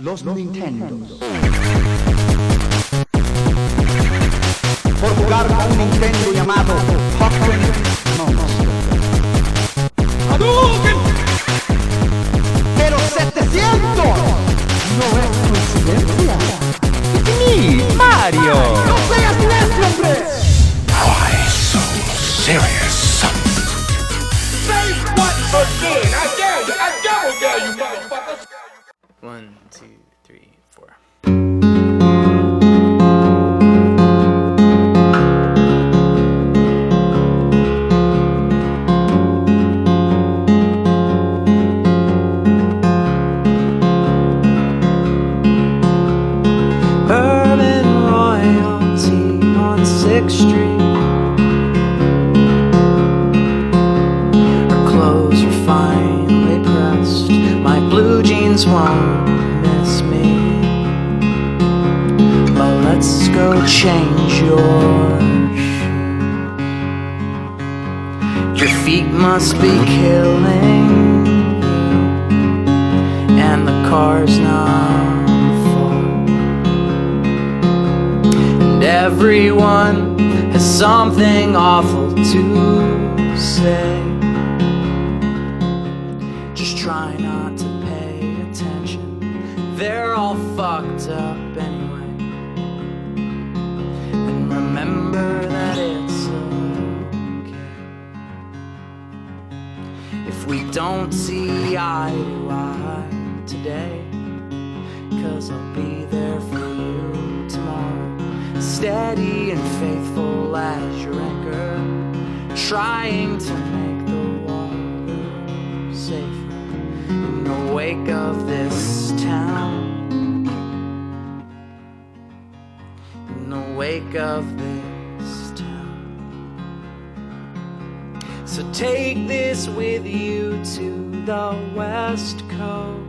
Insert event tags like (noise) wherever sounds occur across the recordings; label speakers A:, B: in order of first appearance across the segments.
A: los Nintendos. Por jugar con un Nintendo llamado Pokémon Monster. ¡Hadouken! ¡Pero 700! No es coincidencia.
B: It's me, Mario.
A: ¡No seas necio, hombre!
C: Why so serious?
D: Say what again? I dare you. I double dare you, motherfuckers.
E: One, two, three, four.
F: Bourbon royalty on Sixth Street. Her clothes are finely pressed. My blue jeans won't miss me. But let's go change your shoes. Your feet must be killing you, and the car's not far. And everyone has something awful to say. Just try not to pay attention. They're all fucked up anyway. And remember that it's okay. If we don't see eye to eye today, cause I'll be there for you tomorrow. Steady and faithful as your anchor, trying to make the water safer in the wake of this town. In the wake of this town. So take this with you to the west coast.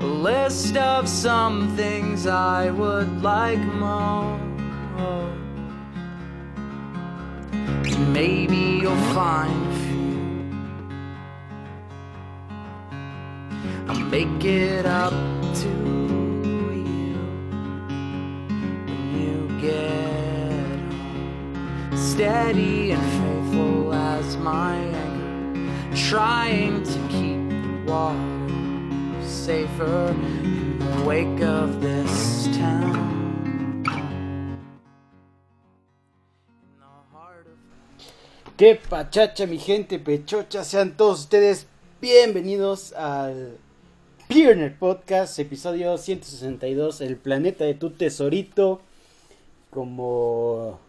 F: a list of some things I would like most. Maybe you'll find a few. I'll make it up to you when you get home. Steady and faithful as my anchor, trying to keep the water safer in the wake of this town. In the heart of
G: ¿Qué pachacha, mi gente pechocha? Sean todos ustedes bienvenidos al Pioneer Podcast, episodio 162, El planeta de tu tesorito. Como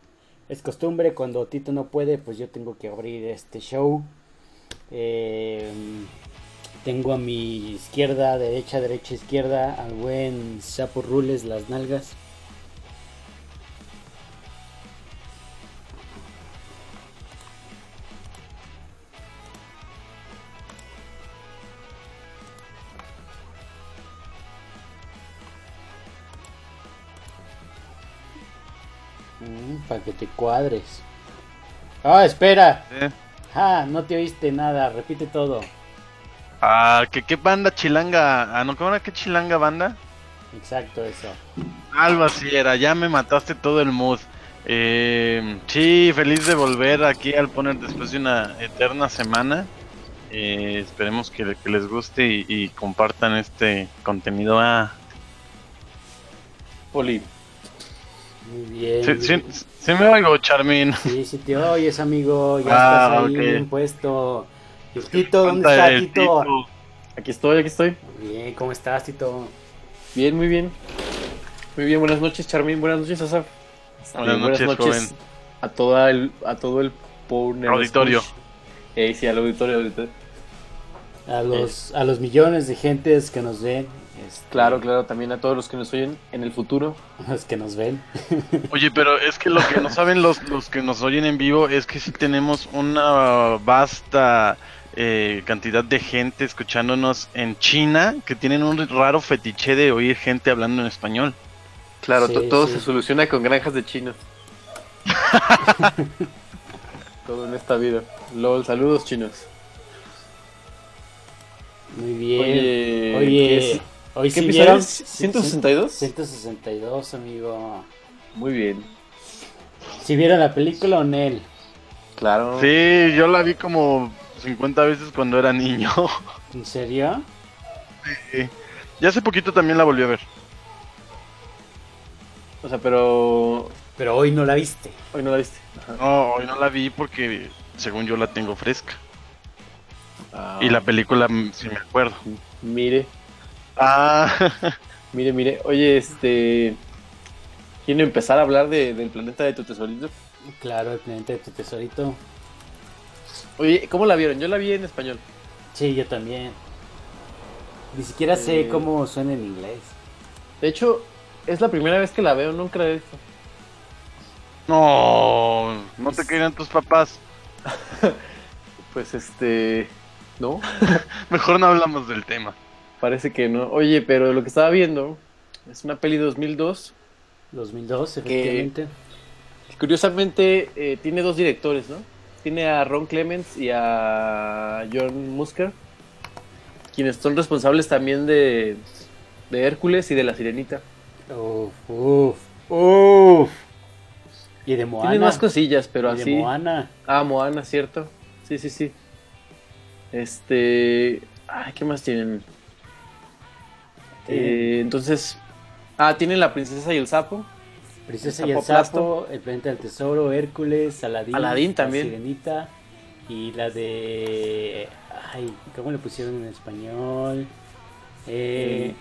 G: es costumbre, cuando Tito no puede, pues yo tengo que abrir este show. Eh, tengo a mi izquierda, derecha, derecha, izquierda, al buen Sapo Rules, las nalgas. Mm, para que te cuadres. Ah, espera.
H: ¿Eh?
G: Ah, no te oíste nada, repite todo.
H: Ah, que qué banda chilanga. Ah, no, ¿cómo era qué chilanga banda?
G: Exacto, eso.
H: Algo así era, ya me mataste todo el mood. Eh, sí, feliz de volver aquí al poner después de una eterna semana. Eh, esperemos que, que les guste y, y compartan este contenido. Ah, Poli.
G: Muy bien.
H: Sí, sí- sí me oigo, Charmin.
G: Sí, sí te oyes, amigo. Ya
H: Ah,
G: estás ahí
H: ok.
G: bien puesto. Y Tito, ¿dónde
H: Falta
G: está
H: de
G: Tito?
H: Tito.
I: Aquí estoy, aquí estoy.
G: Bien, ¿cómo estás, Tito?
I: Bien, muy bien. Muy bien, buenas noches, Charmín. Buenas noches, Asaf. Este,
H: Buenas noches, joven.
I: a, toda el, a todo el Powner
H: Auditorio.
I: Squish. Eh, sí, al auditorio, auditorio.
H: Eh.
G: A los, a los millones de gentes que nos ven. (laughs) este,
I: Claro, claro, también a todos los que nos oyen en el futuro.
G: a Los que nos ven.
H: Oye, pero es que lo que no saben los, los que nos oyen en vivo es que sí tenemos una vasta eh, cantidad de gente escuchándonos en China que tienen un raro fetiche de oír gente hablando en español.
I: Claro,
G: Sí,
I: to- todo
G: sí.
I: se soluciona con granjas de
H: (laughs)
I: chinos. todo en esta vida. LOL, saludos chinos.
G: Muy bien.
I: Oye, ¿qué es-
G: Oye, hoy
I: ¿Qué
G: sí
I: episodio
G: vieron-
I: es? 162?
G: 162, amigo.
I: Muy bien.
G: ¿Si vieron la película o Nel?
I: Claro.
H: Sí, yo la vi como 50 veces cuando era niño.
G: ¿En serio?
H: (laughs) ya hace poquito también la volví a ver.
I: O sea, pero
G: Pero hoy no la viste.
I: hoy no la viste. Ajá.
H: No, hoy no la vi porque según yo la tengo fresca.
I: Ah,
H: Y la película, mm, sí me acuerdo.
I: Mire,
H: Ah,
I: mire, mire. Oye, este... ¿Quieren empezar a hablar de- del planeta de tu tesorito?
G: Claro, el planeta de tu tesorito.
I: Oye, ¿cómo la vieron? Yo la vi en español.
G: Sí, yo también. Ni siquiera sé
I: Eh.
G: cómo suena en inglés.
I: De hecho, es la primera vez que la veo, nunca la he visto.
H: (laughs) no, no te querían tus papás.
I: Pues este... No,
H: Mejor no hablamos del tema.
I: parece que no. Oye, pero lo que estaba viendo es una peli 2002
G: 2002,
I: Que-
G: efectivamente.
I: Curiosamente, eh, tiene dos directores, ¿no? Tiene a Ron Clements y a John Musker, quienes son responsables también de, de Hércules y de La Sirenita.
G: Uf, uf, uf. Y de Moana.
I: Tienen más cosillas, pero
G: y de
I: así...
G: Moana.
I: Ah, Moana, ¿cierto? Sí, sí, sí. Este... Ay, ¿qué más tienen? Eh, entonces... Ah, tienen La Princesa y el Sapo.
G: Princesa
I: el
G: y el
I: sapo
G: sapo, el planeta del tesoro, Hércules, Aladín,
I: Aladín también.
G: la sirenita y la de, ay, ¿cómo le pusieron en español? Eh,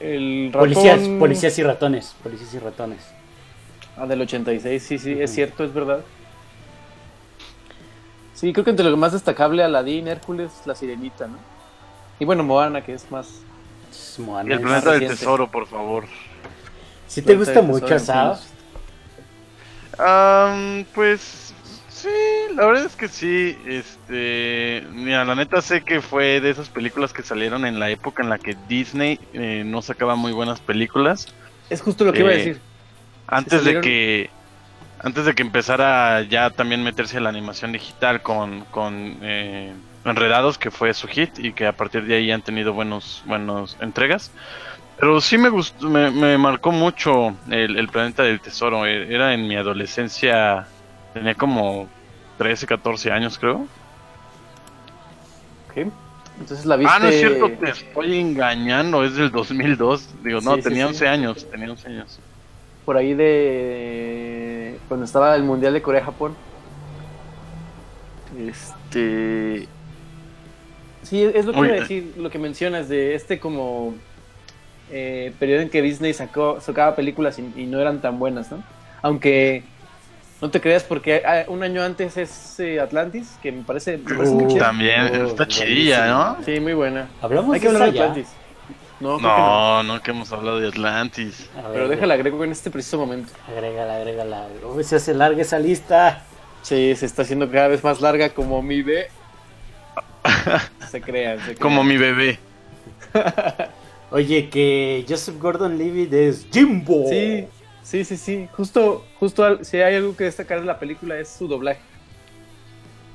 I: El ratón...
G: policías, policías y ratones, policías y ratones.
I: Ah, del 86, sí, sí, es
G: Ujú.
I: cierto, es verdad. Sí, creo que entre lo más destacable, Aladdin, Hércules, La Sirenita, ¿no? Y bueno, Moana, que es más...
G: Es Moana,
H: Y el
G: es-
H: planeta del
I: reciente.
H: tesoro, por favor.
G: Si te gusta
I: Entonces,
G: mucho
I: obviamente,
G: asado,
I: más-
H: Am, pues sí, la verdad es que sí. Este, mira, la neta sé que fue de esas películas que salieron en la época en la que Disney eh, no sacaba muy buenas películas.
I: Es justo lo que iba a
H: Eh,
I: decir.
H: Antes de
I: salieron-
H: que antes de que empezara ya también meterse a la animación digital con, con eh, Enredados, que fue su hit y que a partir de ahí han tenido buenos, buenos entregas. Pero sí me gustó, me, me marcó mucho el, el Planeta del Tesoro. E- Era en mi adolescencia, tenía como 13, 14 años creo.
I: Ok. Entonces la viste...
H: Ah, no es cierto, te estoy engañando, es del 2002. Digo, no,
I: Sí, sí,
H: tenía
I: sí.
H: 11 años, tenía 11 años.
I: Por ahí de... Cuando estaba el Mundial de Corea-Japón. Este... Sí, es lo que
H: Oye.
I: iba a decir, lo que mencionas de este como... eh, periodo en que Disney sacó, sacaba películas y, y no eran tan buenas, ¿no? Aunque no te creas porque ah, un año antes es eh, Atlantis, que me parece... me parece muy chida.
H: Uh, También,
G: oh,
H: está chidilla, ¿no?
I: Sí, muy buena.
G: hablamos
I: Hay que
G: de
I: hablar de
G: esa ya?
I: Atlantis. No, creo que
H: No,
I: no.
H: no que hemos hablado de Atlantis.
G: A ver,
I: Pero déjala, agrego en este preciso momento.
G: Agrégala, agrégala. Uy, se hace larga esa lista.
I: Sí, se está haciendo cada vez más larga como
H: (laughs)
I: mi B. se crean, se crean.
H: Como mi bebé.
G: Oye, que Joseph Gordon-Levitt es Jimbo.
I: Sí, sí, sí, sí. Justo, justo al- si hay algo que destacar de la película es su doblaje.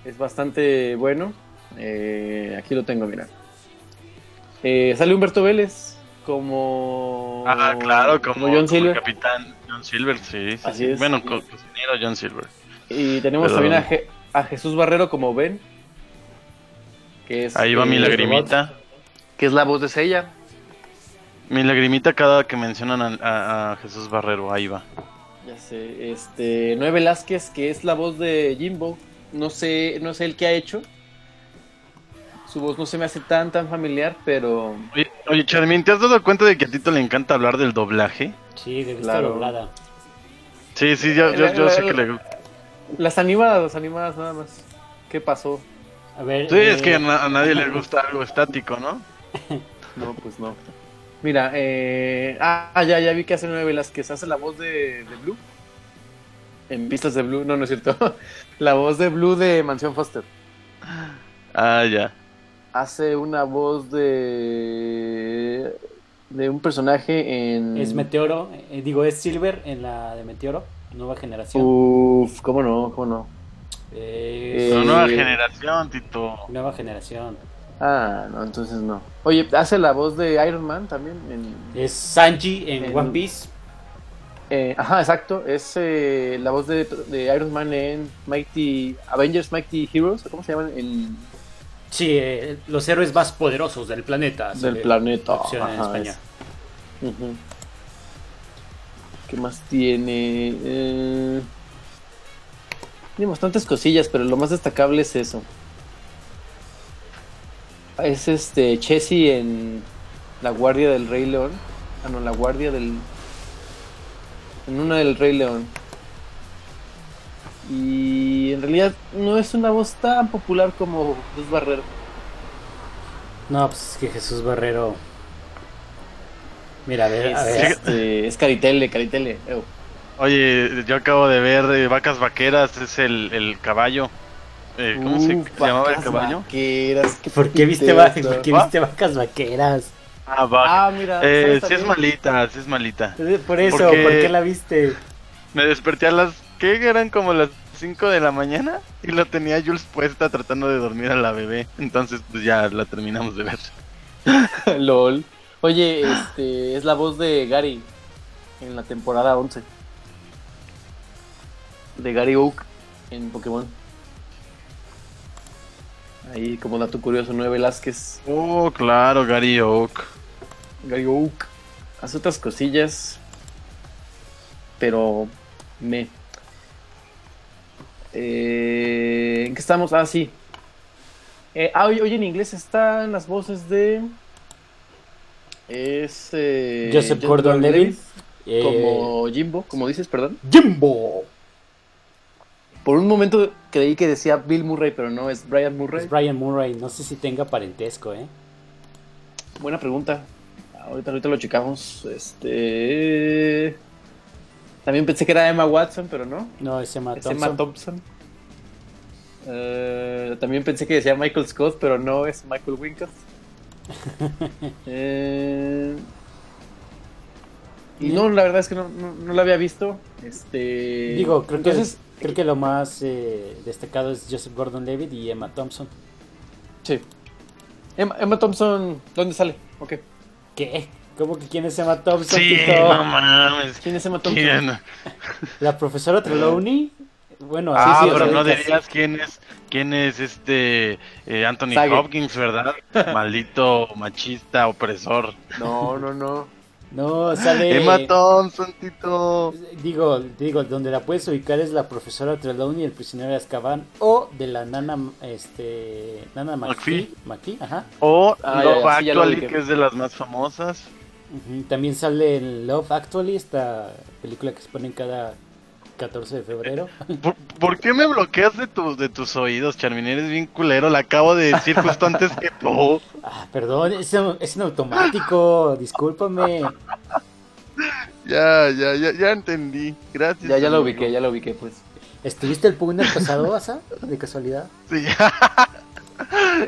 I: Es bastante bueno. Eh, aquí lo tengo, mira. Eh, sale Humberto Vélez como...
H: Ah, claro, como,
I: John
H: como el
I: Silver.
H: capitán John Silver, sí. sí,
I: Así
H: sí.
I: es.
H: Bueno, co- cocinero John Silver.
I: Y tenemos
H: Perdón.
I: también a, Je- a Jesús Barrero como Ben. Que es,
H: Ahí va mi
I: eh,
H: lagrimita.
I: Que es la voz de Sella.
H: Mi lagrimita cada que mencionan al- a, a Jesús Barrero, ahí va.
I: Ya sé, este, Noé Velázquez, que es la voz de Jimbo, no sé, no sé el que ha hecho. Su voz no se me hace tan, tan familiar, pero
H: Oye, oye Charmin, ¿te has dado cuenta de que a Tito le encanta hablar del doblaje?
G: Sí, debe estar
I: Claro.
G: doblada.
H: Sí, sí, yo, yo, yo sé que le gusta.
I: las animadas, las animadas nada más. ¿Qué pasó?
G: A ver.
H: Sí, es que
G: eh,
H: a, na- a nadie le gusta algo estático, ¿no?
I: No, pues no. Mira, eh, ah, ya, ya vi que hace Noé Velázquez, hace la voz de, de Blue. En Vistas de Blue, no, no es cierto. (laughs) la voz de Blue de Mansión Foster.
H: Ah, ya.
I: Hace una voz de... De un personaje en...
G: Es Meteoro, eh, digo, es Silver en la de Meteoro, nueva generación.
I: Uh, Uf, cómo no, cómo no.
G: Eh,
H: Su
I: Eh,
H: nueva generación, Tito.
G: nueva generación.
I: Ah, no, entonces no. Oye, hace la voz de Iron Man también. En,
G: Es Sanji en,
I: En-
G: One Piece.
I: eh, ajá, exacto. Es eh, la voz de, de Iron Man en Mighty Avengers Mighty Heroes. ¿Cómo se llaman? En,
G: Sí, eh, los héroes más poderosos del planeta. así
I: del
G: que-
I: planeta.
G: opción en
I: Ajá,
G: español.
I: es- Ujú. ¿Qué más tiene? Eh, tiene bastantes cosillas, pero lo más destacable es eso. Es este Chessy en La Guardia del Rey León. Ah, no, La Guardia del. En una del Rey León. Y en realidad no es una voz tan popular como Luz Barrero.
G: No, pues es que Jesús Barrero. Mira, a ver, a ver.
I: Este, es Caritele, Caritele. ew.
H: Oye, yo acabo de ver eh, Vacas Vaqueras, es el, el caballo. Eh, ¿Cómo se
I: Upa,
H: llamaba el
I: vacas
H: caballo?
I: vaqueras, qué
G: ¿Por qué viste, va-
I: puteros,
G: ¿por qué
H: ¿Va?
G: viste vacas vaqueras?
H: Ah, vaca.
I: Ah, mira.
H: eh,
I: ¿sabes
H: sí es
I: también?
H: malita, sí es malita.
G: Por eso, ¿por
H: Porque-
G: qué, la viste?
H: Me desperté a las... ¿Qué? Eran como las 5 de la mañana y la tenía Jules puesta tratando de dormir a la bebé. Entonces, pues ya la terminamos de ver.
I: (laughs) LOL. Oye, este, es la voz de Gary en la temporada 11. De Gary Oak en Pokémon. Ahí, como dato curioso, 9 Velázquez.
H: Oh, claro, Gary Oak.
I: Gary Oak. Hace otras cosillas. Pero me. Eh, ¿En qué estamos? Ah, sí. Eh, ah, oye, oye, en inglés están las voces de. Es. eh,
G: Joseph Gordon-Levitt. Eh,
I: Como Jimbo, como dices, perdón.
G: Jimbo.
I: Por un momento creí que decía Bill Murray, pero no, es Brian Murray.
G: Es Brian Murray, no sé si tenga parentesco, ¿eh?
I: Buena pregunta. Ahorita, ahorita lo checamos. Este. También pensé que era Emma Watson, pero no.
G: No, se
I: Es
G: mató.
I: Emma Thompson. Eh, también pensé que decía Michael Scott, pero no es Michael
G: (laughs)
I: Wincott. Eh, y no, la verdad es que no, no, no la había visto. Este,
G: Digo, creo que,
I: entonces,
G: creo que lo más eh, destacado es Joseph Gordon-Levitt y Emma Thompson.
I: sí. Emma, Emma Thompson, ¿dónde sale? Ok.
G: ¿Qué? ¿Cómo que quién es Emma Thompson?
H: Sí,
G: Tito?
H: no mames.
I: ¿Quién es Emma Thompson?
H: ¿Quién?
G: La profesora Trelawney. Bueno,
H: Ah,
G: así se
H: pero no
G: ubica.
H: dirías quién es, quién es este eh, Anthony
I: Sague.
H: Hopkins,
I: (laughs)
H: ¿verdad? Maldito machista, opresor.
I: No, no, no.
G: No, sale.
H: Emma Thompson, Tito.
G: Digo, digo, donde la puedes ubicar es la profesora Trelawney, el prisionero de Azkaban, o de la nana, este, nana McPhee,
H: McPhee.
G: McPhee, ajá.
H: O
I: Ah,
H: Love
I: ya, ya, sí, ya lo
H: Actually,
I: ubiqué.
H: que es de las más
I: (laughs)
H: famosas.
G: Ujú, También sale en Love Actually, esta película que se pone en cada 14 de febrero.
H: ¿Por, por qué me bloqueas de tus de tus oídos, Charmin? Eres bien culero, la acabo de decir justo antes que tú.
G: Ah, perdón, es en, es en automático, discúlpame.
H: (laughs) Ya, ya, ya, ya entendí. Gracias.
I: Ya, ya la
H: amigo.
I: ubiqué, ya la ubiqué, pues.
G: ¿Estuviste el Pugner pasado, Asa? De casualidad.
H: Sí,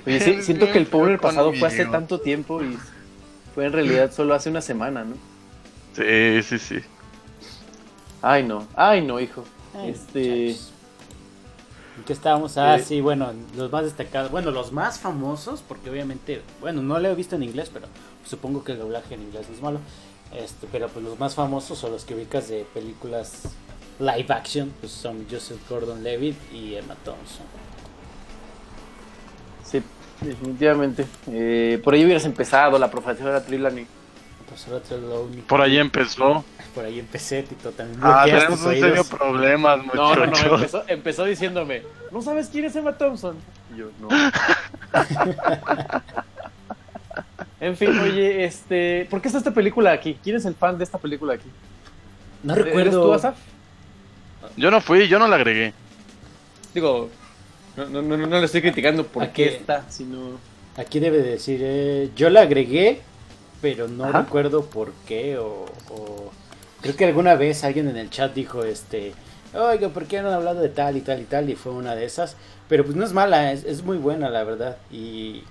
I: Oye, sí,
H: Eres
I: siento que
H: bien
I: el pobre
H: feo
I: pasado fue hace
H: conmigo.
I: tanto tiempo y fue en realidad solo hace una semana, ¿no?
H: sí, sí, sí.
I: Ay, no, ay, no, hijo.
G: Ay,
I: este.
G: muchachos. ¿En qué estábamos? Ah,
I: Eh.
G: sí, bueno, los más destacados, bueno, los más famosos, porque obviamente, bueno, no lo he visto en inglés, pero supongo que el doblaje en inglés no es malo. Este, pero pues los más famosos son los que ubicas de películas live action, pues son Joseph Gordon-Levitt y Emma Thompson.
I: Sí, definitivamente. Eh, por ahí hubieras empezado la profesora Trillani.
G: Profesora Trelawney.
H: Por ahí empezó.
G: Por ahí empecé, Tito, también.
H: Ah,
G: bloqueas
H: tenemos
G: tus
H: un serio
G: oídos.
H: problema,
I: No, no,
H: muchachos.
I: no, empezó, empezó diciéndome, ¿no sabes quién es Emma Thompson? Y yo,
G: (laughs)
I: no. en fin, oye, este, ¿por qué está esta película aquí? ¿Quién es el fan de esta película aquí?
G: No
I: ¿Eres tú,
G: recuerdo.
I: Asaf?
H: Yo no fui, yo no la agregué.
I: Digo, no, no, no, no le estoy criticando por
G: ¿A
I: qué
G: qué?
I: está, sino...
G: Aquí debe decir, eh, yo la agregué, pero no
I: Ajá.
G: recuerdo por qué o, o- Creo que alguna vez alguien en el chat dijo, este, oiga, ¿por qué no han hablado de tal y tal y tal? Y fue una de esas. Pero pues no es mala, es, es muy buena, la verdad. Y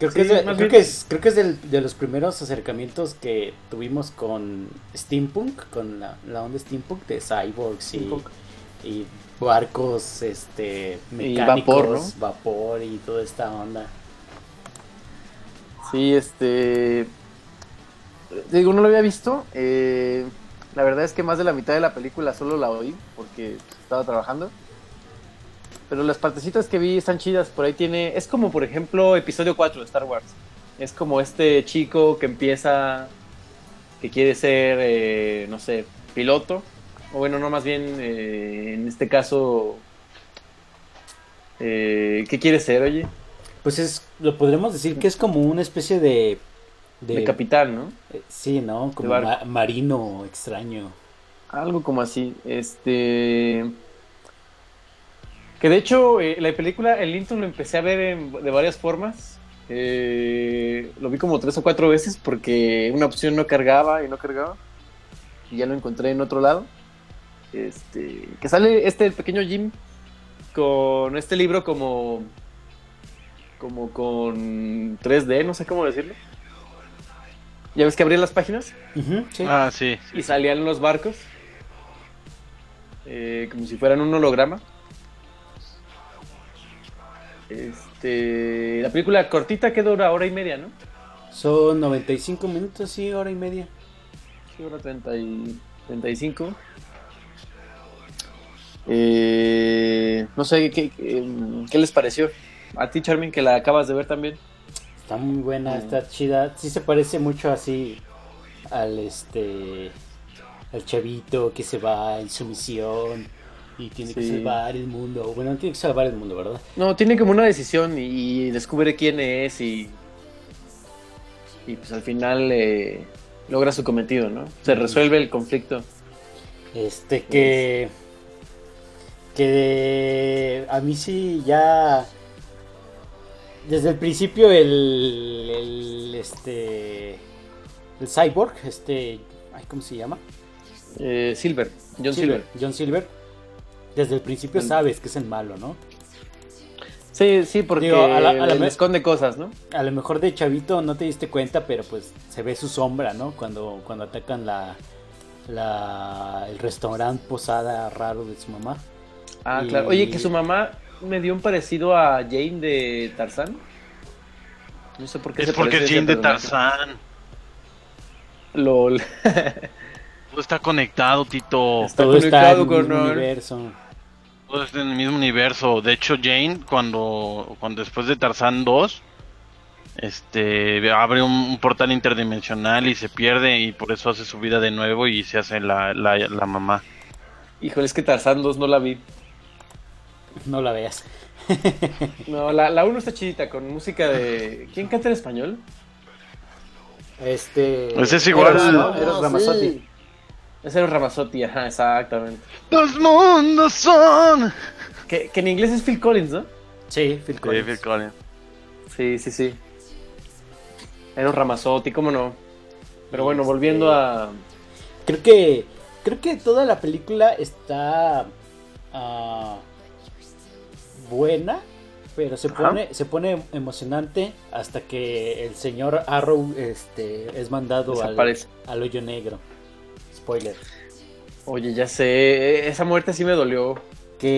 G: creo que,
I: Sí,
G: es, de- creo
I: más bien-
G: que es, creo que es del- de los primeros acercamientos que tuvimos con Steampunk, con la, la onda Steampunk de cyborgs y-
I: Steampunk.
G: Y, barcos este,
I: Y
G: mecánicos,
I: vapor,
G: vapor y toda esta onda.
I: Sí, este. te Digo, no lo había visto. eh, la verdad es que más de la mitad de la película solo la oí porque estaba trabajando. Pero las partecitas que vi están chidas. Por ahí tiene. Es como, por ejemplo, episodio 4 de Star Wars. Es como este chico que empieza. que quiere ser, eh, no sé, piloto. O bueno, no, más bien, eh, en este caso. eh, ¿Qué quiere ser, oye?
G: Pues es, lo podríamos decir que es como una especie de...
I: De capitán, ¿no?
G: eh, sí, ¿no? Como
I: barco.
G: ma- marino extraño.
I: Algo como así. Este. Que de hecho, eh, la película, el Linton lo empecé a ver en- de varias formas. Eh, lo vi como tres o cuatro veces porque una opción no cargaba y no cargaba. Y ya lo encontré en otro lado. Este. Que sale este pequeño Jim con este libro como. Como con 3D, no sé cómo decirlo. Ya ves que abrí las páginas
G: Ujú, sí.
H: Ah, sí.
I: y salían los barcos eh, como si fueran un holograma. Este, la película cortita que dura hora y media, ¿no?
G: Son 95 minutos, sí, hora y media.
I: Sí, hora 30 y 35. Eh, no sé ¿qué, qué, em, qué les pareció a ti, Charmin, que la acabas de ver también.
G: Está muy buena,
I: Mm.
G: está chida. Sí se parece mucho así al este al chavito que se va en su misión y tiene que
I: Sí.
G: salvar el mundo. Bueno, no tiene que salvar el mundo, ¿verdad?
I: No, tiene como una decisión y, y descubre quién es y. Y pues al final eh, logra su cometido, ¿no? Se resuelve el conflicto.
G: Este
I: Pues.
G: que que a mí sí ya desde el principio el, el este el cyborg, este, ay, ¿cómo se llama?
I: Eh, Silver, John Silver.
G: John Silver. Desde el principio
I: Mm.
G: sabes que es el malo, ¿no?
I: Sí, sí, porque
G: Digo, a la- a la
I: le
G: vez-
I: esconde cosas, ¿no?
G: A lo mejor de chavito no te diste cuenta, pero pues se ve su sombra, ¿no? Cuando, cuando atacan la, la el restaurante posada raro de su mamá.
I: Ah,
G: Y-
I: claro. Oye, que su mamá me dio un parecido a Jane de Tarzán. No sé por qué
H: Es
I: se
H: porque
I: parece
H: es
I: a ese
H: Jim de
I: personaje.
H: Tarzán.
I: LOL. (laughs)
H: Todo está conectado, Tito.
I: Está
G: Todo está
I: conectado
G: en
I: con
G: un
I: el-
G: universo.
H: Todo está en el mismo universo. De hecho, Jane, cuando, cuando después de Tarzán 2, este, abre un, un portal interdimensional y se pierde y por eso hace su vida de nuevo y se hace la, la, la mamá.
I: Híjole, es que Tarzán 2 no la vi.
G: No la veas.
I: No, la, la 1 está chidita con música de. ¿Quién canta en español?
G: Este.
H: Pues es igual.
G: Eros, ¿no?
H: Ah,
G: Eros Ramazzotti.
I: Es el Ramazotti, ajá, exactamente.
H: Los mundos son.
I: Que, que en inglés es Phil Collins, ¿no?
G: Sí, Phil Collins.
H: Phil Collins.
I: Sí, sí, sí. Era un Ramazotti, ¿cómo no? Pero bueno, volviendo a.
G: Creo que. Creo que toda la película está. ah, buena. Pero se
H: Ajá.
G: pone, se pone emocionante hasta que el señor Arrow este, es mandado al,
I: Desaparece.
G: al hoyo negro. Spoiler.
I: Oye, ya sé, e, esa muerte sí me dolió.
G: Que,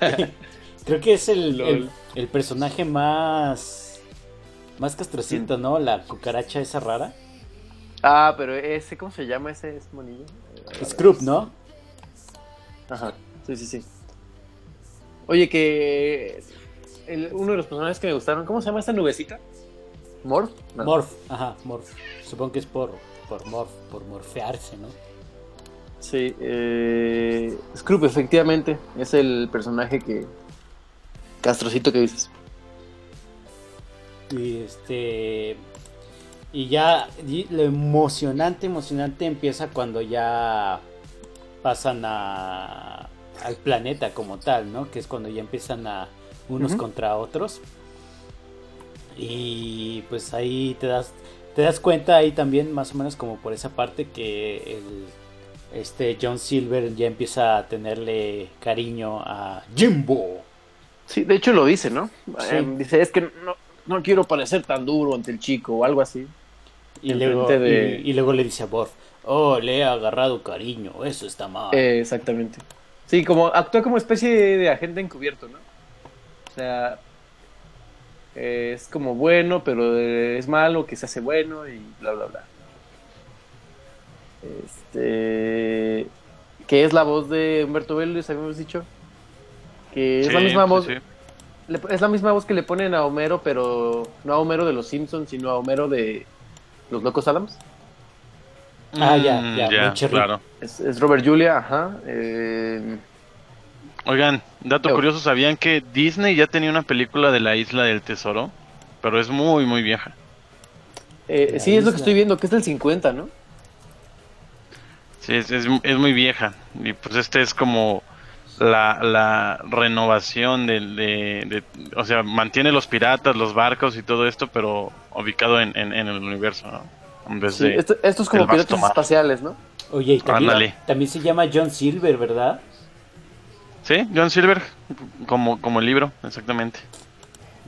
I: Spoiler.
G: (laughs) creo que es
H: (laughs)
G: el,
I: Lol.
G: el, el personaje más. Más castrocito, ¿no? La cucaracha esa rara.
I: Ah, pero ese, ¿cómo se llama ese, ese monillo?
G: Scrooge, ¿no?
I: Ajá, sí, sí, sí. Oye, que el- uno de los personajes que me gustaron, ¿cómo se llama esta nubecita? ¿Morph? No.
G: Morph, ajá, Morph. Supongo que es por, por Morph, por morfearse, ¿no?
I: Sí, eh, Scrooge, efectivamente, es el personaje que... Castrocito que dices.
G: Y este. Y ya y lo emocionante, emocionante empieza cuando ya pasan a, al planeta como tal, ¿no? Que es cuando ya empiezan a unos
I: Ujú.
G: contra otros. Y pues ahí te das te das cuenta ahí también más o menos como por esa parte que el, este John Silver ya empieza a tenerle cariño a Jimbo.
I: Sí, de hecho lo dice, ¿no?
G: Sí.
I: Eh, dice, es que no, no quiero parecer tan duro ante el chico o algo así.
G: Y
I: Enfrente
G: luego,
I: de-
G: y, y luego le dice a Borf, oh, le he agarrado cariño, eso está mal.
I: Eh, exactamente. Sí, como actúa como especie de, de agente encubierto, ¿no? O sea, eh, es como bueno, pero eh, es malo, que se hace bueno y bla, bla, bla. Este, que es la voz de Humberto Vélez, habíamos dicho. Que es la
H: Sí,
I: misma
H: sí,
I: voz,
H: sí.
I: le- es la misma voz que le ponen a Homero, pero no a Homero de los Simpsons, sino a Homero de Los Locos Adams.
G: Ah, ya,
H: Mm,
G: ya, muy chirri.
H: claro.
I: Es, es Robert Julia, ajá. eh,
H: Oigan, dato
I: Yo.
H: curioso, ¿sabían que Disney ya tenía una película de la Isla del Tesoro? Pero es muy, muy vieja.
I: eh,
G: La
I: sí, es
G: isla.
I: lo que estoy viendo, que es del 50, ¿no?
H: Sí, es, es- es muy vieja. Y pues este es como la, la renovación del- de, de- O sea, mantiene los piratas, los barcos y todo esto, pero ubicado en, en- en el universo, ¿no? En vez
I: Pues Sí,
H: de-
I: esto- estos como
H: El vasto
I: piratas
H: mar.
I: espaciales, ¿no?
G: Oye, y también,
H: Ándale.
G: también se llama John Silver, ¿verdad?
H: Sí, John Silver, como, como el libro, exactamente.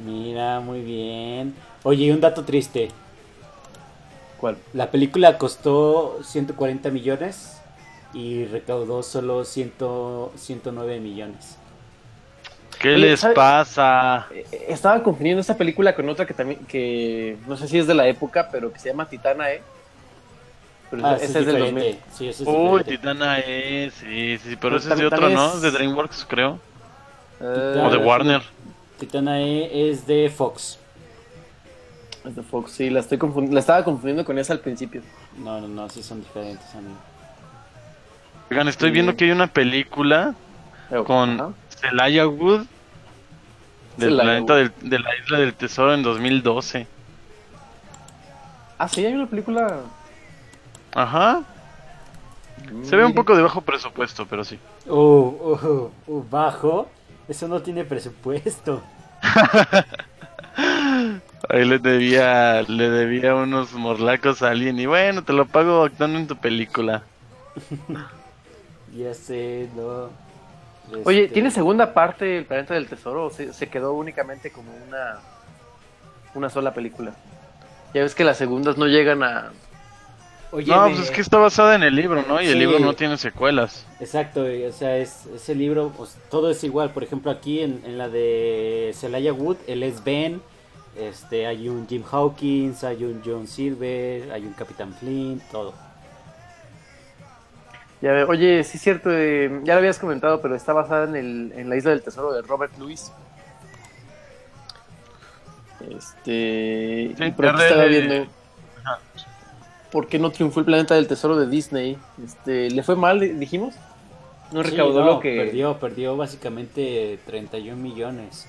G: Mira, muy bien. Oye, y un dato triste.
I: ¿Cuál?
G: La película costó 140 millones y recaudó solo 100 109 millones.
H: ¿Qué
I: Oye,
H: les
I: ¿sabe-
H: pasa?
I: Eh, Estaba confundiendo esta película con otra que también, que no sé si es de la época, pero que se llama Titana, ¿eh? Pero
G: Ah, ese
I: esa-
G: es
I: esa es del 2000.
G: diferente. Sí, ese es
H: Uy,
G: diferente.
H: Titana es, sí, sí,
I: Pero
H: pero ese es de
I: tam-
H: otro,
I: también
H: ¿no?
I: es-
H: De DreamWorks, creo.
I: Eh,
H: O de
G: Ah,
H: Warner.
G: Titana E es de Fox.
I: Es de Fox, sí, la, estoy confund- la estaba confundiendo con esa al principio.
G: No, no, no, sí son diferentes, amigo.
H: Oigan, estoy viendo que hay una película
I: Pero, ajá.
H: con Celaya Wood del
I: Celia
H: planeta
I: Wood.
H: del- de la isla del tesoro en 2012.
I: Ah, sí, hay una película...
H: Ajá. Se ve un poco de bajo presupuesto, pero sí.
G: Uh, uh, uh, bajo. Eso no tiene presupuesto.
H: Ahí le debía, le debía unos morlacos a alguien y bueno, te lo pago actuando en tu película.
G: Ya sé, no.
I: Oye,
G: Este,
I: ¿tiene segunda parte El Planeta del Tesoro o se, se quedó únicamente como una, una sola película? Ya ves que las segundas no llegan a...
G: Oye,
H: No,
G: me-
H: pues es que está basada en el libro, ¿no? Y
G: Sí.
H: el libro no tiene secuelas.
G: Exacto, y, o sea, es, ese libro, pues, todo es igual. Por ejemplo, aquí en, en la de Celaya Wood, él es Ben, este, hay un Jim Hawkins, hay un John Silver, hay un Capitán Flint, todo.
I: Ya ve- oye, sí es cierto, eh, ya lo habías comentado, pero está basada en, el, en la isla del tesoro de Robert Louis. Este...
H: Sí,
I: y por aquí
H: ya
I: estaba
H: re-
I: viendo...
H: Ajá.
I: ¿Por qué no triunfó el planeta del tesoro de Disney? Este, ¿Le fue mal, di- dijimos? No
G: Sí,
I: recaudó
G: no,
I: lo que...
G: Perdió, perdió básicamente 31 millones.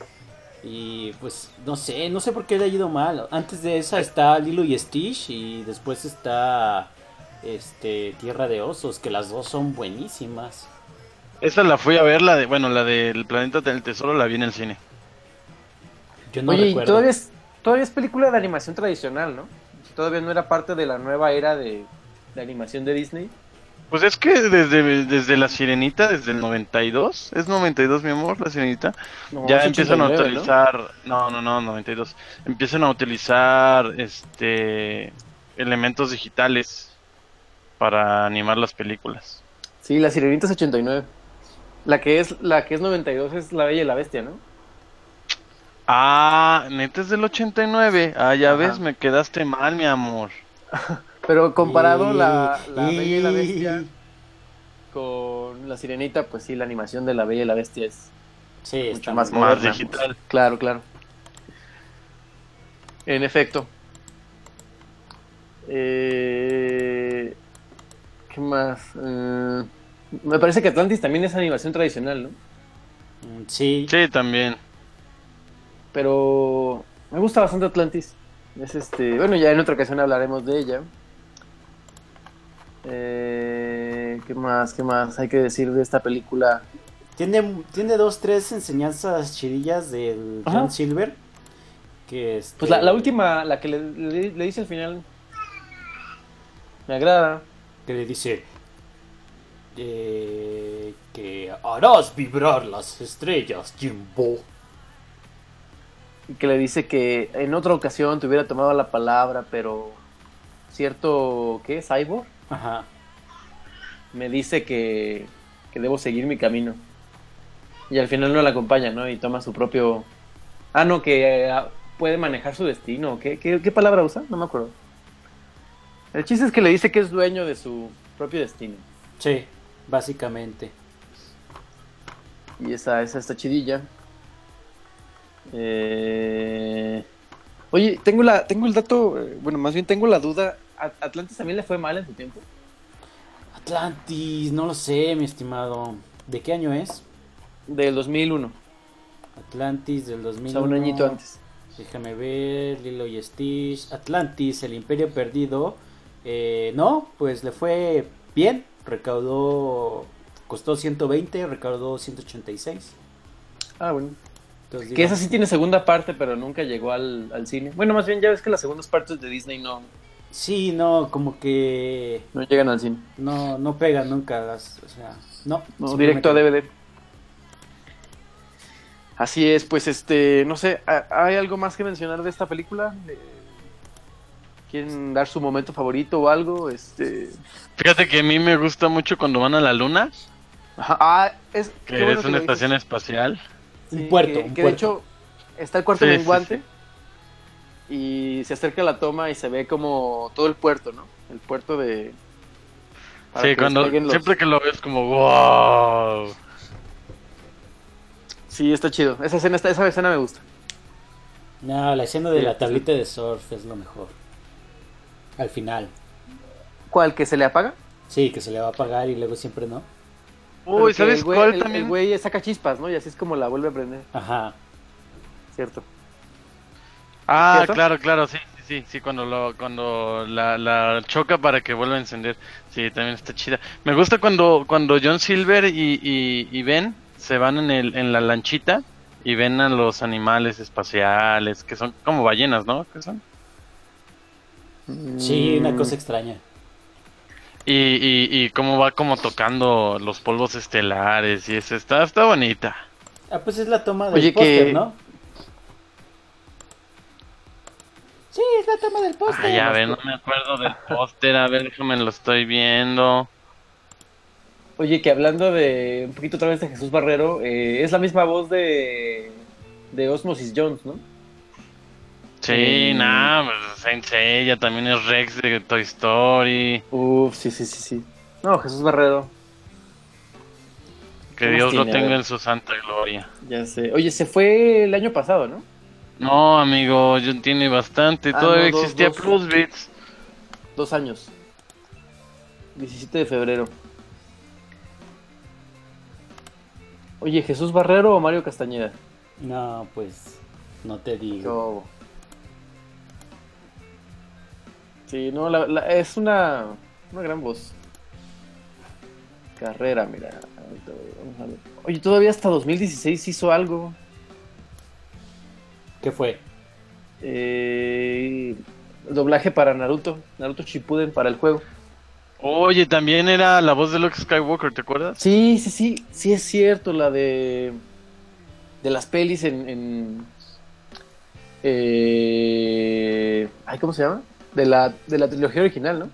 G: Y pues, no sé, no sé por qué le ha ido mal. Antes de esa está Lilo y Stitch y después está este Tierra de Osos, que las dos son buenísimas.
H: Esa la fui a ver, la de, bueno, la del planeta del tesoro la vi en el cine.
G: Yo no
I: Oye, y
G: recuerdo.
I: todavía es, todavía es película de animación tradicional, ¿no? Todavía no era parte de la nueva era de, de animación de Disney.
H: Pues es que desde, desde la sirenita, desde el 92, es 92 mi amor, la sirenita,
I: No,
H: ya
I: es
H: empiezan a
I: 89, ¿no?
H: utilizar, ¿no? no, no, 92, empiezan a utilizar este elementos digitales para animar las películas.
I: Sí, la sirenita es 89. La que es, la que es 92 es La Bella y la Bestia, ¿no?
H: Ah, neta es del 89, ah, ya
I: Ajá.
H: ves, me quedaste mal mi amor.
I: Pero comparado
G: Y-
I: la,
H: Mm,
I: la Bella y la
G: y-
I: Bestia con La Sirenita, pues sí, la animación de La Bella y la Bestia es
G: Sí, está
I: mucho más
G: muy-
H: Más
I: moderna.
H: digital.
I: Claro, claro. En efecto. Eh, ¿Qué más? Eh, me parece que Atlantis también es animación tradicional, ¿no?
G: Mm, Sí,
H: Sí, también.
I: Pero me gusta bastante Atlantis. Es este, bueno, ya en otra ocasión hablaremos de ella. Eh, ¿Qué más? ¿Qué más hay que decir de esta película?
G: Tiene, tiene dos, tres enseñanzas chidillas del
I: Ajá.
G: John Silver. Que este-
I: Pues la, la última, la que le, le- le dice al final, me agrada.
G: Que le dice. eh, que harás vibrar las estrellas, Jimbo.
I: y que le dice que en otra ocasión te hubiera tomado la palabra, pero cierto, ¿qué? Cyborg
G: Ajá.
I: me dice que, que debo seguir mi camino. Y al final no la acompaña, ¿no? Y toma su propio... Ah, no, que eh, puede manejar su destino. ¿Qué, qué, qué palabra usa? No me acuerdo. El chiste es que le dice que es dueño de su propio destino.
G: Sí, básicamente.
I: Y esa, esa está chidilla. Eh, Oye, tengo la, tengo el dato, eh, bueno, más bien tengo la duda. ¿A- ¿Atlantis también le fue mal en su tiempo?
G: Atlantis, no lo sé, mi estimado. ¿De qué año es?
I: Del 2001,
G: Atlantis del 2000.
I: o sea, un añito antes.
G: Déjame ver, Lilo y Stitch. Atlantis, el Imperio Perdido. Eh, no, pues le fue bien. Recaudó, costó 120, recaudó 186.
I: Ah, bueno.
G: Entonces,
I: Que
G: digo,
I: esa sí tiene segunda parte, pero nunca llegó al, al cine. Bueno, más bien ya ves que las segundas partes de Disney no,
G: Sí, no, como que
I: no llegan al cine.
G: no, no pegan nunca las, o sea, no.
I: No,
G: simplemente-
I: directo a DVD. Así es, pues este, no sé, ¿ha- ¿hay algo más que mencionar de esta película? Eh, ¿Quieren dar su momento favorito o algo? Este,
H: Fíjate que a mí me gusta mucho cuando van a la luna,
I: ajá, ah, es, qué
H: que es
I: bueno que
H: una
I: lo dices.
H: estación espacial.
G: Un
I: Sí,
G: puerto,
I: Que,
G: un
I: que de
G: puerto.
I: hecho está el cuarto
H: Sí, sí,
I: menguante y se acerca la toma y se ve como todo el puerto, ¿no? El puerto de. para
H: Sí,
I: que
H: cuando
I: despeguen los-
H: siempre que lo ves como wow.
I: Sí, está chido. Esa escena, está- esa escena me gusta.
G: No, la escena de
I: Sí,
G: la
I: sí.
G: tablita de surf es lo mejor. Al final.
I: ¿Cuál? ¿Que se le apaga?
G: Sí, que se le va a pagar y luego siempre no.
I: Pero
H: Uy,
I: que
H: ¿sabes
I: el güey-
H: cuál
I: el-
H: también?
I: El güey saca chispas, ¿no? Y así es como la vuelve a prender,
G: Ajá.
I: ¿cierto?
H: Ah,
I: ¿Cierto?
H: claro, claro, sí, sí, sí, sí, cuando lo, cuando la, la choca para que vuelva a encender. Sí, también está chida. Me gusta cuando, cuando John Silver y, y, y Ben se van en el, en la lanchita y ven a los animales espaciales, que son como ballenas, ¿no? ¿Qué son?
G: Sí,
I: Mm.
G: una cosa extraña.
H: Y, y, y cómo va como tocando los polvos estelares y eso está, está bonita.
G: Ah, pues es la toma del
I: Oye, que-
G: póster, ¿no? Sí, es la toma del póster.
H: Ay, a ver, no me acuerdo del póster, a ver, déjame lo estoy viendo.
I: Oye, que hablando de un poquito otra vez de Jesús Barrero, eh, es la misma voz de, de Osmosis Jones, ¿no?
H: Sí,
I: Mm.
H: nada, pues Sensei, ella también es Rex de Toy Story.
I: Uf, sí, sí, sí, sí. No, Jesús Barrero,
H: Que
I: ¿Qué más
H: Dios lo
I: tiene? A
H: tenga
I: ver.
H: en su santa gloria.
I: ya sé. Oye, se fue el año pasado, ¿no?
H: No, amigo, yo tiene bastante.
I: Ah,
H: Todavía
I: no, dos,
H: existía
I: dos.
H: Plus Beats.
I: Dos años. 17 de febrero. Oye, ¿Jesús Barrero o Mario Castañeda?
G: No, pues no te
I: Qué
G: digo.
I: bobo. Sí, no, la- la- es una, una gran voz. Carrera, mira. ahorita voy, vamos a ver. Oye, todavía hasta 2016 hizo algo.
G: ¿Qué fue?
I: Eh, doblaje para Naruto. Naruto Shippuden para el juego.
H: Oye, también era la voz de Luke Skywalker, ¿te
I: (laughs)
H: acuerdas?
I: Sí, sí, sí, sí es cierto, la de de las pelis en, en eh, ay, ¿cómo se llama? De la, de la trilogía original, ¿no?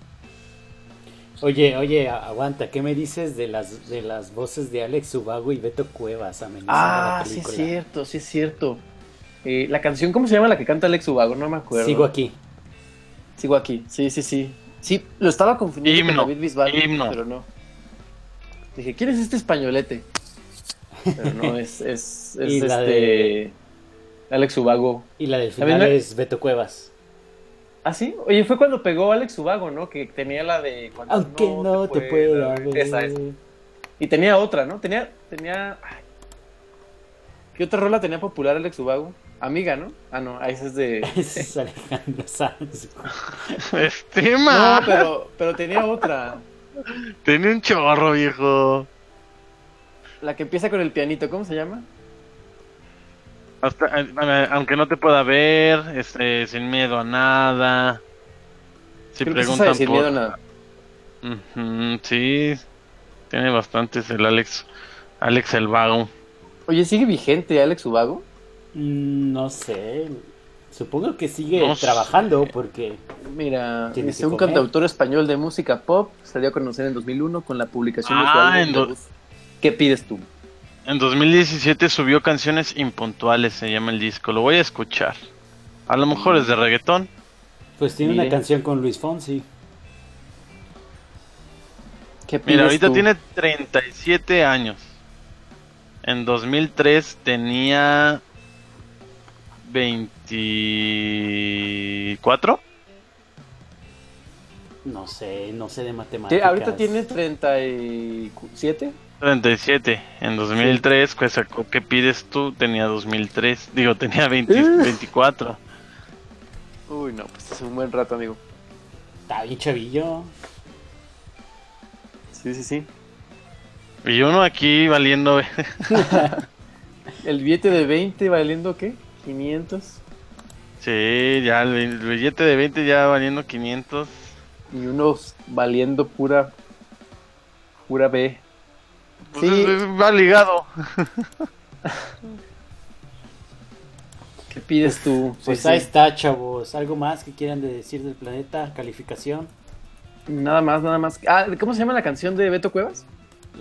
G: Oye, oye, a- aguanta, ¿qué me dices de las de las voces de Alex Ubago y Beto Cuevas amenizando
I: Ah,
G: la
I: sí es
G: película?
I: cierto, sí es cierto. Eh, la canción, ¿cómo se llama la que canta Alex Ubago? No me acuerdo.
G: Sigo aquí.
I: Sigo aquí, sí, sí, sí. Sí, lo estaba confundiendo
H: Himno,
I: con David Bisbal,
H: himno.
I: pero no. Dije, ¿quién es este españolete? Pero
G: (laughs)
I: no, es, es, es
G: Y
I: este
G: la de-
I: Alex Ubago.
G: Y la del
I: A mí
G: final
I: me-
G: es Beto Cuevas.
I: ¿Ah, sí? Oye, fue cuando pegó Alex Ubago, ¿no? Que tenía la de... cuando
G: Aunque no, te, pueda ver.
I: Esa es. Y tenía otra, ¿no? Tenía... tenía... ay. ¿Qué otra rola tenía popular Alex Ubago? Amiga, ¿no? Ah, no, ahí esa es de...
G: (laughs) Ese (laughs) es Alejandro Sanz.
H: Este
I: No,
H: man
I: pero, pero tenía otra.
H: tenía un chorro, viejo.
I: La que empieza con el pianito, ¿cómo se llama?
H: Hasta- a- a- aunque no te pueda ver, este, sin miedo a nada. Si
I: Creo que es esa de
H: preguntan
I: Sin
H: por-
I: Miedo a Nada.
H: Ujú, sí, tiene bastantes el Alex, Alex el vago.
I: Oye, ¿sigue vigente Alex Ubago?
G: Mm, No sé. Supongo que sigue
H: No sé.
G: trabajando porque
I: Mira,
G: Tiene
I: es
G: que
I: un
G: comer.
I: cantautor español de música pop, se dio a conocer en 2001 con la publicación de su
H: Ah,
I: álbum
H: en do-
I: debut, ¿Qué pides tú?
H: En 2017 subió canciones impuntuales, se llama el disco. Lo voy a escuchar. A lo mejor es de reggaetón.
G: Pues tiene
I: Mire.
G: una canción con Luis Fonsi.
I: ¿Qué
H: Mira,
I: opinas
H: ahorita
I: tú?
H: tiene 37 años. En 2003 tenía 24.
G: No sé, no sé de
I: ¿Qué?
G: matemáticas.
I: ¿Ahorita tiene 37?
H: 37. En 2003, pues sacó ¿Qué pides tú? Tenía 2003. Digo, tenía 20 24.
I: Uy, no, pues es un buen rato, amigo.
G: Está bien chavillo.
I: Sí, sí, sí.
H: Y uno aquí valiendo. (laughs)
I: ¿El billete de 20 valiendo qué? ¿500?
H: sí, ya el, el billete de 20 ya valiendo 500.
I: Y unos valiendo pura. pura B.
H: Pues
I: Sí.
H: es- es- va ligado.
I: ¿Qué pides tú?
G: Pues
I: Sí, sí.
G: ahí está, chavos. ¿Algo más que quieran de decir del planeta? Calificación.
I: Nada más, nada más. Ah, ¿cómo se llama la canción de Beto Cuevas?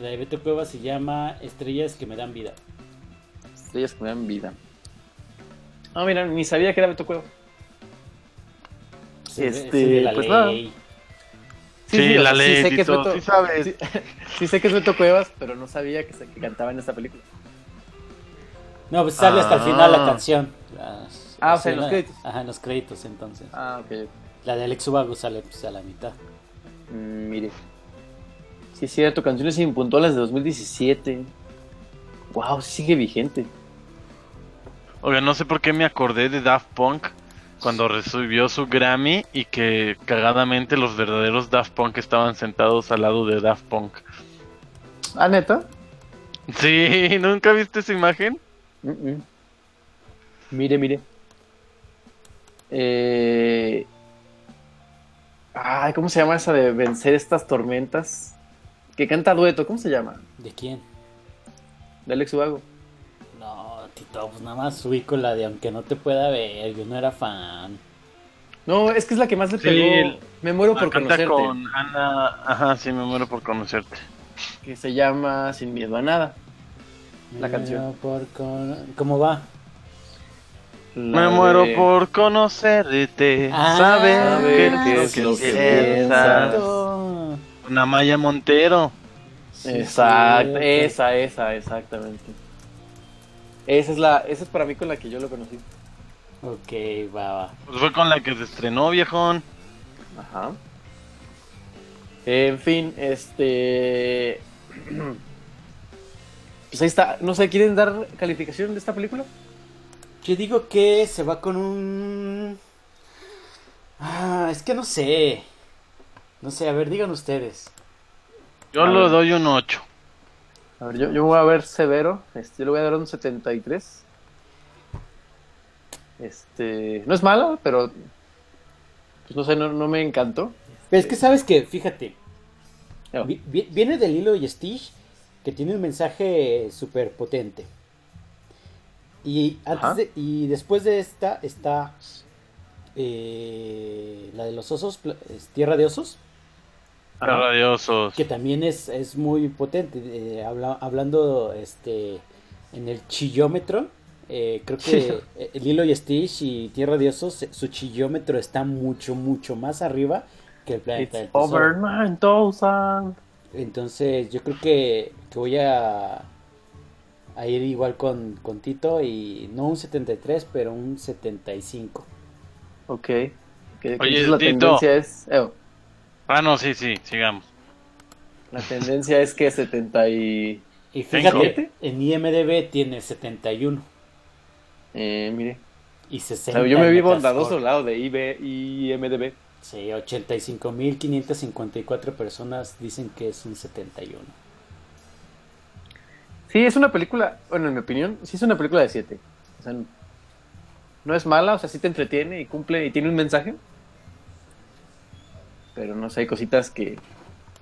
G: La de Beto Cueva se llama Estrellas que me dan vida.
I: Estrellas que me dan vida. Ah, mira, ni sabía que era Beto Cuevas.
G: Ese- ese
I: Este,
G: de la
I: pues
G: ley.
H: Sí, la
I: o sea,
H: ley,
I: sé que es
H: Tito,
I: Beto-
H: sí sabes.
I: Sí, sí sé que es Beto Cuevas, pero no sabía que, se- que cantaba en esta película.
G: No, pues sale hasta el final la canción. Ah,
I: Ah, o sea, en
G: la-
I: los créditos.
G: Ajá, en los créditos entonces.
I: Ah, ok.
G: La de Alex Ubago sale pues, a la mitad.
I: Mm, mire. Sí, es cierto, canciones impuntuales de 2017. Wow, sigue vigente.
H: Oiga, no sé por qué me acordé de Daft Punk cuando recibió su Grammy y que cagadamente los verdaderos Daft Punk estaban sentados al lado de Daft Punk. (laughs)
I: Ah, neta.
H: Sí, ¿nunca viste esa imagen?
I: Mm, mm. Mire, mire. Eh... Ay, ¿cómo se llama esa de vencer estas tormentas? Que canta dueto, ¿cómo se llama?
G: ¿De quién?
I: De Alex Ubago.
G: No, Tito, pues nada más ubico la de aunque no te pueda ver, yo no era fan.
I: No, es que es la que más le
H: Sí,
I: pegó.
H: el-
I: Me muero por
H: Ah, canta
I: conocerte.
H: con Ana. Ajá, sí, me muero por conocerte.
I: Que se llama Sin miedo a nada. La
G: Me
I: canción.
G: muero por con- ¿Cómo va?
I: La
H: me muero
I: de-
H: por
I: Eh,
H: conocerte.
G: Ah,
H: saber
G: saber
H: que
I: qué
H: es lo que piensas.
G: Exacto.
H: Una Maya Montero.
G: Sí, cierto.
I: Exacto, esa, esa, exactamente. Esa es la, esa es para mí con la que yo lo conocí.
G: Ok, va, va.
H: Pues fue con la que se estrenó, viejón.
I: Ajá. En fin, este. (clears throat) Pues ahí está. No sé, ¿quieren dar calificación de esta película?
G: Yo digo que se va con un... Ah, es que no sé. No sé, a ver, digan ustedes.
H: Yo
I: A
H: le
I: ver.
H: doy un 8.
I: A ver, yo, yo voy a ver severo. Este, yo le voy a dar un 73. Este. No es mala, pero. Pues no sé, no, no me encantó.
G: Pero es que sabes que, fíjate,
I: Oh.
G: vi- vi- viene de Lilo y Stitch que tiene un mensaje súper potente. Y,
I: Ajá.
G: antes de- y después de esta está eh, la de los osos, pla- es Tierra de Osos,
I: Ajá.
H: Radiosos.
G: que también es, es muy potente. eh, habla- hablando este en el chillómetro, eh, creo que eh, Lilo y Stitch y Tierra de Osos, eh, su chillómetro está mucho, mucho más arriba que el
I: It's
G: planeta del tesoro.
I: over 9000.
G: Entonces, yo creo que, que voy a, a ir igual con, con Tito y no un 73, pero un 75.
I: Ok. Que- que
H: Oye,
I: entonces la
H: Tito.
I: tendencia es. eh,
H: Ah, no, sí, sí, sigamos.
I: la tendencia es que 70 y.
G: Y fíjate,
I: ¿Cinco?
G: en IMDB tiene 71
I: Eh, mire.
G: y
I: O
G: 60.
I: sea, yo me
G: en
I: vi
G: Metascore.
I: bondadoso al lado de IB y MDB.
G: Sí, 85.554 personas dicen que es un 71.
I: Sí, es una película. Bueno, en mi opinión, sí es una película de 7. O sea, no es mala, o sea, sí te entretiene y cumple y tiene un mensaje. Pero no sé, hay cositas que,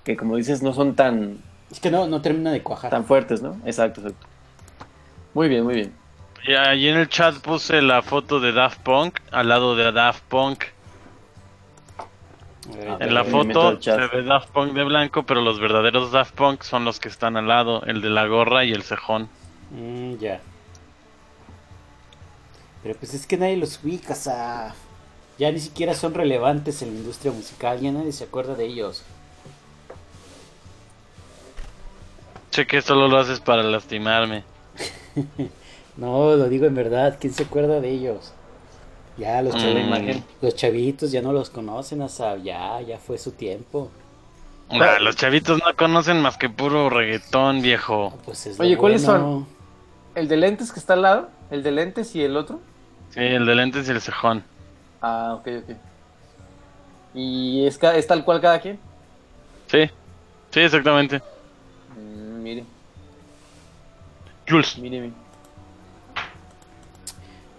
I: que como dices, no son tan,
G: Es que no, no termina de cuajar.
I: tan fuertes, ¿no? Exacto, exacto. Muy bien, muy bien.
H: Y ahí en el chat puse la foto de Daft Punk al lado de Daft Punk.
I: Ah,
H: En la
I: me meto
H: foto
I: al
H: se
I: chat.
H: ve Daft Punk de blanco, pero los verdaderos Daft Punk son los que están al lado, el de la gorra y el cejón.
G: Mm, ya. Mm, Pero pues es que nadie los ubica, o sea, ya ni siquiera son relevantes en la industria musical, ya nadie se acuerda de ellos.
H: Sé que solo lo haces para lastimarme.
G: No, lo digo en verdad, ¿quién se acuerda de ellos? Ya los,
H: Mm.
G: chavi- los chavitos ya no los conocen, o sea, ya, ya fue su tiempo.
I: Ah.
H: Nah, los chavitos no conocen más que puro reggaetón, viejo.
G: Pues es
I: Oye,
G: lo
I: ¿cuáles
G: bueno.
I: El de lentes que está al lado, el de lentes y el otro.
H: Sí, el de lentes y el cejón.
I: Ah, ok, ok. ¿Y es, ca- es tal cual cada quien?
H: Sí, sí, exactamente.
I: Mm, mire,
H: Jules.
I: mire, mire.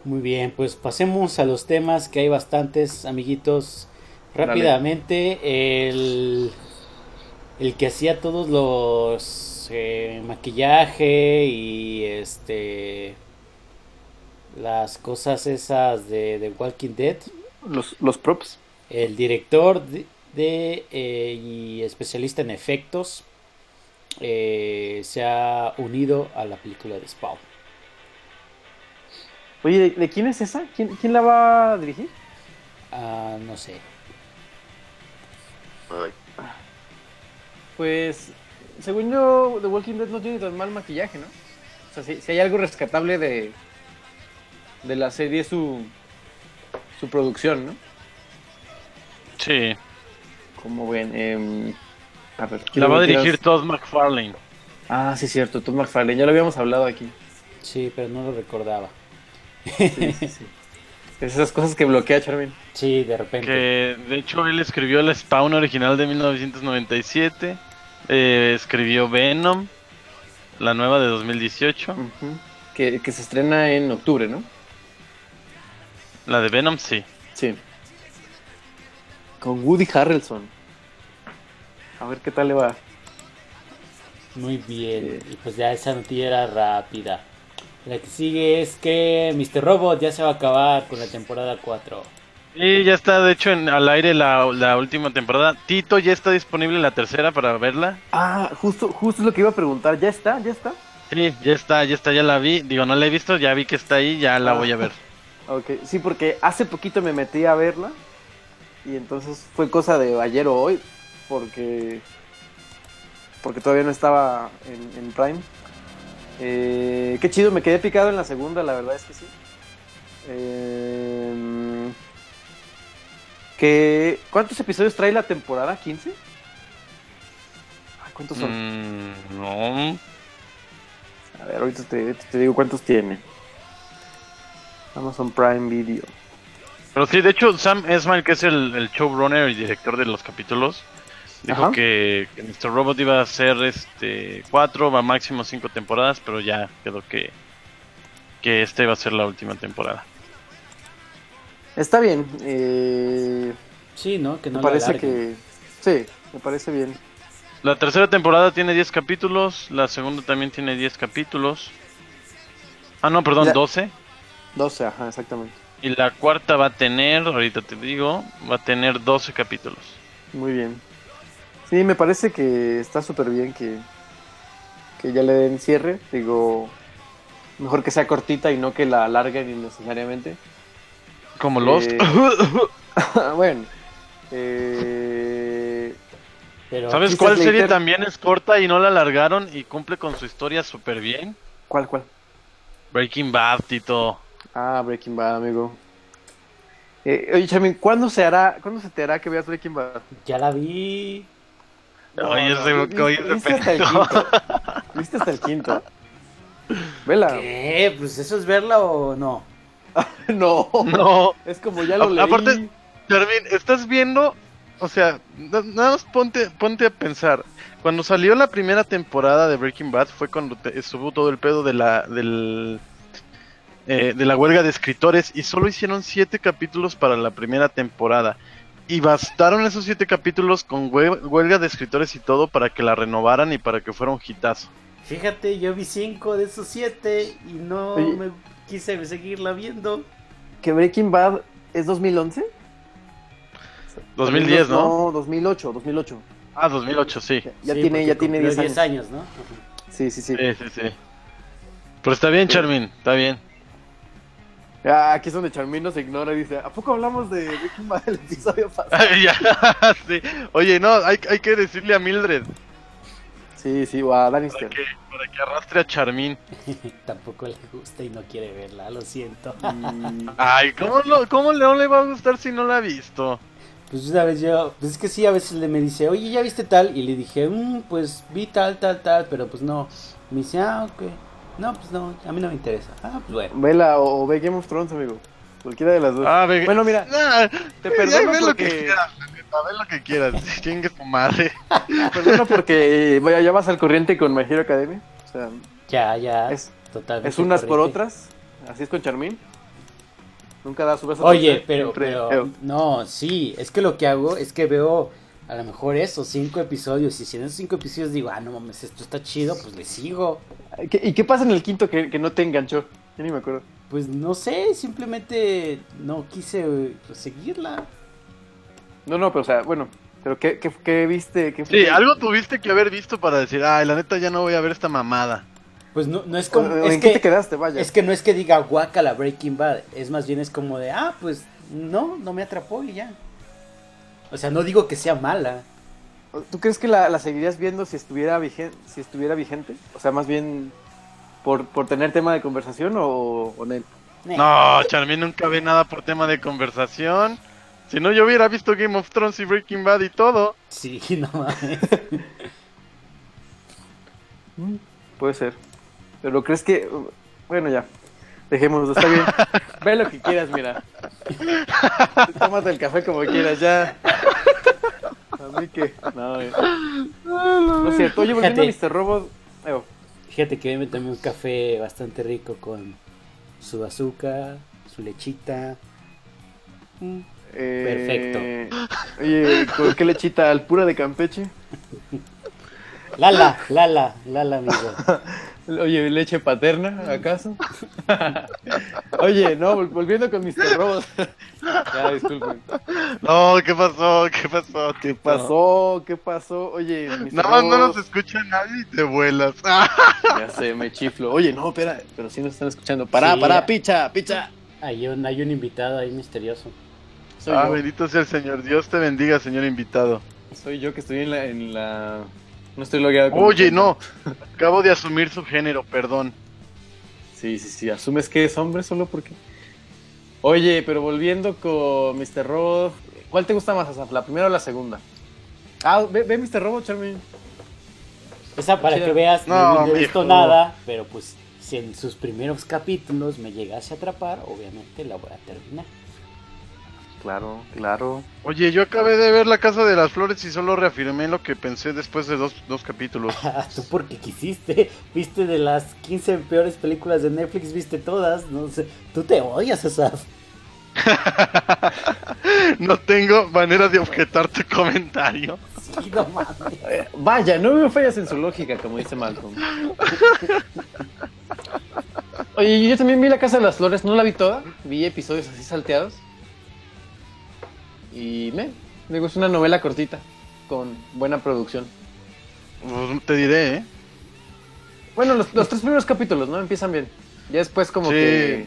G: Muy bien, pues pasemos a los temas que hay bastantes, amiguitos. Rápidamente, el, el que hacía todos los eh, maquillaje y este las cosas esas de, de Walking Dead,
I: Los, los props.
G: el director de, de, eh, y especialista en efectos, eh, se ha unido a la película de Spawn.
I: Oye, ¿de, de quién es esa? ¿Quién, quién la va a dirigir?
G: Ah, no sé.
I: Pues, según yo, The Walking Dead no tiene tan mal maquillaje, ¿no? O sea, si, si hay algo rescatable de, de la serie es su, su producción, ¿no?
H: Sí,
I: Como ven, em, a ver.
H: la va a
I: quiero-
H: dirigir Todd McFarlane.
I: Ah, sí, cierto, Todd McFarlane, ya lo habíamos hablado aquí.
G: Sí, pero no lo recordaba.
I: Sí, sí, sí. Es esas cosas que bloquea Charmin.
G: Sí, de repente.
H: Que de hecho él escribió el Spawn original de 1997. eh, escribió Venom, la nueva de 2018.
I: que, que se estrena en octubre, ¿no?
H: La de Venom, sí.
I: Sí. Con Woody Harrelson. A ver qué tal le va.
G: Muy bien,
I: Eh.
G: y pues ya esa noticia era rápida. La que sigue es que Mr. Robot ya se va a acabar con la temporada 4.
H: Y ya está, de hecho, en, al aire la, la última temporada. Tito ya está disponible la tercera para verla.
I: Ah, justo, justo es lo que iba a preguntar. ¿Ya está? ¿Ya está?
H: Sí, ya está, ya está, ya la vi. Digo, no la he visto, ya vi que está ahí, ya la
I: Ah.
H: voy a ver.
I: Ok, sí, porque hace poquito me metí a verla. Y entonces fue cosa de ayer o hoy. Porque. Porque todavía no estaba en, en Prime. Eh, qué chido, me quedé picado en la segunda, la verdad es que sí. Eh, que- ¿Cuántos episodios trae la temporada? ¿15? Ay, ¿Cuántos son?
H: (laughs) Mm, no.
I: A ver, ahorita te, te digo cuántos tiene. Amazon Prime Video.
H: Pero sí, de hecho, Sam Esmail, que es el, el showrunner y director de los capítulos, dijo
I: Ajá.
H: que, que Mr. Robot iba a ser este cuatro, va máximo cinco temporadas, pero ya quedó que, que esta iba a ser la última temporada.
I: Está bien. Eh,
G: Sí, ¿no? Que no
I: me
G: la
I: parece
G: alarguen.
I: que. Sí, me parece bien.
H: La tercera temporada tiene 10 capítulos, la segunda también tiene 10 capítulos. Ah, no, perdón,
I: La-
H: 12.
I: 12, ajá, exactamente.
H: Y la cuarta va a tener, ahorita te digo, va a tener 12 capítulos.
I: Muy bien. Sí, me parece que está súper bien que, que ya le den cierre. Digo, mejor que sea cortita y no que la alarguen innecesariamente.
H: Como Lost.
I: Eh, (laughs) bueno. eh,
G: Pero
H: ¿Sabes
I: Christian
H: cuál serie
I: Slater.
H: también es corta y no la alargaron y cumple con su historia súper bien?
I: ¿Cuál, cuál?
H: Breaking Bad, Tito.
I: Ah, Breaking Bad, amigo. Eh, oye, Chamin, ¿cuándo se hará, cuándo se te hará que veas Breaking Bad?
G: ya la vi.
H: Oye, ese-
I: ¿viste-
H: oye, ese
I: ¿Viste hasta el
H: pendejo.
I: quinto? ¿Viste hasta el quinto? Vela.
G: ¿Qué? Pues eso es verla o no.
I: No.
H: No.
I: Es como ya lo
H: A-
I: leí.
H: aparte- Fermín, estás viendo, o sea, na- nada más ponte, ponte a pensar. Cuando salió la primera temporada de Breaking Bad fue cuando te- estuvo todo el pedo de la, del, eh, de la huelga de escritores y solo hicieron siete capítulos para la primera temporada. Y bastaron esos siete capítulos con hue- huelga de escritores y todo para que la renovaran y para que fuera un hitazo.
G: Fíjate, yo vi 5 de esos 7 y no
I: Oye.
G: me quise seguirla viendo.
I: que Breaking Bad es 2011?
H: 2010, ¿no?
I: No, 2008, 2008.
H: Ah, 2008, sí.
I: Ya, ya
G: Sí,
I: tiene
G: porque
I: ya tiene
G: cumplió
I: 10 años.
G: años, ¿no? Ajá.
I: Sí, sí, sí.
H: Sí, sí, sí. Pero está bien, Charmin, está bien.
I: Ah, aquí es donde Charmino se ignora y dice, ¿a poco hablamos de Breaking Bad el episodio pasado?
H: (laughs) Ay, ya, sí. Oye, no, hay, hay que decirle a Mildred
I: Sí, sí, o a
H: para
I: Lannister.
H: que, para que arrastre a Charmín.
G: (laughs) Tampoco le gusta y no quiere verla, lo siento.
I: Mm,
H: Ay, ¿cómo, lo- cómo le- no le va a gustar si no la ha visto?
G: Pues una vez yo, pues es que sí, a veces le me dice, oye, ¿ya viste tal? Y le dije, "Mm, pues vi tal, tal, tal, pero pues no. Me dice, ah, ok. No, pues no, a mí no me interesa. Ah, pues bueno.
I: Vela o, o ve Game of Thrones, amigo. Cualquiera de las dos.
H: Ah, ve-
I: Bueno,
H: (laughs)
I: mira,
H: Ah,
I: te
H: ya
I: perdono
H: ve lo que
I: porque-
H: quieras, la neta, ve lo que quieras. (laughs) Chingue tu madre.
I: Perdona porque eh, vaya, ya vas al corriente con My Hero Academia. O sea,
G: Ya, ya.
I: Es-
G: totalmente.
I: es unas por
G: corriente.
I: otras. Así es con Charmín. Nunca da su beso.
G: Oye,
I: Siempre-
G: pero,
I: siempre
G: pero
I: feo.
G: no, sí, es que lo que hago es que veo a lo mejor esos cinco episodios y si en esos cinco episodios digo, ah, no mames, esto está chido, pues le sigo.
I: Ay, ¿qué- ¿Y qué pasa en el quinto que, que no te enganchó? Yo ni me acuerdo.
G: Pues no sé, simplemente no quise eh, seguirla.
I: No, no, pero o sea, bueno. ¿Pero qué, qué, qué viste? ¿Qué
H: Sí, algo tuviste que haber visto para decir, ay, la neta ya no voy a ver esta mamada.
G: Pues no, no es
I: ¿En,
G: como... es
I: en qué
G: que,
I: te quedaste? Vaya.
G: Es que no es que diga guacala Breaking Bad, es más bien es como de, ah, pues no, no me atrapó y ya. O sea, no digo que sea mala.
I: ¿Tú crees que la, la seguirías viendo si estuviera, vigente, si estuviera vigente? O sea, más bien por, por tener tema de conversación o, o no.
G: Neh.
H: No, Charmín nunca ve nada por tema de conversación. Si no, yo hubiera visto Game of Thrones y Breaking Bad y todo.
G: Sí, (laughs) no mames.
I: Puede ser. Pero crees que. Bueno, ya. Dejémoslo, está bien. Ve lo que quieras, mira. Tómate el café como quieras, ya. A mí que. No, eh. no es cierto. Oye, volviendo a
G: Fíjate.
I: Mr. Robot. Evo,
G: Fíjate que me tomé un café bastante rico con su azúcar, su lechita. Mm,
I: eh, Oye, ¿con qué lechita? ¿Al pura de Campeche?
G: Lala, Lala, Lala, amigo.
I: Oye, ¿leche paterna, acaso? (laughs) Oye, no, vol- volviendo con Mr. Robot. (laughs) ya, disculpen.
H: No, ¿qué pasó? ¿Qué pasó? ¿Qué
I: Pasó, ¿qué pasó? Oye, Mr.
H: Nada más no
I: Robot.
H: nos escucha nadie y te vuelas. (laughs)
I: Ya sé, me chiflo. Oye, no, espera, pero sí nos están escuchando. Pará,
G: Sí.
I: pará, picha, picha.
G: Hay un, hay un invitado ahí misterioso.
I: Soy,
H: Ah,
I: yo,
H: bendito sea el Señor. Dios te bendiga, señor invitado.
I: soy yo que estoy en la, en la- No estoy logueado. con mi
H: Oye,
I: cuenta.
H: no. Acabo de asumir su género, perdón.
I: Sí, sí, sí, asumes que es hombre solo porque... Oye, pero volviendo con Mr. Robot, ¿cuál te gusta más, Asaf? ¿La primera o la segunda? Ah, ve, ve Mr. Robot, Charmin.
G: Esa para
I: Chida.
G: que veas,
H: No,
G: no, he visto
H: mijo.
G: nada, pero pues si en sus primeros capítulos me llegase a atrapar, obviamente la voy a terminar.
I: Claro, claro.
H: Oye, yo acabé de ver La Casa de las Flores y solo reafirmé lo que pensé después de dos, dos capítulos.
G: Ah, (laughs) Tú porque quisiste, viste de las 15 peores películas de Netflix, viste todas, no sé, tú te odias, Asaf.
H: No tengo manera de objetar tu comentario.
G: (laughs) Sí, no mames.
I: Vaya, no veo fallas en su lógica, como dice Malcolm. Oye, yo también vi La Casa de las Flores, no la vi toda, vi episodios así salteados. Y me, digo, es una novela cortita, con buena producción.
H: Pues te diré, ¿eh?
I: Bueno, los, los tres primeros capítulos, ¿no? Empiezan bien. Ya después como
H: Sí.
I: que...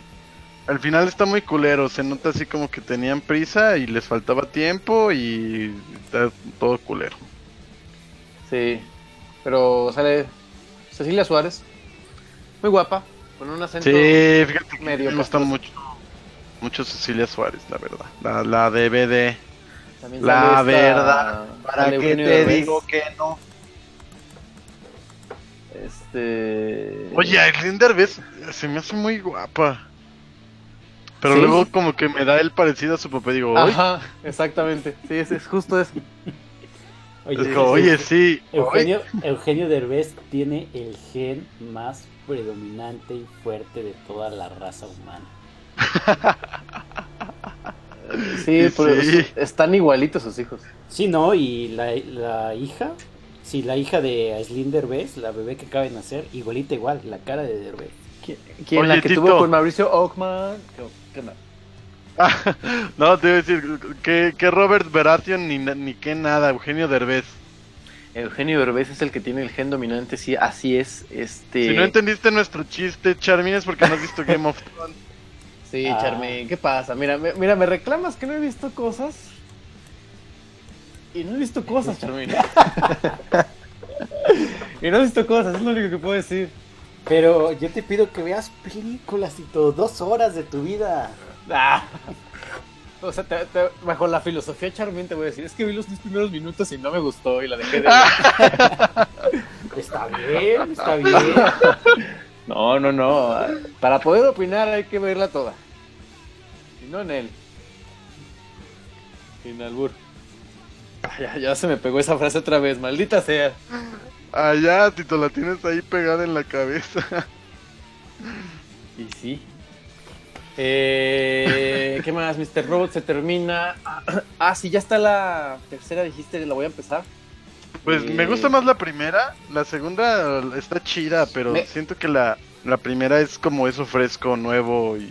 H: Al final está muy culero. Se nota así como que tenían prisa y les faltaba tiempo y está todo culero.
I: Sí. Pero sale Cecilia Suárez, muy guapa, con un acento...
H: Sí, fíjate que
I: medio
H: me gusta
I: castroso.
H: mucho, mucho Cecilia Suárez, la verdad. La, la DVD.
I: También
H: La
I: sale esta-
H: verdad, ¿para
I: sale
H: qué
I: Eugenio
H: te
I: Derbez.
H: digo que no?
I: Este...
H: Oye, Aileen Derbez se me hace muy guapa. Pero
I: ¿Sí?
H: luego como que me da el parecido a su papá y digo, "Oy".
I: Ajá, exactamente. Sí, es, es justo eso.
H: Es como, oye, sí. oy".
G: Eugenio, Eugenio Derbez tiene el gen más predominante y fuerte de toda la raza humana.
I: Sí,
H: Sí.
I: pero es- están igualitos sus hijos.
G: Sí, ¿no? Y la, la hija, sí, la hija de Aislinn Derbez, la bebé que acaba de nacer, igualita igual, la cara de Derbez.
I: ¿Qui- ¿Quién
H: Oye,
I: la que
H: Tito.
I: tuvo con Mauricio Ockman? ¿Qué- qué onda?
H: No, te iba a decir que, que Robert Baratheon ni, na- ni que nada, Eugenio Derbez.
I: Eugenio Derbez es el que tiene el gen dominante, sí, así es. Este...
H: Si no entendiste nuestro chiste, Charmin, es porque no has visto Game of Thrones.
I: Sí,
G: Ah.
I: Charme, ¿qué pasa? Mira, me, mira, me reclamas que no he visto cosas. Y no he visto cosas, Charme. y no he visto cosas, es lo único que puedo decir.
G: Pero yo te pido que veas películas y todo, dos horas de tu vida.
I: Ah. O sea, te- te- bajo la filosofía Charmin te voy a decir, es que vi los 10 primeros minutos y no me gustó y la dejé de ver.
G: Está bien, está bien.
I: No, no, no. Para poder opinar hay que verla toda. Y no en él. Sin albur. Ah, Ya, ya se me pegó esa frase otra vez, maldita sea.
H: Allá, Ah, Tito, la tienes ahí pegada en la cabeza.
I: Y sí. Eh, ¿Qué más? Mr. Robot se termina. Ah, sí, ya está la tercera, dijiste, la voy a empezar.
H: Pues me gusta
I: Eh.
H: más la primera. La segunda está chida, pero
I: Me-
H: siento que la, la primera es como eso fresco, nuevo y.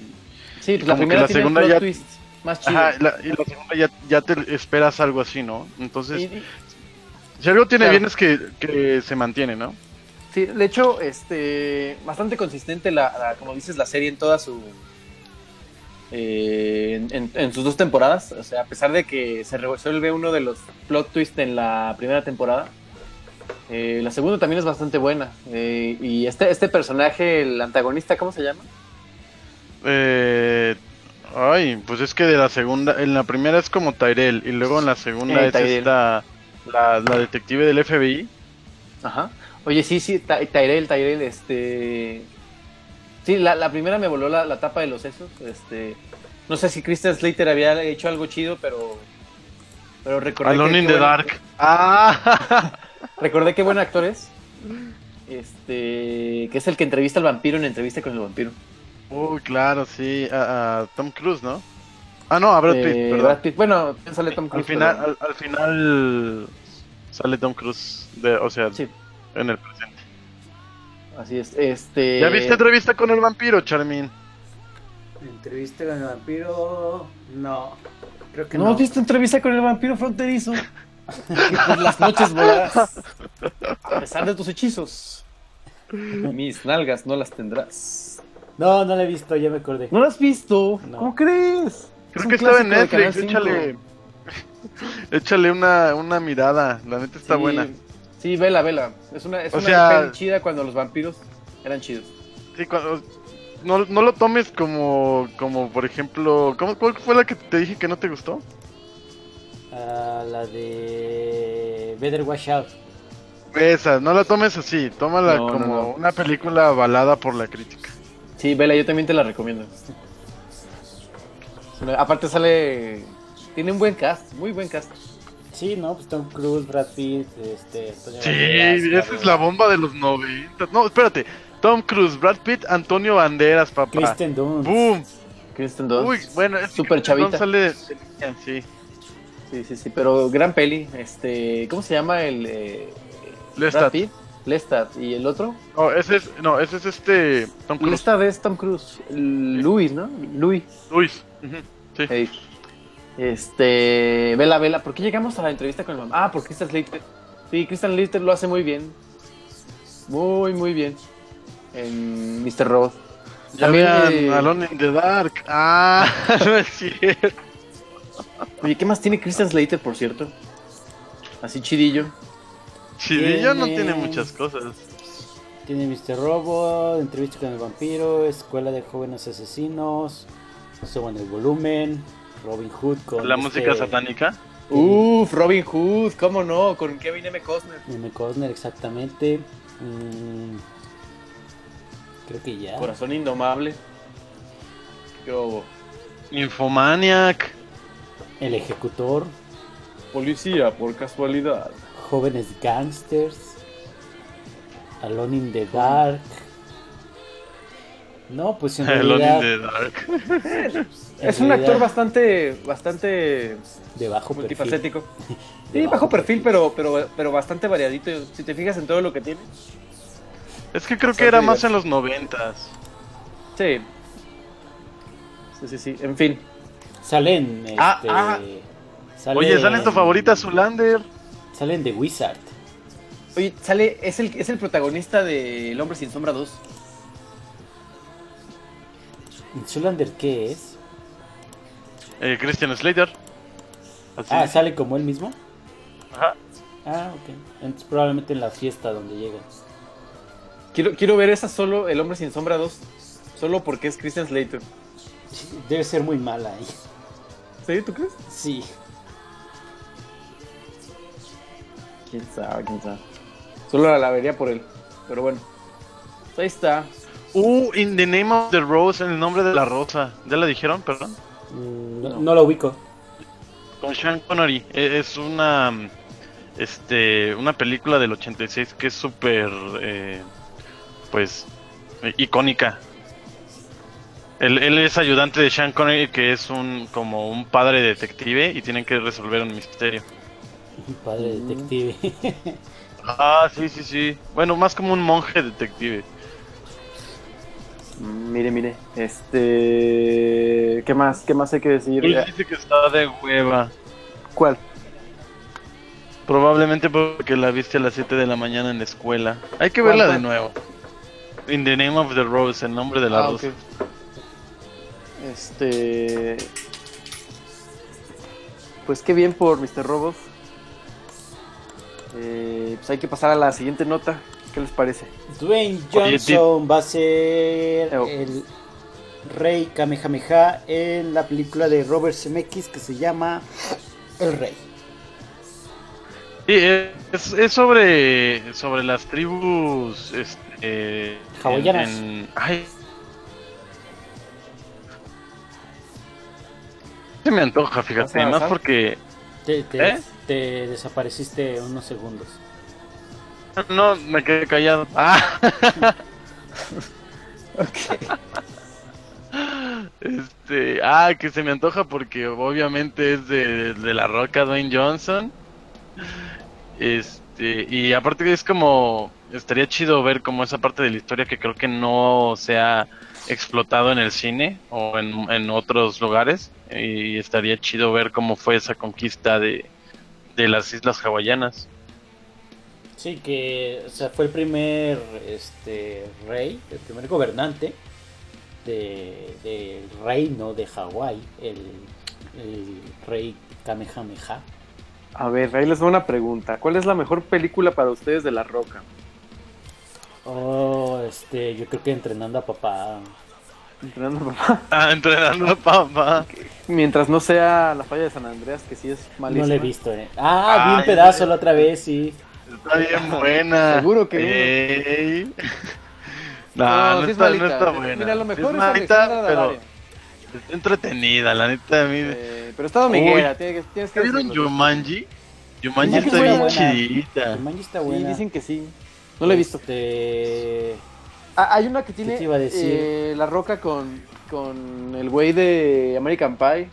I: Sí, pues la
H: Como que
I: primera
H: la
I: tiene
H: segunda
I: plot
H: ya-
I: twist más chido.
H: Ajá, la- y la segunda ya, ya te esperas algo así, ¿no? Entonces,
I: Y-
H: si algo tiene
I: claro.
H: bien es que, que se mantiene, ¿no?
I: Sí, de hecho, este, bastante consistente, la, la- como dices, la serie en toda su... eh, en, en- en sus dos temporadas, o sea, a pesar de que se resuelve uno de los plot twists en la primera temporada, eh, la segunda también es bastante buena. eh, y este, este personaje, el antagonista, ¿cómo se llama?
H: Eh, ay, pues es que de la segunda, en la primera es como Tyrell y luego en la segunda
I: Eh,
H: es
I: Tyrell.
H: esta, la, la detective del FBI.
I: Ajá. Oye, sí, sí, Ty- Tyrell, Tyrell, este... Sí, la, la primera me voló la, la tapa de los sesos. Este... No sé si Christian Slater había hecho algo chido, pero... Pero recordé
H: Alone
I: que-
H: in
I: que
H: the
I: bueno-
H: Dark. Ah,
I: (laughs) Recordé qué buen actor es. Este... Que es el que entrevista al vampiro en entrevista con el vampiro.
H: uy, claro, sí, a, a Tom Cruise, ¿no? Ah, no, a Brad Pitt,
I: Eh,
H: perdón.
I: Brad Pitt. Bueno, piénsale Tom
H: al
I: Cruise.
H: final,
I: pero-
H: al, al final sale Tom Cruise, de, o sea,
I: Sí,
H: en el presente.
I: así es. Este...
H: ¿Ya viste entrevista con el vampiro, Charmin?
G: ¿Entrevista con el vampiro? No. Creo que
I: ¿No
G: no.
I: has visto entrevista con el vampiro fronterizo? (laughs) Que por las noches volarás. A pesar de tus hechizos. Mis nalgas no las tendrás.
G: No, no la he visto, ya me acordé.
I: ¿No las has visto?
G: No.
I: ¿Cómo crees? Es
H: Creo
I: un
H: que estaba en
I: clásico de
H: Netflix,
I: Canal cinco.
H: échale, échale una, una mirada, la neta está
I: Sí,
H: buena.
I: Sí, vela, vela. Es una, es
H: O
I: una
H: sea-
I: peli chida cuando los vampiros eran chidos.
H: Sí, cuando- no, no lo tomes como, como por ejemplo, ¿cómo, ¿cuál fue la que te dije que no te gustó?
G: Ah, la de Better Watch Out.
H: Esa, no la tomes así, tómala
I: No, no,
H: como
I: no.
H: una película avalada por la crítica.
I: Sí, vela, yo también te la recomiendo. Es una- aparte sale... Tiene un buen cast, muy buen cast.
G: Sí, no, pues Tom Cruise, Brad Pitt, este. Antonio
H: Sí,
G: Banderas,
H: esa es la bomba de los 90. No, espérate, Tom Cruise, Brad Pitt, Antonio Banderas, papá.
G: Kristen Dunst.
H: ¡Boom!
I: Kristen Dunst.
H: Uy, bueno, es que
I: Súper
H: Kristen Dunst
I: chavita.
H: sale de niña, sí.
I: Sí, sí, sí, pero gran peli. Este, ¿cómo se llama el eh,
H: Lestat.
I: Brad Pitt? Lestat y el otro?
H: No, ese es, no, ese es este Tom Cruise.
I: Lestat es Tom Cruise, el Luis, ¿no? Luis.
H: Luis. Ujú, Sí.
I: Ey. Este, vela, vela, ¿por qué llegamos a la entrevista con el mamá? Ah, por Christian Slater. Sí, Christian Slater lo hace muy bien. Muy, muy bien. En Mr. Robot.
H: Ya
I: También,
H: vean
I: eh,
H: Alone in the Dark. Ah, (laughs) no es cierto.
I: Oye, ¿qué más tiene Christian Slater, por cierto? Así chidillo.
H: Chidillo no tiene
G: Tiene-
H: muchas cosas.
G: Tiene Mr. Robot, Entrevista con el Vampiro, Escuela de Jóvenes Asesinos, Suban el Volumen, Robin Hood con.
H: La
G: este,
H: música satánica.
I: Uf, Robin Hood, ¿cómo no? Con Kevin M. Costner.
G: M. Costner, exactamente. Mm, creo que ya.
I: Corazón indomable. ¿Qué hubo?
H: Infomaniac.
G: El Ejecutor,
I: Policía, por casualidad.
G: Jóvenes Gangsters, Alone in the Dark. No, pues en
H: (laughs) Alone in
G: realidad.
H: the Dark.
G: en
I: Es un actor
G: realidad,
I: bastante, bastante
G: de bajo perfil.
I: multifacético.
G: De
I: Sí, bajo perfil, pero, pero, pero bastante variadito. Si te fijas en todo lo que tiene.
H: Es que creo que era más en los noventas.
I: Sí. Sí, sí, sí. En fin.
G: Salen, este,
I: Ah, ah.
G: salen-
H: Oye, sale tu favorita Zulander.
G: Salen de Wizard.
I: Oye, sale, es el, es el protagonista de El Hombre Sin Sombra 2.
G: ¿Zulander qué es?
H: Eh, Christian Slater. Así
G: Ah,
H: es.
G: ¿sale como él mismo?
H: Ajá.
G: Ah, ok. Entonces probablemente en la fiesta donde llega.
I: Quiero, quiero ver esa solo, El Hombre Sin Sombra 2. Solo porque es Christian Slater.
G: Debe ser muy mala ahí.
I: ¿Sí? ¿Tú crees?
G: Sí.
I: Quién sabe, quién sabe. Solo la vería por él. Pero bueno. Pues Ahí está.
H: Uh, In the Name of the Rose, en el nombre de la rosa. ¿Ya la dijeron? Perdón.
G: Mm, No, no la ubico.
H: Con Sean Connery. E- Es una. mm, Este. Una película del 86 que es súper. eh, pues. eh, icónica. Él, él es ayudante de Sean Connery, que es un como un padre detective y tienen que resolver un misterio.
G: Padre
H: Mm.
G: detective.
H: Ah, sí, sí, sí. Bueno, más como un monje detective.
I: Mm, Mire, mire. Este. ¿Qué más? ¿Qué más hay que decir? Eh,
H: Él dice que está de hueva.
I: ¿Cuál?
H: Probablemente porque la viste a las 7 de la mañana en la escuela. Hay que verla de
I: ¿Cuál,
H: nuevo. In the name of the rose, el nombre de la
I: Ah,
H: rosa.
I: ok. Este. Pues qué bien por Mr. Robot. Eh, pues hay que pasar a la siguiente nota. ¿Qué les parece?
G: Dwayne
H: Oye, Steve.
G: Johnson va a ser
I: Oh.
G: el rey Kamehameha en la película de Robert Zemeckis que se llama El Rey.
H: Sí, es, es sobre, sobre las tribus este,
G: Hawaianas.
H: en- en- ay. Se me antoja,
I: ¿Vas
H: fíjate,
I: a
H: más
I: avanzar?
H: porque
G: Te, te-
H: ¿Eh?
G: te desapareciste unos segundos.
H: no me quedé callado. (laughs) Ah. Este, ah, que se me antoja porque obviamente es de, de la roca Dwayne Johnson. Este, y aparte es como estaría chido ver como esa parte de la historia que creo que no se ha explotado en el cine o en, en otros lugares y estaría chido ver cómo fue esa conquista de, de las islas hawaianas.
G: Sí, que o sea, fue el primer este, rey, el primer gobernante de- del reino de Hawái, el, el rey Kamehameha.
I: A ver, ahí les va una pregunta. ¿Cuál es la mejor película para ustedes de La Roca?
G: Oh, este, yo creo que entrenando a papá.
I: Entrenando a papá.
H: Ah, entrenando a papá.
I: Mientras no sea la falla de San Andreas, que sí es malísima.
G: No le he visto, eh. Ah, vi
H: Ay,
G: un pedazo la otra vez, sí.
H: Está bien buena.
I: Seguro que
H: Ey. No, no,
I: sí es
H: está, no
I: malita.
H: está
I: Sí,
H: buena.
I: Mira, lo
H: Sí es
I: mejor es,
H: malita,
I: Alexandra
H: pero
I: Daddario.
H: está entretenida, la neta. A mí.
I: Eh, pero está dominguera,
H: Uy.
I: tienes que- tienes que
H: ¿Ya vieron
I: decirlo.
H: Jumanji? Jumanji
G: Jumanji
H: está
G: es
H: bien
G: buena.
H: chidita.
G: Jumanji está
I: Sí,
G: buena.
I: dicen que sí. No la he visto.
G: Este,
I: Pues, Ah, hay una que tiene
G: te iba a decir?
I: eh, la roca con, con el güey de American Pie.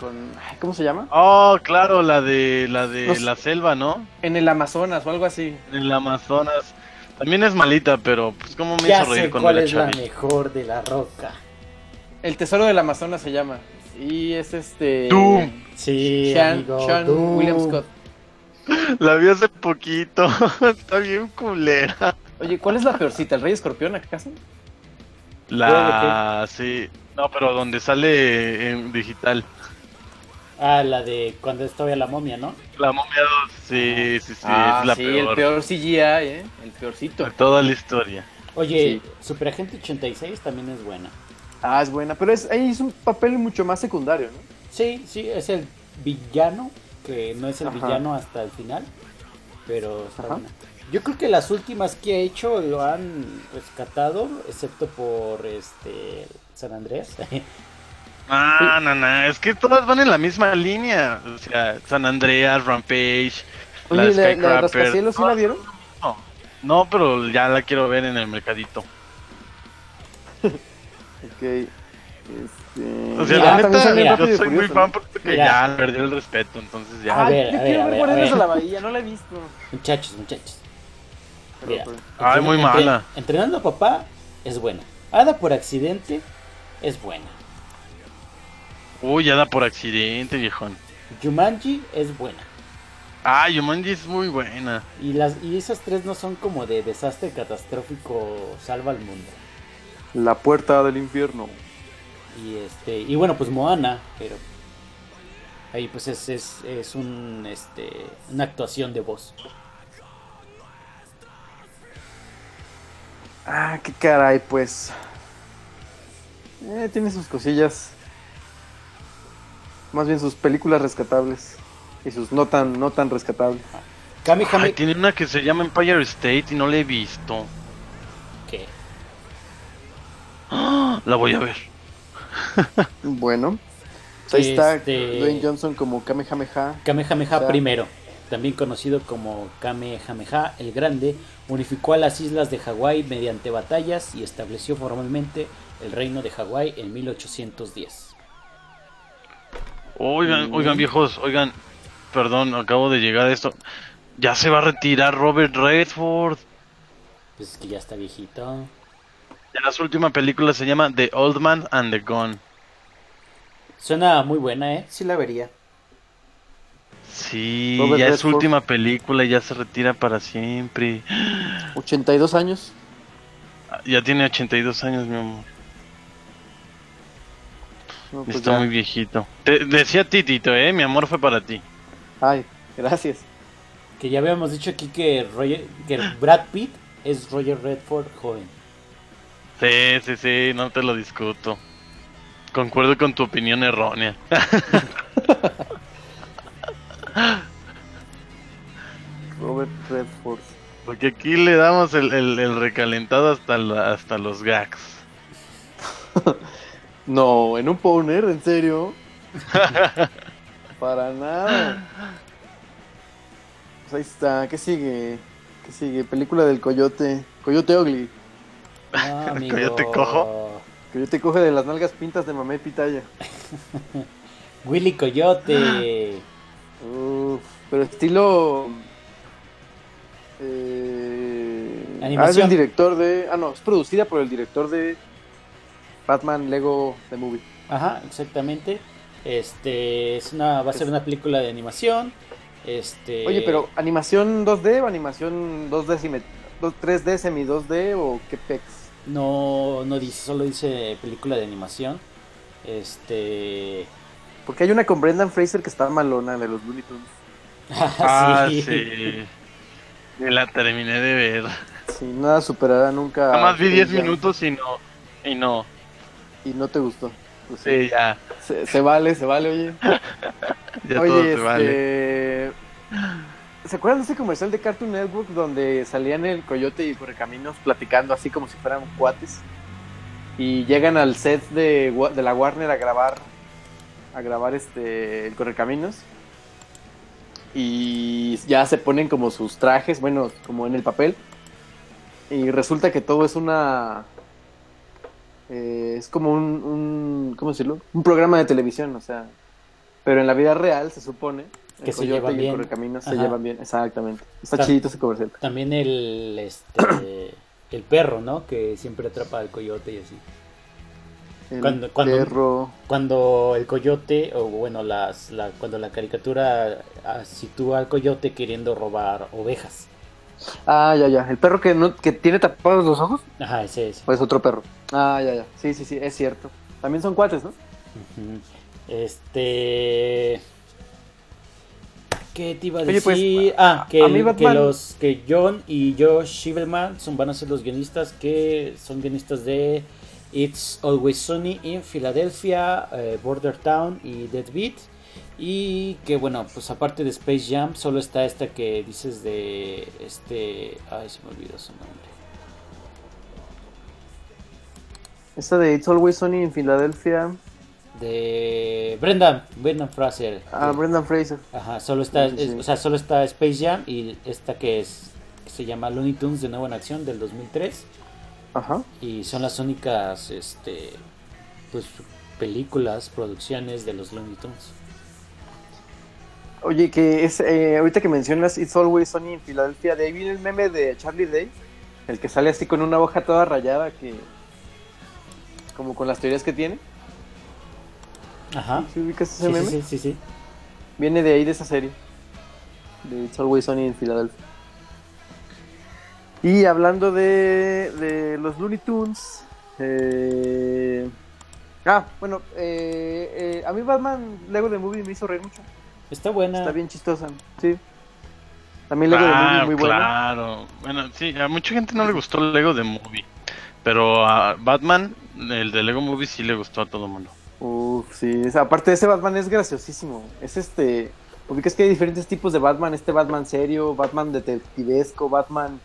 I: Con, ay, ¿Cómo se llama?
H: Oh, claro, la de la de
I: No sé.
H: la selva, ¿no?
I: En el Amazonas o algo así.
H: En el Amazonas. También es malita, pero pues cómo me
G: ya
H: hizo reír
G: sé
H: cuando
G: cuál
H: era
G: es la
H: chavito.
G: mejor de la roca.
I: El tesoro del Amazonas se llama. Y es este.
H: Doom.
G: Sí,
I: Sean,
G: amigo.
I: Sean
G: tú.
I: William Scott.
H: La vi hace poquito. (laughs) está bien culera.
I: Oye, ¿cuál es la peorcita? ¿El Rey Escorpión acaso? Ah,
H: La sí. No, pero donde sale en digital.
G: Ah, la de cuando estaba la momia, ¿no?
H: La momia 2, sí, sí, sí,
I: ah,
H: es la
I: sí,
H: peor,
I: el peor CGI, ¿eh? El peorcito.
H: de toda la historia.
G: Oye,
I: Sí.
G: Superagente 86 también es buena.
I: Ah, es buena. Pero es, ahí es un papel mucho más secundario, ¿no?
G: Sí, sí, es el villano, que no es el
I: Ajá.
G: villano hasta el final, pero está
I: Ajá.
G: buena. Yo creo que las últimas que ha hecho lo han rescatado, excepto por este San Andrés.
H: Ah, no, no, es que todas van en la misma línea. O sea, San Andreas, Rampage, la
I: Oye, la, la de
H: Skycrapper.
I: Rascacielos, ¿sí la vieron?
H: No, no, pero ya la quiero ver en el mercadito.
I: Ok. Este...
H: O
G: Mira,
H: sea, la
I: Ah, también
H: neta,
I: sale
G: mira,
I: Rápido
H: yo
I: y
H: soy muy
I: Furioso,
H: fan
I: ¿no?
H: porque
G: Mira.
H: ya le perdí el respeto, entonces ya.
G: A
I: Ay,
G: ver,
I: yo
G: a ver,
I: quiero
G: a
I: ver
G: ver, a
I: Guardianes
G: ver.
I: de la Bahía, no la he visto.
G: (laughs) muchachos, muchachos.
I: Pero, pues,
G: Mira,
I: pero-
H: Ay, muy
G: entre-
H: mala.
G: Entrenando a papá es buena. Ada por accidente es buena.
H: Uy, ya da por accidente, viejón.
G: Jumanji es buena.
H: Ah, Yumanji es muy buena.
G: Y, las, y esas tres no son como de desastre catastrófico salva al mundo.
I: La puerta del infierno.
G: Y este, y bueno, pues Moana, pero ahí pues es, es, es un este una actuación de voz.
I: Ah, qué caray, pues. Eh, tiene sus cosillas. Más bien sus películas rescatables. Y sus no tan, no tan rescatables.
G: Kame
H: Ay,
G: Kame
H: tiene una que se llama Empire State y no la he visto.
G: ¿Qué?
H: ¡Ah! La voy a ver.
I: Bueno. pues Ahí está
G: Este-
I: Dwayne Johnson como Kamehameha.
G: Kamehameha
I: O sea-
G: primero, también conocido como Kamehameha el Grande, unificó a las islas de Hawái mediante batallas y estableció formalmente el reino de Hawái en 1810.
H: Oigan, oigan viejos, oigan, perdón, acabo de llegar a esto. Ya se va a retirar Robert Redford.
G: Pues es que ya está viejito.
H: Ya su última película se llama The Old Man and the Gun.
G: Suena muy buena, ¿eh?
F: Sí la vería.
H: Sí,
I: Robert
H: ya es su
I: Redford.
H: última película y ya se retira para siempre.
I: 82 años.
H: Ya tiene 82 años, mi amor.
I: No, pues
H: Está
I: ya.
H: muy viejito. Te decía a ti, Tito, eh, mi amor fue para ti.
I: Ay, gracias.
G: Que ya habíamos dicho aquí que, Roger- que Brad Pitt es Roger Redford joven.
H: Sí, sí, sí, no te lo discuto. Concuerdo con tu opinión errónea.
I: Robert Redford.
H: Porque aquí le damos el, el- el recalentado hasta, la- hasta los gags.
I: No, en un Powner, en serio. Para nada. Pues ahí está. ¿Qué sigue? ¿Qué sigue? Película del Coyote. Coyote Ugly.
G: Ah, amigo.
H: ¿Ya te cojo?
I: Coyote coge de las nalgas pintas de Mamé Pitaya.
G: Willy Coyote.
I: Uf, pero estilo. Eh,
G: Animación.
I: ah, es el director de. Ah, no, es producida por el director de Batman Lego The Movie.
G: Ajá, exactamente. Este es una va a ser una película de animación. Este
I: Oye, pero ¿animación 2D o animación 2D semi, 2, 3D semi 2D o qué pex?
G: no no dice, solo dice película de animación. Este
I: Porque hay una con Brendan Fraser que está malona de los Looney Tunes.
H: Ah, sí. Me la terminé de ver.
I: Sí, nada superará nunca.
H: Nada
I: a
H: más vi 10
I: Space Jam.
H: minutos y no. Y no.
I: Y no te gustó. Pues
H: Sí, ya.
I: Se, se vale, se
H: (laughs)
I: vale, oye.
H: Ya
I: Oye,
H: todo se
I: este,
H: vale.
I: ¿Se acuerdan de ese comercial de Cartoon Network donde salían el coyote y el correcaminos platicando así como si fueran cuates? Y llegan al set de, Wa- de la Warner a grabar a grabar este el correcaminos. Y ya se ponen como sus trajes, bueno, como en el papel. Y resulta que todo es una eh, es como un, un ¿cómo decirlo? Un programa de televisión, o sea, pero en la vida real se supone el
G: Que se
I: Coyote
G: llevan
I: y el
G: bien.
I: Correcaminos se
G: Ajá.
I: llevan bien, exactamente. Está
G: Está-
I: chidito ese comercial.
G: también el este el perro, ¿no? Que siempre atrapa al coyote y así.
I: El
G: Cuando- cuando-
I: perro,
G: Cuando el coyote o bueno, las la- cuando la caricatura ah, sitúa al coyote queriendo robar ovejas.
I: ah, ya, ya, el perro que no que tiene tapados los ojos,
G: Ajá, ese es.
I: o es otro perro. Ah, ya, ya. Sí, sí, sí, es cierto. También son cuates, ¿no?
G: Ujú. Este. ¿Qué te iba a
I: Oye,
G: decir?
I: pues,
G: ah,
I: a-
G: que,
I: a mí
G: el- que
I: Batman-
G: los que John y Josh Shivelman son, van a ser los guionistas que son guionistas de It's Always Sunny in Philadelphia, eh, Border Town y Dead Beat. Y que bueno, pues aparte de Space Jam, solo está esta que dices de este. Ay, se me olvidó su nombre.
I: Esta de It's Always Sunny en Filadelfia,
G: De Brendan, Brendan Fraser.
I: ah,
G: De-
I: Brendan Fraser.
G: Ajá, solo está,
I: Sí, sí,
G: es-
I: sí.
G: o sea, solo está Space Jam y esta que es que se llama Looney Tunes de nuevo en acción del 2003
I: Ajá.
G: y son las únicas este pues películas, producciones de los Looney Tunes.
I: Oye, que es eh, ahorita que mencionas It's Always Sunny en Filadelfia, de ahí viene el meme de Charlie Day, el que sale así con una hoja toda rayada que como con las teorías que tiene.
G: Ajá.
I: ¿Sí ubicas ese
G: Sí, sí,
I: meme?
G: sí, sí, sí.
I: Viene de ahí de esa serie. De It's Always Sunny en Filadelfia. Y hablando de, de los Looney Tunes, eh, Ah, bueno, eh, eh, a mí Batman Lego de Movie me hizo reír mucho.
J: Está buena.
G: Ah.
I: Está bien chistosa, sí. También Lego de
H: Ah,
I: Movie muy buena.
H: claro. Bueno, sí, a mucha gente no le gustó el Lego de Movie. Pero a Batman, el de Lego Movie sí le gustó a todo mundo.
I: Uf, sí. esa- aparte, ese Batman es graciosísimo. Es este. Ubicas que hay diferentes tipos de Batman: este Batman serio, Batman detectivesco, Batman.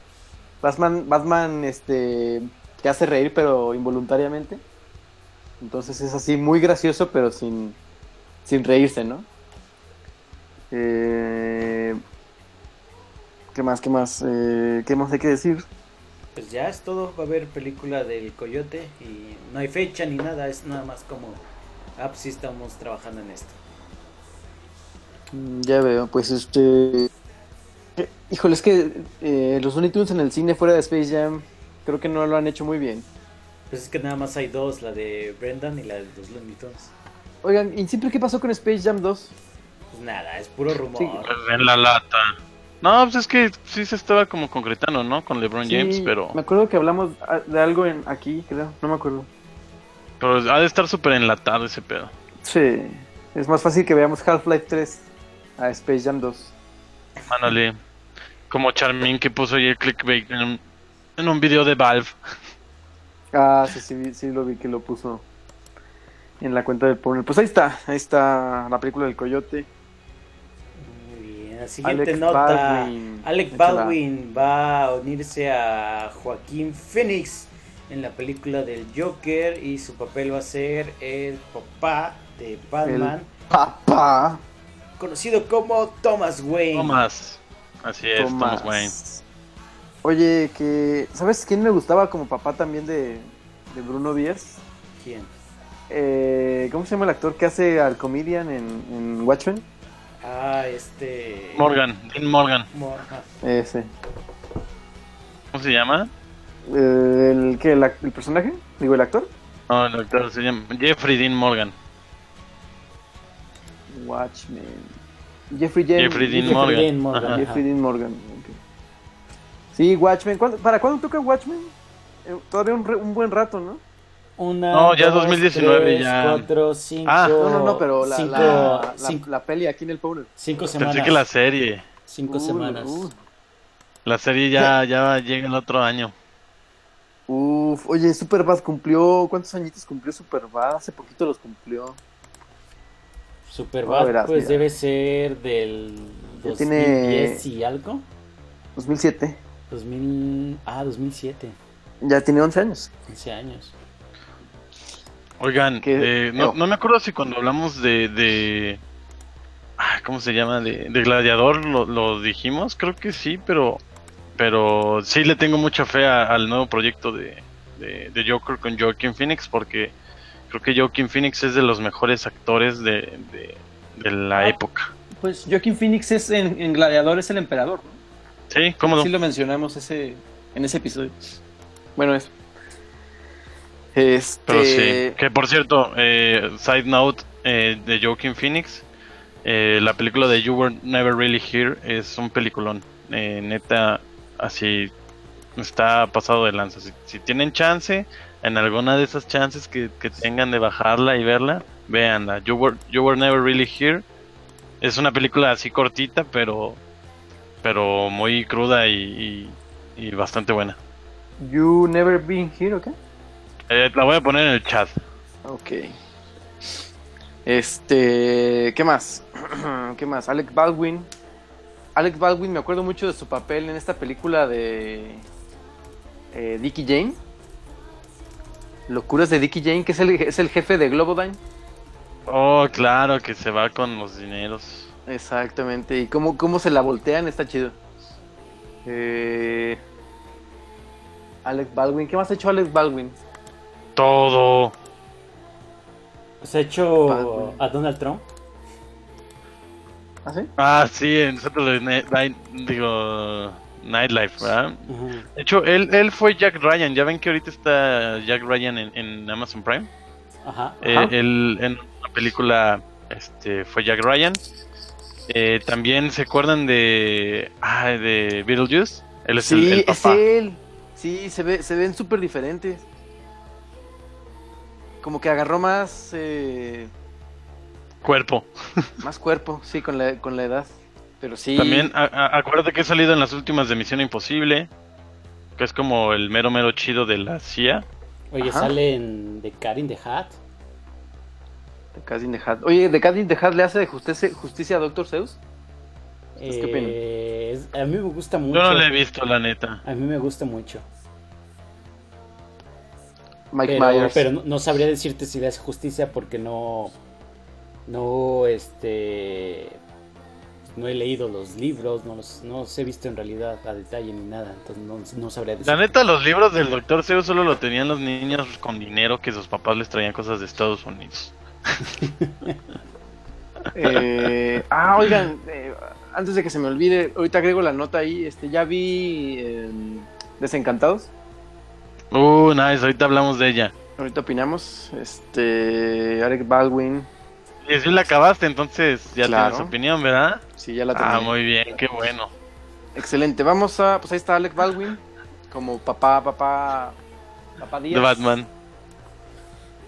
I: Batman, Batman, este. que hace reír, pero involuntariamente. Entonces es así, muy gracioso, pero sin. sin reírse, ¿no? Eh, ¿Qué más? ¿Qué más? Eh, ¿Qué más hay que decir?
J: Pues ya es todo. Va a haber película del Coyote y no hay fecha ni nada. Es nada más como. Ah, pues sí estamos trabajando en esto.
I: Mm, Ya veo, pues este. eh, Híjole, es que eh, los Looney Tunes en el cine fuera de Space Jam creo que no lo han hecho muy bien.
J: Pues es que nada más hay dos: la de Brendan y la de los Looney Tunes.
I: Oigan, ¿y siempre qué pasó con Space Jam 2?
J: Pues nada, es puro rumor.
I: Sí.
H: Pues en la lata. No, pues es que sí se estaba como concretando, ¿no? Con LeBron James,
I: Sí,
H: pero,
I: Me acuerdo que hablamos ah, de algo en aquí, creo, no me acuerdo.
H: pero ha de estar súper enlatado ese pedo.
I: Sí, es más fácil que veamos Half-Life 3 a Space Jam 2.
H: Ándale. Como Charmin que puso ahí el clickbait en un, en un video de Valve.
I: Ah, sí, sí, vi- sí, lo vi que lo puso en la cuenta del porno. Pues ahí está, ahí está la película del Coyote.
J: Muy bien. La siguiente
I: Alec
J: nota:
I: Baldwin.
J: Alec
I: Échala.
J: Baldwin va a unirse a Joaquín Phoenix en la película del Joker y su papel va a ser el papá de Batman.
I: Papá.
J: Conocido como Thomas Wayne.
H: Thomas. Así es,
I: Tomás.
H: Thomas Wayne.
I: Oye, que ¿sabes quién me gustaba como papá también de, de Bruno Díaz?
J: ¿Quién?
I: Eh, ¿Cómo se llama el actor que hace al comedian en, en Watchmen?
J: Ah, este.
H: Morgan, Dean Morgan.
J: Mor- ajá.
I: Ese.
H: ¿Cómo se llama?
I: Eh, ¿El qué? ¿El, ac- el personaje? Digo, el actor.
H: No, el actor se llama Jeffrey Dean Morgan.
I: Watchmen. Jeffrey, Jam-
H: Jeffrey Dean
I: Jeffrey-
H: Morgan.
J: Dean Morgan.
H: Ajá.
I: Jeffrey Dean Morgan. ok. Sí, Watchmen. ¿Cuándo- ¿Para cuándo toca Watchmen? Eh, todavía un, re- un buen rato, ¿no?
G: Una,
H: No, ya 2019 ya.
G: 4, 5.
H: Ah.
I: No, no, no, pero la,
G: cinco,
I: la- la-
G: cinco-
I: la peli aquí en el Powder.
G: cinco
H: Pensé
G: semanas.
H: que la serie.
G: Cinco
I: Uy,
G: semanas.
I: uy.
H: La serie ya, ya llega el otro año.
I: Uf, oye, Superbad cumplió. ¿Cuántos añitos cumplió Superbad? Hace poquito los cumplió.
G: Superbad,
I: Ah, verás,
G: pues
I: mira.
G: debe ser del
I: Ya tiene-
G: 2010 y algo.
I: 2007.
G: 2000... Ah, 2007.
I: Ya tiene 11 años.
G: 11 años.
H: Oigan,
I: ¿Qué?
H: eh, no,
I: No.
H: no me acuerdo si cuando hablamos de... de ah, ¿Cómo se llama? De, de Gladiador lo, lo dijimos, creo que sí, pero... Pero sí le tengo mucha fe a- al nuevo proyecto de, de, de Joker con Joaquin Phoenix porque creo que Joaquin Phoenix es de los mejores actores de, de- de la época.
I: Pues Joaquin Phoenix es en, en Gladiador, es el emperador.
H: Sí, cómodo.
I: Sí lo mencionamos ese, en ese episodio. Bueno, eso. Este.
H: Pero sí, que por cierto, eh, side note eh, de Joaquin Phoenix, eh, la película de You Were Never Really Here es un peliculón, eh, neta, así está pasado de lanza. Si, si tienen chance, en alguna de esas chances que, que tengan de bajarla y verla, véanla. You Were, you Were Never Really Here es una película así cortita, pero, pero muy cruda y, y- y bastante buena.
I: You Never Been Here, ¿ok?
H: Eh, la voy a poner en el chat.
I: Ok. Este, ¿qué más? (clears throat) ¿Qué más? Alec Baldwin. Alec Baldwin, me acuerdo mucho de su papel en esta película de eh, Dickie Jane. Locuras de Dickie Jane, que es el, es el jefe de Globodyne.
H: Oh, claro, que se va con los dineros.
I: Exactamente. Y cómo, cómo se la voltean, está chido. Eh, Alec Baldwin, ¿qué más ha hecho Alec Baldwin?
H: Todo.
G: Se ha hecho
I: Batman.
G: a Donald Trump.
I: ¿Ah, sí?
H: Ah, sí, en Saturday Night, Night- digo, Nightlife, ¿verdad?
G: Ajá.
H: De hecho, él, él fue Jack Ryan. Ya ven que ahorita está Jack Ryan en, en Amazon Prime.
G: Ajá.
H: Eh,
I: Ajá.
H: él en una película este, fue Jack Ryan. Eh, También se acuerdan de, ah, de Beetlejuice. Él es el,
I: sí,
H: el papá.
I: es él. Sí, se, ve, se ven súper diferentes. como que agarró más, eh,
H: Cuerpo.
I: más cuerpo, sí, con la, con la edad. Pero sí.
H: También, a- a- acuérdate que he salido en las últimas de Misión Imposible, que es como el mero mero chido de la CIA.
G: Oye,
I: Ajá.
G: sale en The Cat in the Hat.
I: The Cat in the Hat. Oye, ¿The Cat in the Hat le hace justicia, justicia a Doctor Zeus? ¿Ustedes qué opinan?
G: Eh, es- a mí me gusta mucho.
H: Yo no la he visto, la neta.
G: A mí me gusta mucho.
I: Mike
G: pero,
I: Myers.
G: pero no, no sabría decirte si le hace justicia porque no. No, este. No he leído los libros, no los, no los he visto en realidad a detalle ni nada, entonces no, no sabría decir.
H: La neta, los libros del Doctor Zeus solo lo tenían los niños con dinero que sus papás les traían cosas de Estados Unidos.
I: Eh, ah, oigan, eh, antes de que se me olvide, ahorita agrego la nota ahí. Este, ya vi eh, Desencantados.
H: Uh, nice, ahorita hablamos de ella.
I: Ahorita opinamos. Este, Alec Baldwin.
H: Y si la acabaste, entonces ya
I: Claro.
H: tienes opinión, ¿verdad?
I: Sí, ya la terminé.
H: Ah, muy bien, qué bueno.
I: Excelente. Vamos a, pues ahí está Alec Baldwin como papá, papá, papá Díaz.
H: De Batman.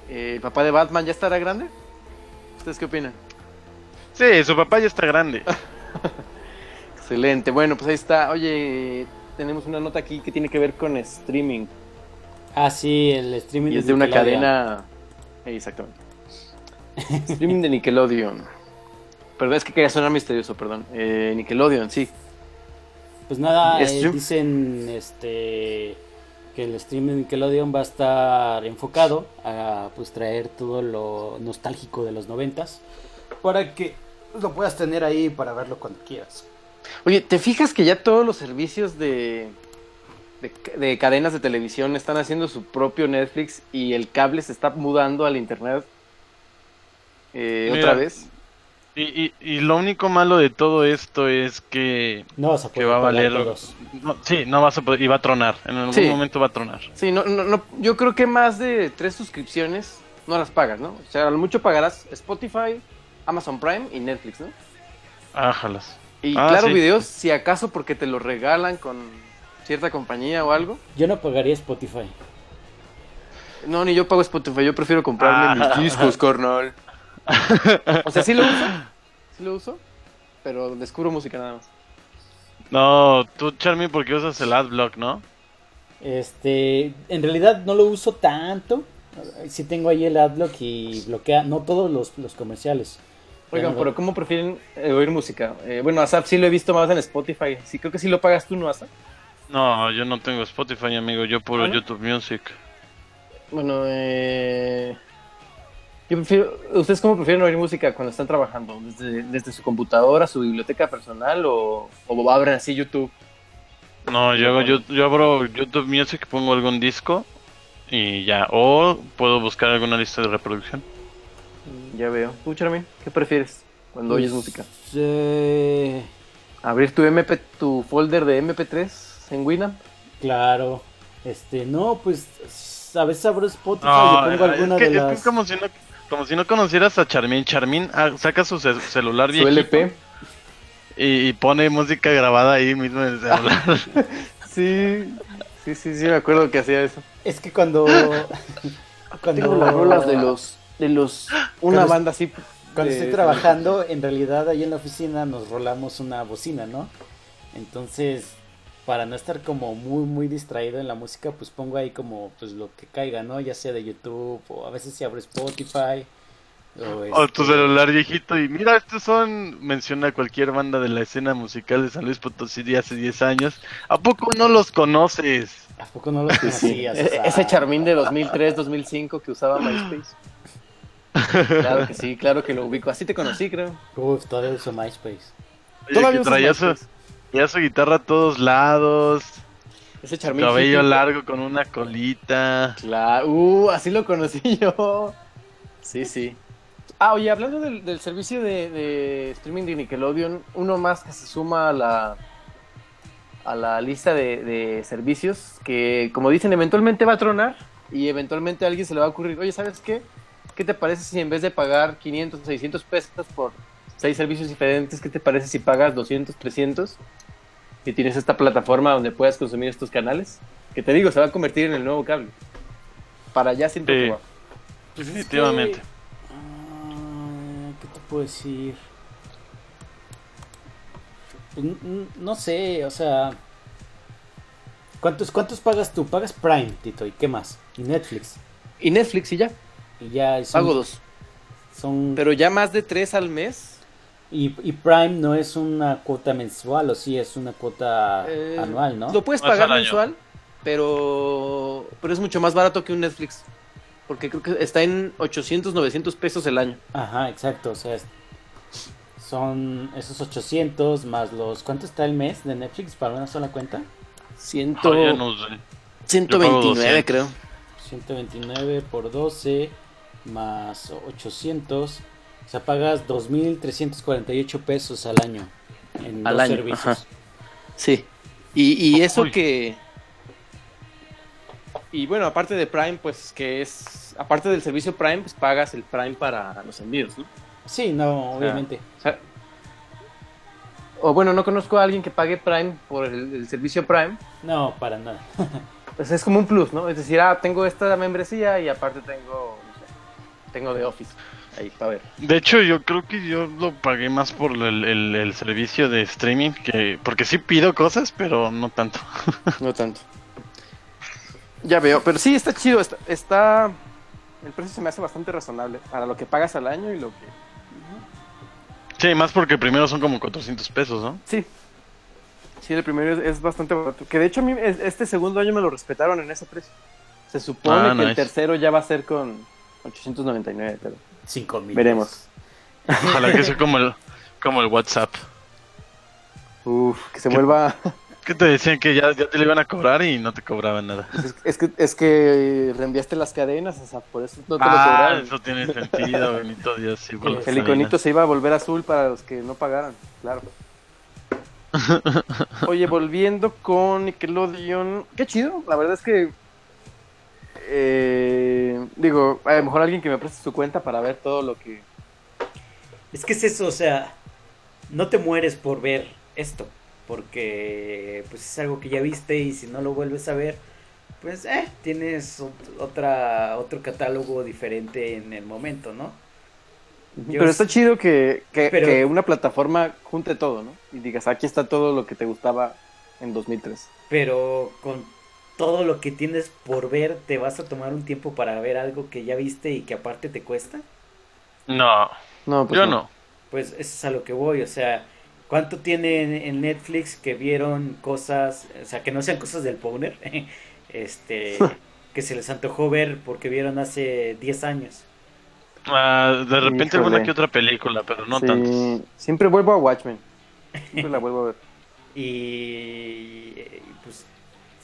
I: Eh, el papá de Batman ya estará grande. ¿Ustedes qué opinan?
H: Sí, su papá ya está grande.
I: Excelente. Bueno, pues ahí está. Oye, tenemos una nota aquí que tiene que ver con streaming.
G: Ah, sí, el streaming
I: Y es de una
G: Nickelodeon.
I: cadena. Eh, exactamente. Streaming de Nickelodeon. Perdón, es que quería sonar misterioso, perdón. Eh, Nickelodeon, sí.
G: Pues nada,
I: Es
G: eh,
I: true.
G: dicen este que el stream de Nickelodeon va a estar enfocado a pues traer todo lo nostálgico de los noventas para que lo puedas tener ahí para verlo cuando quieras.
I: Oye, ¿te fijas que ya todos los servicios de, de, de cadenas de televisión están haciendo su propio Netflix y el cable se está mudando al internet eh,
H: Mira.
I: otra vez?
H: (laughs) Y, y, y lo único malo de todo esto es que.
G: No vas a
H: Que
G: poder
H: va a
G: pagar
H: valer.
G: todos.
H: no, sí, no vas a poder. Y va a tronar. En algún
I: Sí.
H: momento va a tronar.
I: Sí, no, no, no, yo creo que más de tres suscripciones no las pagas, ¿no? O sea, a lo mucho pagarás Spotify, Amazon Prime y Netflix, ¿no?
H: Ájalas.
I: Y
H: Ah,
I: claro,
H: sí.
I: videos, si acaso porque te los regalan con cierta compañía o algo.
G: Yo no pagaría Spotify.
I: No, ni yo pago Spotify, yo prefiero comprarme mis discos, carnal. O sea, sí lo uso, sí lo uso, pero descubro música nada más.
H: No, tú, Charmy, porque usas el Adblock, ¿no?
G: Este, en realidad no lo uso tanto. Sí tengo ahí el AdBlock y bloquea no todos los, los comerciales.
I: Oigan,
G: Ya no
I: pero
G: lo-
I: ¿cómo prefieren eh, oír música? Eh, bueno, ASAP sí lo he visto más en Spotify. Sí, creo que sí lo pagas tú, ¿no, ASAP?
H: No, yo no tengo Spotify, amigo. Yo puro
I: ¿Ah, no?
H: YouTube Music.
I: Bueno, eh... Yo prefiero... ¿Ustedes cómo prefieren oír música cuando están trabajando? ¿Desde, desde su computadora, su biblioteca personal o, o abren así YouTube?
H: No, yo, hago yo, yo abro YouTube Music, pongo algún disco y ya. O puedo buscar alguna lista de reproducción.
I: Ya veo. Pues Tú, Charmin, ¿qué prefieres cuando oyes música?
G: Pues, Eh,
I: ¿Abrir tu MP, tu folder de MP3 en Winamp?
G: Claro. Este, no, pues a veces abro Spotify
H: No, eh,
G: y pongo
H: es
G: alguna
H: que-
G: de
H: es que
G: las.
H: es como si no, como si no conocieras a Charmin. Charmin ah, saca su ce- celular
I: Su
H: viejito
I: LP.
H: y, y pone música grabada ahí mismo en el celular.
I: Sí, sí, sí, sí, me acuerdo que hacía eso.
G: Es que
H: (laughs)
G: cuando. cuando
I: Tengo las rolas de los... De los... Una
G: Cuando-
I: banda así...
G: Cuando
I: de-
G: estoy trabajando, en realidad ahí en la oficina nos rolamos una bocina, ¿no? Entonces, para no estar como muy, muy distraído en la música, pues pongo ahí como pues lo que caiga, ¿no? Ya sea de YouTube o a veces si abro Spotify. O,
H: (laughs) o
G: este,
H: tu celular viejito y mira, estos son, menciona cualquier banda de la escena musical de San Luis Potosí de hace 10 años. ¿A poco no los conoces?
G: ¿A poco no los
I: Sí,
G: conocías?
I: (laughs) e-
G: Esa-
I: ese Charmín de 2003, 2005 que usaba MySpace. Claro que sí, claro que lo ubico. Así te conocí, creo.
G: Uf, todavía uso MySpace.
H: Oye,
I: Todavía
H: que
I: usas
H: traía su,
I: MySpace.
H: traía su guitarra a todos lados,
I: Ese Charmín.
H: cabello
I: hippie.
H: largo con una colita.
I: Claro, uh, así lo conocí (laughs) yo. Sí, sí. Ah, oye, hablando del, del servicio de, de streaming de Nickelodeon, uno más que se suma a la, a la lista de, de servicios que, como dicen, eventualmente va a tronar y eventualmente a alguien se le va a ocurrir, oye, ¿sabes qué? ¿Qué te parece si en vez de pagar 500, 600 pesos por seis servicios diferentes, qué te parece si pagas 200, 300 y tienes esta plataforma donde puedas consumir estos canales? Que te digo, se va a convertir en el nuevo cable. Para allá siento
H: Sí.
I: que va.
G: Pues es que-
H: Definitivamente.
G: Ah, ¿Qué te puedo decir? Pues, n- n- no sé, o sea. ¿Cuántos, ¿Cuántos pagas tú? Pagas Prime, Tito, ¿y qué más? Y Netflix.
I: Y Netflix y ya.
G: Y ya y son,
I: Pago dos.
G: son-
I: Pero ya más de tres al mes.
G: y, y Prime no es una cuota mensual, o sí, es una cuota
I: eh,
G: anual, ¿no?
I: Lo puedes
H: Más
I: pagar
H: al año.
I: mensual, pero, pero es mucho más barato que un Netflix. Porque creo que está en 800, 900 pesos el año.
G: Ajá, exacto, o sea, es- son esos 800 más los... ¿Cuánto está el mes de Netflix para una sola cuenta?
I: Ciento-
H: Todavía no sé. Yo pago
I: 129
H: 200.
I: creo.
G: 129 por 12 más 800. O sea, pagas 2.348 pesos al año en
I: Al
G: dos
I: año,
G: servicios.
I: ajá. Sí. Y, y eso
H: Uy.
I: que... Y bueno, aparte de Prime, pues que es... Aparte del servicio Prime, pues pagas el Prime para los envíos, ¿no?
G: Sí, no,
I: sea,
G: obviamente.
I: O sea, o bueno, no conozco a alguien que pague Prime por el, el servicio Prime.
G: No, para nada.
I: Pues es como un plus, ¿no? Es decir, ah, tengo esta membresía y aparte tengo, no sé, tengo de Office. Ahí, para ver.
H: De hecho, yo creo que yo lo pagué más por el, el- el servicio de streaming que porque sí pido cosas, pero no tanto.
I: (laughs) No tanto. Ya veo, pero sí, está chido. Está, está- El precio se me hace bastante razonable para lo que pagas al año y lo que...
H: Sí, más porque primero son como 400 pesos, ¿no?
I: Sí. Sí, el primero es, es bastante barato. Que de hecho a mí es- este segundo año me lo respetaron en ese precio. Se supone
H: Ah,
I: que el
H: nice.
I: tercero ya va a ser con 899, pero
G: 5.000.
I: veremos.
H: Ojalá que sea como el, como el WhatsApp.
I: Uf, que se vuelva... (laughs)
H: Que te decían que ya, ya te lo iban a cobrar y no te cobraban nada.
I: Es, es que, es que reenviaste las cadenas, o sea, por eso no te
H: Ah,
I: lo cobraron.
H: eso tiene sentido, bendito Dios. Sí, por las
I: El iconito se iba a volver azul para los que no pagaran, claro. Oye, volviendo con Nickelodeon, qué chido, la verdad es que. eh, digo, a lo mejor alguien que me preste su cuenta para ver todo lo que.
J: Es que es eso, o sea, no te mueres por ver esto, porque pues es algo que ya viste y si no lo vuelves a ver, pues eh, tienes ot- otra otro catálogo diferente en el momento, ¿no? Yo
I: Pero
J: s-
I: está chido que, que-
J: Pero-
I: que una plataforma junte todo, ¿no? Y digas, aquí está todo lo que te gustaba en 2003.
J: Pero con todo lo que tienes por ver, ¿te vas a tomar un tiempo para ver algo que ya viste y que aparte te cuesta?
H: No,
I: No,
H: yo no.
J: Pues eso es a lo que voy, o sea, ¿cuánto tienen en Netflix que vieron cosas, o sea, que no sean cosas del Powner, (laughs) este, que se les antojó ver porque vieron hace 10 años?
H: Ah, de repente
I: Híjole.
H: alguna que otra película, pero no
I: Sí,
H: tanto.
I: Siempre vuelvo a Watchmen. Siempre la vuelvo a ver.
J: Y eh, pues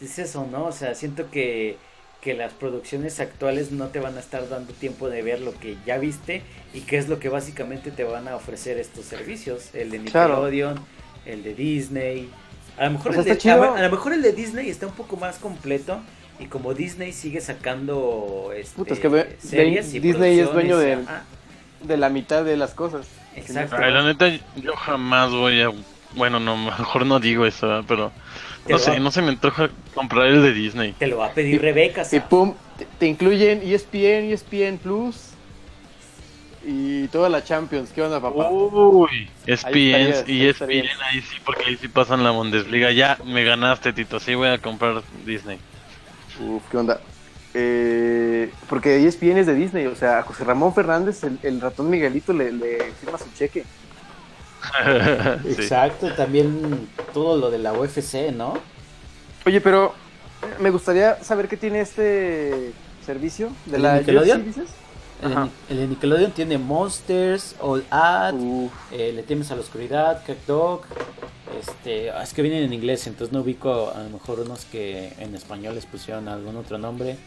J: es eso, ¿no? O sea, siento que, que las producciones actuales no te van a estar dando tiempo de ver lo que ya viste y qué es lo que básicamente te van a ofrecer estos servicios, el de
I: Claro.
J: Nickelodeon, el de Disney. A lo, mejor
I: O sea,
J: el de,
I: está chido.
J: a lo- a lo mejor el de Disney está un poco más completo y como Disney sigue sacando este,
I: Puta, es que ve-
J: series y
I: Disney es
J: producciones,
I: dueño de-
J: ajá,
I: De la mitad de las cosas.
J: exacto.
H: Ay, la neta, yo jamás voy a. Bueno, no, (laughs) mejor no digo eso, ¿verdad? pero.
J: Te
H: No
J: lo-
H: sé, no se me antoja comprar el de Disney.
J: Te lo va a pedir Rebeca.
I: Y
J: ¿sabes?
I: pum, te, te incluyen E ESPN, ESPN Plus y toda la Champions. ¿Qué onda, papá?
H: Uy,
I: Ahí
H: ESPN,
I: estarías, ahí
H: y ESPN,
I: estarías.
H: ahí sí, porque ahí sí pasan la Bundesliga. Ya me ganaste, Tito. Sí, voy a comprar Disney. (laughs)
I: Uf, ¿qué onda? Eh, porque ESPN es de Disney. O sea, a José Ramón Fernández, el, el ratón Miguelito, le, le firma su cheque.
H: Sí.
G: Exacto, también todo lo de la UFC, ¿no?
I: Oye, pero eh, me gustaría saber qué tiene este servicio de
G: ¿El
I: la
G: Nickelodeon?
I: UFC, dices?
G: El,
I: Ajá.
G: el de Nickelodeon tiene Monsters, All At,
I: Uf,
G: eh, Le temes a la oscuridad, Cat Dog. Este, ah, es que vienen en inglés, entonces no ubico a lo mejor unos que en español les pusieron algún otro nombre.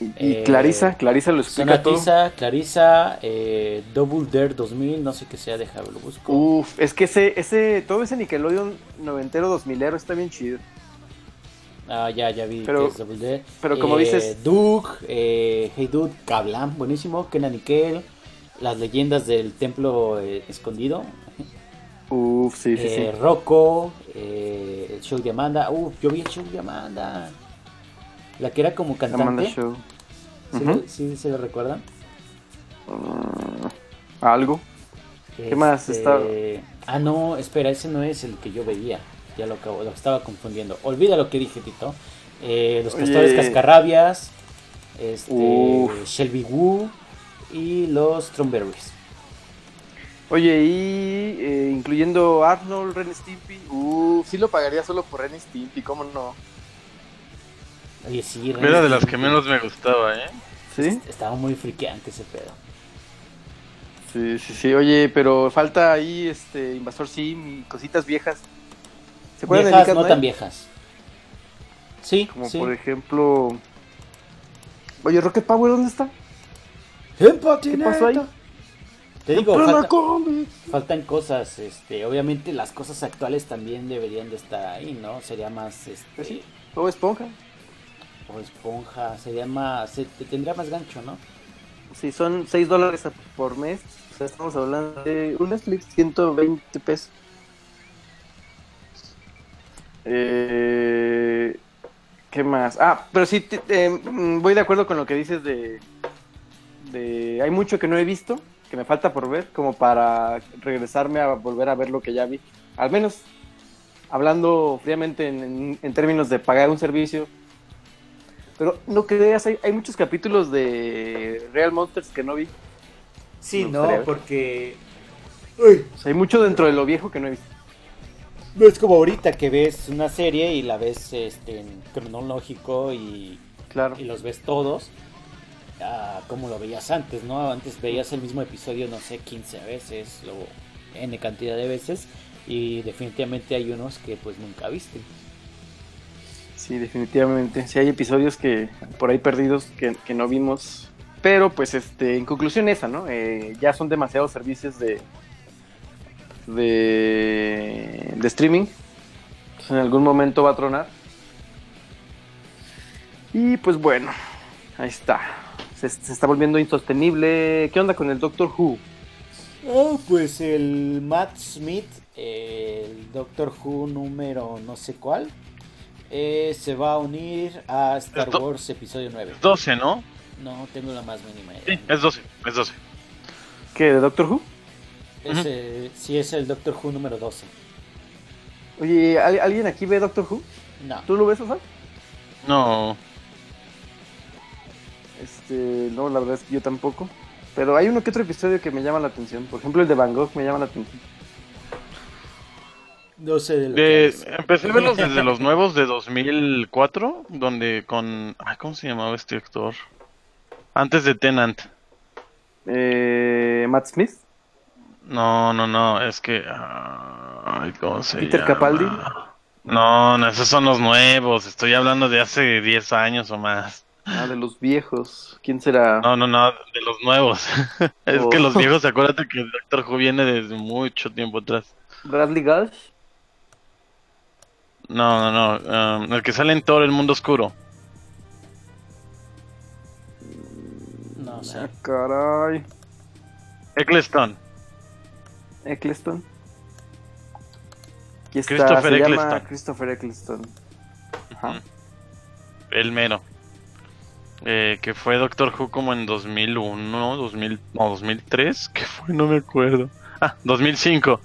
I: y, y
G: Eh,
I: Clarisa, Clarisa lo explica todo.
G: Sonatiza, Clarisa, eh, Double Dare 2000, no sé qué sea, déjalo, lo busco.
I: Uf, es que ese, ese, todo ese Nickelodeon noventero, dos milero está bien chido.
G: Ah, ya, ya vi
I: Pero-
G: que es Double Dare.
I: pero como
G: Eh,
I: dices-
G: Duke, eh, Hey Dude, Kablam, buenísimo, Kenan Nickel, las leyendas del templo eh, escondido,
I: Uf, sí, sí,
G: eh,
I: sí.
G: Rocco, eh, el show de Amanda. Uf, yo vi el show de Amanda. La que era como cantante.
I: Amanda Show.
G: ¿Sí,
I: Ujú.
G: sí se lo recuerdan?
I: algo. ¿Qué más está?
G: Este, Ah, no, espera, ese no es el que yo veía. Ya lo, acabo, lo estaba confundiendo. Olvida lo que dije, Tito. Eh, los
I: Oye.
G: castores cascarrabias, este,
I: Uf.
G: Shelby Woo y los Tromberries.
I: Oye, y eh, incluyendo Arnold, Ren Stimpy. Uh, sí lo pagaría solo por Ren Stimpy, ¿cómo no?
G: Oye, sí, Ren
H: Era de las
G: Stimpy.
H: que menos me gustaba, ¿eh?
I: ¿Sí?
G: Estaba muy friqueante ese pedo.
I: Sí, sí, sí. Oye, pero falta ahí este Invasor Sim y cositas viejas. ¿Se acuerdan de
G: Viejas,
I: Nick at
G: no
I: Night?
G: tan viejas. Sí,
I: Como
G: sí.
I: por ejemplo. Oye, Rocket Power, ¿dónde está? ¿Qué pasó ahí?
G: Te digo,
I: ¡Pero la
G: falta-
I: come!
G: faltan cosas, este, obviamente las cosas actuales también deberían de estar ahí, ¿no? Sería más, este,
I: Pues sí. Bob Esponja.
G: o esponja, sería más, se- te- tendría más gancho, ¿no?
I: Si son 6 dólares por mes, o sea, estamos hablando de un Netflix 120 pesos. Eh, ¿Qué más? Ah, pero sí, te- te- mm, voy de acuerdo con lo que dices de, de... Hay mucho que no he visto, que me falta por ver, como para regresarme a volver a ver lo que ya vi. Al menos, hablando fríamente en, en- en términos de pagar un servicio, pero no creas, hay, hay muchos capítulos de Real Monsters que no vi.
K: Sí,
I: Me
K: no,
I: gustaría ver.
K: porque
I: O sea, hay mucho dentro de lo viejo que no he visto.
G: No es como ahorita que ves una serie y la ves este, en cronológico y,
I: Claro.
G: y los ves todos, ah, como lo veías antes, ¿no? Antes veías el mismo episodio, no sé, 15 veces o N cantidad de veces y definitivamente hay unos que pues nunca viste.
I: Sí, definitivamente. Sí, hay episodios que por ahí perdidos que, que no vimos. Pero pues este, en conclusión esa, ¿no? Eh, ya son demasiados servicios de, de, de streaming. Entonces, en algún momento va a tronar. Y pues bueno, ahí está. Se, se está volviendo insostenible. ¿Qué onda con el Doctor Who?
G: Ah, pues el Matt Smith, el Doctor Who número no sé cuál, eh, se va a unir a Star
H: Esto-
G: Wars episodio 9.
H: Es 12, ¿no?
G: No tengo la más mínima idea.
H: Sí, es 12, es 12.
I: ¿Qué? ¿De Doctor Who?
G: Es, eh, sí, es el Doctor Who número 12.
I: Oye, ¿al- ¿alguien aquí ve Doctor Who?
G: No.
I: ¿Tú lo ves, Osal?
H: No.
I: Este, no, la verdad es que yo tampoco. Pero hay uno que otro episodio que me llama la atención. Por ejemplo, el de Van Gogh me llama la atención.
G: 12 de lo que
H: De-
G: es.
H: empecé a verlos desde los nuevos de 2004, donde con... Ah, ¿Cómo se llamaba este actor? Antes de Tenant.
I: Eh, Matt Smith,
H: No, no, no, es que... ay, ¿Cómo se
I: Peter
H: llama?
I: Capaldi.
H: No, no, esos son los nuevos. Estoy hablando de hace 10 años o más.
I: Ah, de los viejos. ¿Quién será?
H: No, no, no, de los nuevos. (laughs) es que
I: Oh.
H: los viejos, acuérdate que el Doctor Who viene desde mucho tiempo atrás.
I: Bradley Gulch.
H: No, no, no. um, el que sale en Thor, El Mundo Oscuro.
G: No sé.
I: Ah, caray.
H: Eccleston.
I: Eccleston. Aquí está,
H: Christopher
I: se
H: Eccleston.
I: llama Christopher Eccleston. Ajá.
H: El mero. Eh, que fue Doctor Who como en 2001, 2000, no, 2003, que fue, no me acuerdo. Ah, 2005.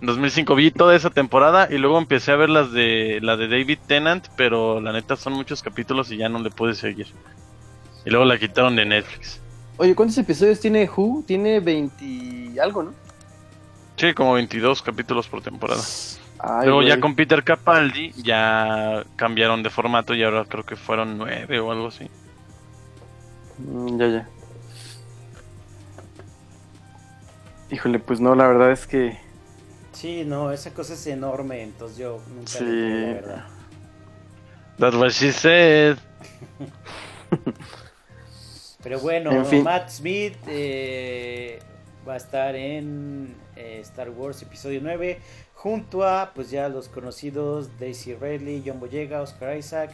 H: En 2005 vi toda esa temporada y luego empecé a ver las de la de David Tennant, pero la neta son muchos capítulos y ya no le pude seguir. Y luego la quitaron de Netflix.
I: Oye, ¿cuántos episodios tiene Who? Tiene 20 y algo, ¿no?
H: Sí, como 22 capítulos por temporada.
I: Ay,
H: luego ya
I: güey.
H: con Peter Capaldi ya cambiaron de formato y ahora creo que fueron 9 o algo así.
I: Mm, Ya, ya. Híjole, pues no, la verdad es que
K: sí, no, esa cosa es enorme, entonces yo nunca
I: Sí.
K: la vi, la verdad.
H: That's what she said.
K: Pero bueno,
I: En fin.
K: Matt Smith eh, va a estar en eh, Star Wars Episodio 9 junto a pues ya los conocidos Daisy Ridley, John Boyega, Oscar Isaac,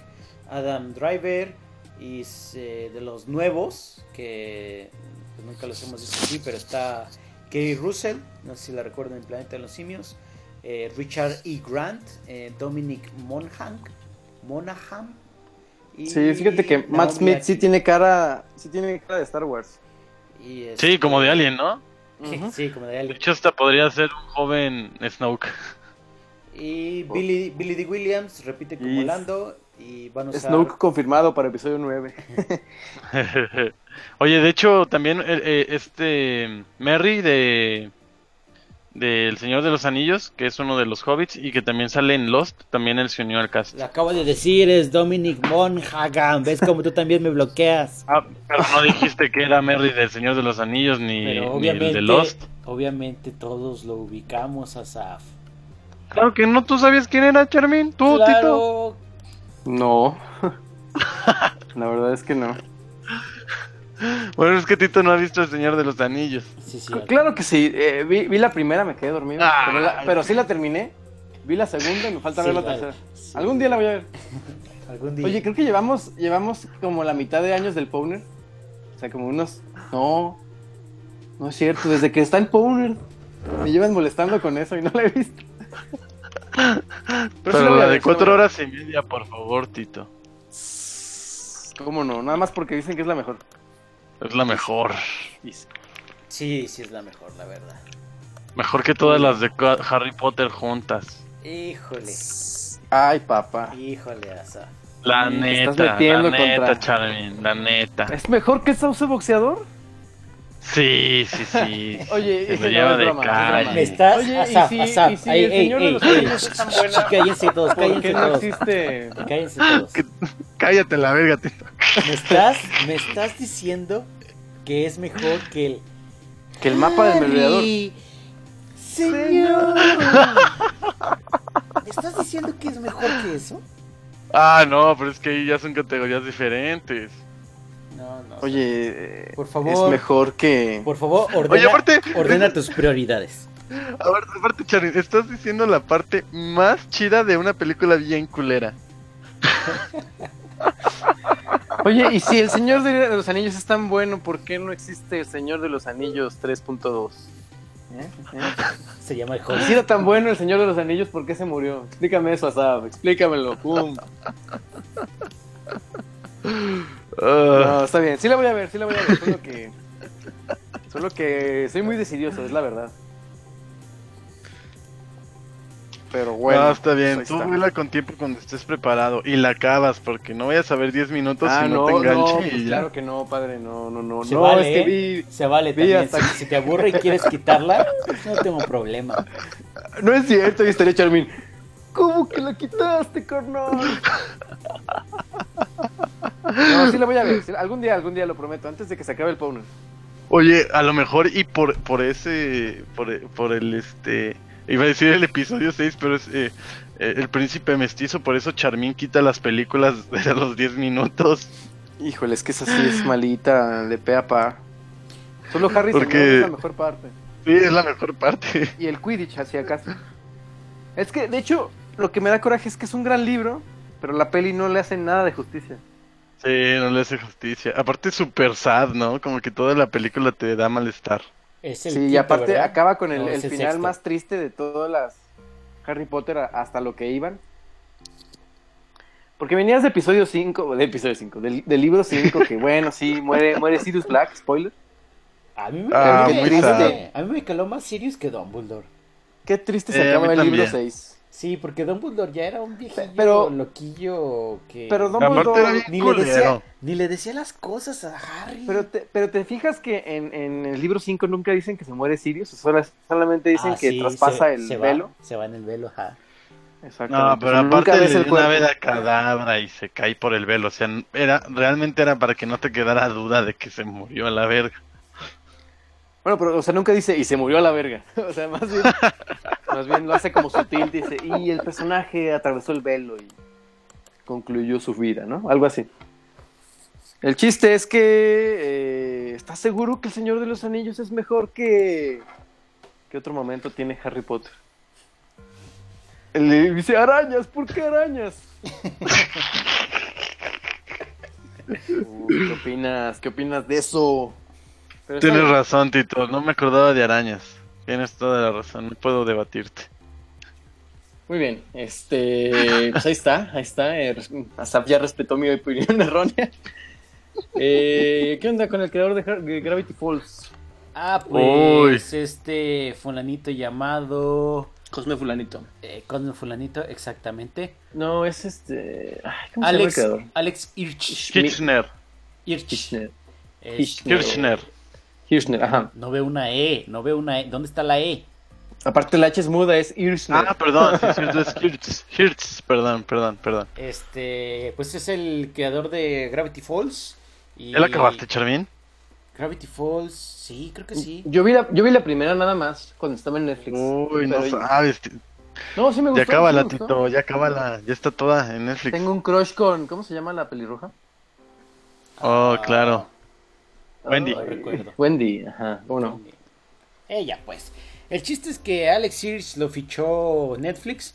K: Adam Driver y eh, de los nuevos que pues, nunca los hemos visto aquí, pero está Kerry Russell, no sé si la recuerdo en Planeta de los Simios, eh, Richard E. Grant, eh, Dominic Monaghan, Monaghan. y
I: Sí, fíjate que Matt
K: Naomi
I: Smith sí
K: Aki.
I: tiene cara, sí tiene cara de Star Wars.
G: Y
K: este,
G: es-
H: Sí, como de Alien, ¿no?
G: (laughs) Sí, como de
H: De
G: Alien.
H: hecho, hasta podría ser un joven Snoke. (laughs)
G: Y
H: Oh.
G: Billy, Billy D. Williams repite como
I: Y-
G: Lando y van a usar...
I: Snoke confirmado para episodio 9.
H: Oye, de hecho, también eh, eh, este Merry de de El Señor de los Anillos, que es uno de los hobbits y que también sale en Lost, también él se unió al cast.
G: Lo acabo de decir, es Dominic Monaghan. ¿Ves como tú también me
H: (laughs)
G: bloqueas?
H: Ah, pero no dijiste que era Merry del Señor de los Anillos ni,
G: Pero
H: ni el
G: obviamente,
H: de Lost.
G: obviamente todos lo ubicamos a Saf.
H: Claro que no, tú sabías quién era, Charmin. Tú, Tito.
G: Claro,
I: No. (laughs) La verdad es que no.
H: Bueno, es que Tito no ha visto El Señor de los Anillos.
G: sí, sí.
I: C- Claro que sí. eh, vi, vi la primera, me quedé dormido.
H: Ah.
I: pero, la- pero sí la terminé. Vi la segunda y me falta
G: Sí,
I: ver la
G: vale.
I: tercera. Algún día la voy a ver.
G: (laughs) Algún día.
I: Oye, creo que llevamos, llevamos como la mitad de años del Powner. O sea, como unos. No. No es cierto. Desde que está en Powner. Me llevan molestando con eso y no la he visto.
H: Pero,
I: sí la voy a
H: la de
I: ver, sí la voy a
H: cuatro
I: ver.
H: horas y media, por favor, Tito.
I: ¿Cómo no? Nada más porque dicen que es la mejor.
H: Es la mejor.
G: Sí, sí es la mejor, la verdad.
H: Mejor que todas las de Ca- Harry Potter juntas.
G: Híjole,
I: Ay, papá.
G: híjole, Asaf.
H: La
I: Mm, te
H: neta,
I: estás metiendo
H: la neta,
I: contra-
H: Charmin, la neta.
I: ¿Es mejor que Sauce Boxeador?
H: Sí, sí, sí.
I: (laughs) Oye,
H: se
I: no,
H: lo lleva
I: es
H: de
I: broma, es broma.
G: Me
H: calle.
G: estás,
I: Oye, y
G: Asaf,
I: si-
G: Asaf.
I: y si
G: ey,
I: El
G: ey,
I: Señor de
G: ey,
I: los
G: ey.
I: Anillos es tan buena,
G: Cállense todos,
I: ¿Por
G: cállense
I: qué no
G: todos.
I: existe?
G: Cállense todos.
H: Cállate la verga, Tito.
G: Me estás, me estás diciendo que es mejor que el
I: Que el mapa del merodeador.
G: Harry, Señor. ¿Me estás diciendo que es mejor que eso?
H: Ah, no, pero es que ahí ya son categorías diferentes.
G: No, no.
I: Oye, eh,
G: por
I: es
G: favor,
I: mejor que.
G: por favor, ordena,
H: aparte-
G: ordena tus prioridades.
H: A ver, aparte, Charmin, estás diciendo la parte más chida de una película bien culera.
I: Oye, y si el Señor de los Anillos es tan bueno, ¿por qué no existe el Señor de los Anillos 3.2? ¿Eh? ¿Eh?
G: Se llama el
I: Si era tan bueno el Señor de los Anillos, ¿por qué se murió? Explícame eso, Asaf, explícamelo. Pum.
H: Ah,
I: No, está bien, sí la voy a ver, sí la voy a ver, solo que. Solo que soy muy decidioso, es la verdad. Pero bueno. pues
H: no, pues está bien.
I: ahí
H: Tú
I: está.
H: vela con tiempo cuando estés preparado y la acabas, porque no vayas a ver 10 minutos
I: Ah,
H: y no,
I: no,
H: te enganche.
I: no,
H: y
I: pues
H: ya.
I: claro que no, padre, no, no, no.
G: Se
I: no,
G: vale,
I: es que
G: ¿eh?
I: vi.
G: Se vale
I: vi
G: también.
I: hasta-
G: Si, si te aburre y quieres quitarla, no tengo problema.
I: No es cierto, y estaría Charmin. ¿Cómo que la quitaste, carnal? No, sí la voy a ver. sí la- Algún día, algún día lo prometo, antes de que se acabe el Powner.
H: Oye, a lo mejor y por por ese por, por el este iba a decir el episodio 6, pero es eh, eh, el príncipe mestizo, por eso Charmín quita las películas (laughs) de los 10 minutos.
I: Híjole, es que esa sí es malita, de pe a pa. Solo Harry
H: Porque-
I: Porque... es la mejor parte.
H: Sí, es la mejor parte.
I: Y el Quidditch, hacia acaso. Es que, de hecho, lo que me da coraje es que es un gran libro, pero la peli no le hace nada de justicia.
H: Sí, no le hace justicia. Aparte es súper sad, ¿no? Como que toda la película te da malestar.
G: Es el
I: sí, y
G: quinto,
I: aparte
G: ¿verdad?
I: acaba con el,
G: No,
I: el
G: es el
I: final
G: sexto.
I: más triste de todas las Harry Potter a- hasta lo que iban. Porque venías de episodio 5, de episodio 5, del, del libro 5, que bueno, sí, muere, muere Sirius Black, spoiler.
G: A mí me,
H: Ah,
G: a mí me-
I: muy
G: a mí me-
I: sad.
G: a mí me caló más Sirius que Dumbledore.
I: Qué triste
H: Eh,
I: se
H: a
I: acaba
H: mí
I: el libro
H: también.
I: 6.
G: Sí, porque Dumbledore ya era un viejillo
I: Pero-
G: loquillo que
I: Pero
H: Aparte era
I: Dumbledore,
H: bien
G: ni le, decía,
H: culero.
G: ni le decía las cosas a Harry.
I: pero te, pero te fijas que en, en el libro 5 nunca dicen que se muere Sirius, solo- solamente dicen
G: Ah,
I: que
G: sí,
I: traspasa
G: se-
I: el
G: se va-
I: velo.
G: se va en el velo, ajá.
I: Exactamente.
H: No, pero
I: O sea, nunca
H: aparte
I: ves
H: le
I: el
H: dio una
I: cuerpo.
H: vela cadabra y se cae por el velo, o sea, era realmente era para que no te quedara duda de que se murió a la verga.
I: Bueno, pero, o sea, nunca dice, y se murió a la verga. (laughs) O sea, más bien, más bien lo hace como sutil, dice, y el personaje atravesó el velo y concluyó su vida, ¿no? Algo así. El chiste es que, eh, ¿estás seguro que El Señor de los Anillos es mejor que... ¿Qué otro momento tiene Harry Potter? Le dice, arañas, ¿por qué arañas? Uy, ¿Qué opinas? ¿Qué opinas de eso? Pero está
H: Tienes
I: bien.
H: razón, Tito. No me acordaba de arañas. Tienes toda la razón. No puedo debatirte.
I: Muy bien, este, pues ahí está, ahí está. eh, res- Asaf ya respetó mi opinión (laughs) errónea. Eh, ¿Qué onda con el creador de Har- de Gravity Falls?
G: Ah, pues este fulanito llamado...
I: Cosme Fulanito.
G: Eh, Cosme Fulanito, exactamente.
I: No, es este. ay, ¿Cómo
G: Alex,
I: se llama el creador?
G: Alex Irch.
H: Kitchener.
G: Irch.
I: Kirchner.
G: Este,
H: Kirchner.
I: Kirchner, ajá.
G: No veo una E, no veo una E. ¿Dónde está la E?
I: Aparte, la H es muda, es Kirchner.
H: Ah, perdón, sí, es cierto, es Hirtz, Hirtz, perdón, perdón, perdón.
G: Este, pues es el creador de Gravity Falls. Y...
H: ¿Ya la acabaste, Charmin?
G: Gravity Falls, sí, creo que sí.
I: yo, vi la, yo vi la primera nada más cuando estaba en Netflix.
H: Uy, no
I: Pero-
H: sabes. t-
I: No, sí me
H: Ya
I: gustó. sí
H: acábala,
I: me gustó.
H: Tito, ya acábala. Ya está toda en Netflix.
I: Tengo un crush con. ¿Cómo se llama la pelirroja?
H: Oh, claro. Wendy.
G: No recuerdo.
I: Wendy, ajá. ¿Cómo no?
G: Ella, pues. El chiste es que Alex Hirsch lo fichó Netflix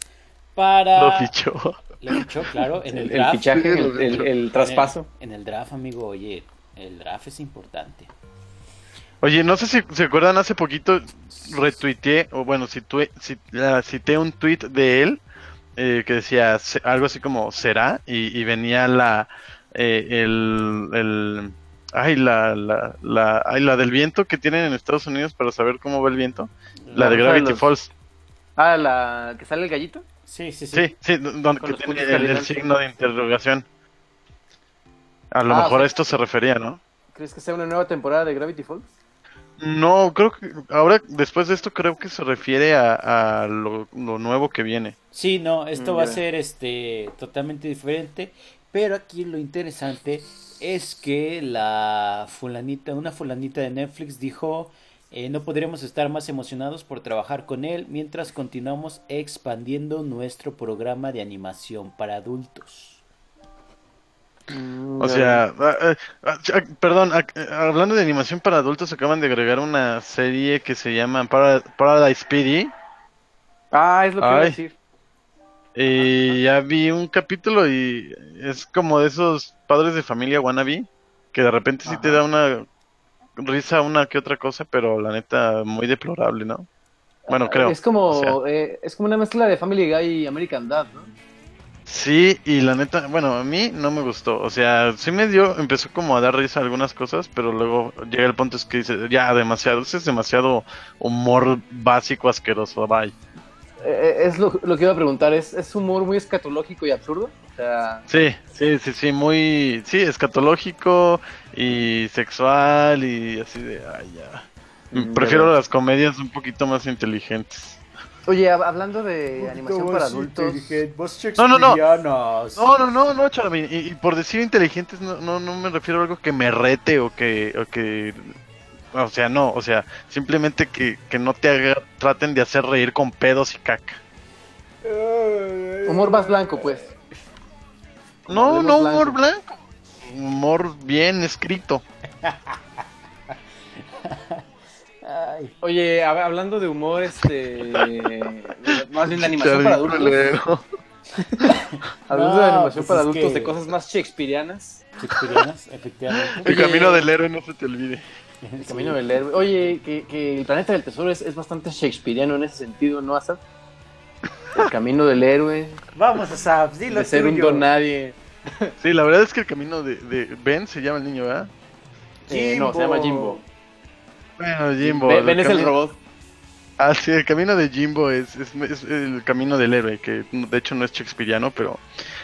G: para.
H: Lo fichó.
G: Lo fichó, claro,
I: (laughs)
G: en el,
I: El,
G: draft.
I: fichaje, el, el- el traspaso.
G: En el, en el draft, amigo, oye, el draft es importante.
H: Oye, no sé si se acuerdan, hace poquito retuiteé, o bueno, situé- ci- ah, cité un tweet de él eh, que decía se- algo así como será, y, y venía la. eh, el, el- Ay, la, la, la, ay, la del viento que tienen en Estados Unidos para saber cómo va el viento. La de
I: La-
H: Gravity
I: los-
H: Falls.
I: Ah, la que sale el gallito.
G: Sí, sí, sí.
H: Sí, sí, don- donde
I: Con
H: que
I: los
H: tiene
I: puntos
H: el, el
I: cardinales.
H: signo de interrogación. A lo
I: Ah, o
H: mejor
I: sea-
H: a esto se refería, ¿no?
I: ¿Crees que sea una nueva temporada de Gravity Falls?
H: No, creo que ahora después de esto creo que se refiere a, a lo, lo nuevo que viene.
G: Sí, no, esto
I: Mm,
G: va a
I: ya.
G: ser este totalmente diferente, pero aquí lo interesante es que la fulanita, una fulanita de Netflix dijo, eh, no podríamos estar más emocionados por trabajar con él mientras continuamos expandiendo nuestro programa de animación para adultos.
H: O sea, ah, ah, ah, ah, perdón, ah, ah, hablando de animación para adultos acaban de agregar una serie que se llama Para- Paradise PD.
I: Ah, es lo que iba a
H: Ay.
I: decir.
H: Y ya vi un capítulo y es como de esos padres de familia wannabe, que de repente sí te da una risa una que otra cosa, pero la neta muy deplorable, ¿no? Bueno, creo.
I: Ah, Es como,
H: o
I: eh, es como una mezcla de Family Guy y American Dad, ¿no?
H: Sí, y la neta, bueno, a mí no me gustó. O sea, sí me dio, empezó como a dar risa algunas cosas, pero luego llega el punto es que dice, ya, demasiado, ese es demasiado humor básico asqueroso, bye.
I: Eh, es lo, lo que iba a preguntar. ¿Es, es humor muy escatológico y absurdo? O sea,
H: Sí, sí, sí, sí, muy, sí, escatológico y sexual y así de, ay, ya.
I: Mm,
H: Prefiero
I: ya veo.
H: las comedias un poquito más inteligentes.
I: oye, hab- hablando de animación para adultos.
H: No, no, no. No, no, no, no, Charmin. Y, y por decir inteligentes, no, no, no me refiero a algo que me rete o que, o que, o sea, no, o sea, simplemente que, que no te haga- traten de hacer reír con pedos y caca.
I: Humor más blanco, pues.
H: No,
I: Hablemos
H: no humor
I: blanco.
H: blanco, humor bien escrito.
G: Ay,
I: Oye, hab- hablando de humor, este.
H: (laughs)
I: más bien de
H: Charmin,
I: animación para adultos.
H: culero.
I: Hablando de
G: No,
I: animación
G: pues
I: para
G: es
I: adultos,
G: que-
I: de cosas más shakespeareanas.
G: shakespearianas,
H: (laughs)
G: efectivamente.
H: El camino del héroe no se te olvide.
I: El camino del héroe. Oye, que, que el planeta del tesoro es, es bastante shakespeareano en ese sentido, ¿no, Asad? El camino del héroe,
L: Vamos, Asaf, dilo
I: de ser un
L: tuyo.
I: don nadie.
H: Sí, la verdad es que el camino de, de Ben se llama el niño, ¿verdad?
I: Eh, no, se llama Jimbo.
H: Bueno, Jimbo.
I: Ve- ben es el
H: cami-
I: robot.
H: Ah, sí, el camino de Jimbo es, es- es el camino del héroe, que de hecho no es shakespeariano, pero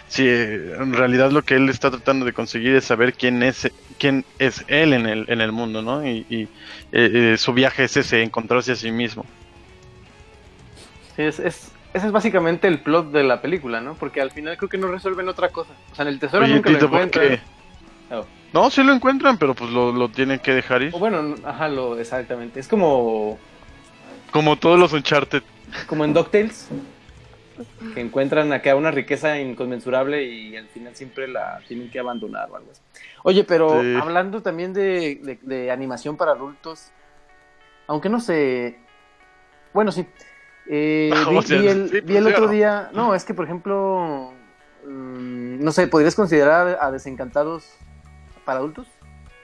H: sí, eh, en realidad lo que él está tratando de conseguir es saber quién es quién es él en el, en el mundo, ¿no? Y, y, eh, eh, su viaje es ese, encontrarse a sí mismo.
I: Sí, es, es- ese es básicamente el plot de la película, ¿no? Porque al final creo que no resuelven otra cosa. O sea, en el tesoro
H: Oye,
I: nunca
H: Tito,
I: lo
H: ¿por
I: encuentran.
H: qué?
I: Oh.
H: No, sí lo encuentran, pero pues lo, lo tienen que dejar ir.
I: O bueno, no- ajá, lo, exactamente. Es como,
H: Como todos los Uncharted.
I: como en DuckTales, que encuentran acá una riqueza inconmensurable y al final siempre la tienen que abandonar o algo así. Oye, pero
H: Sí.
I: hablando también de, de- de animación para adultos, aunque no sé... Bueno, sí. Eh,
H: (laughs)
I: vi,
H: O sea,
I: vi el,
H: sí,
I: vi el
H: pues,
I: otro
H: ya.
I: día... No, es que, por ejemplo, mm, no sé, ¿podrías considerar a Desencantados para adultos?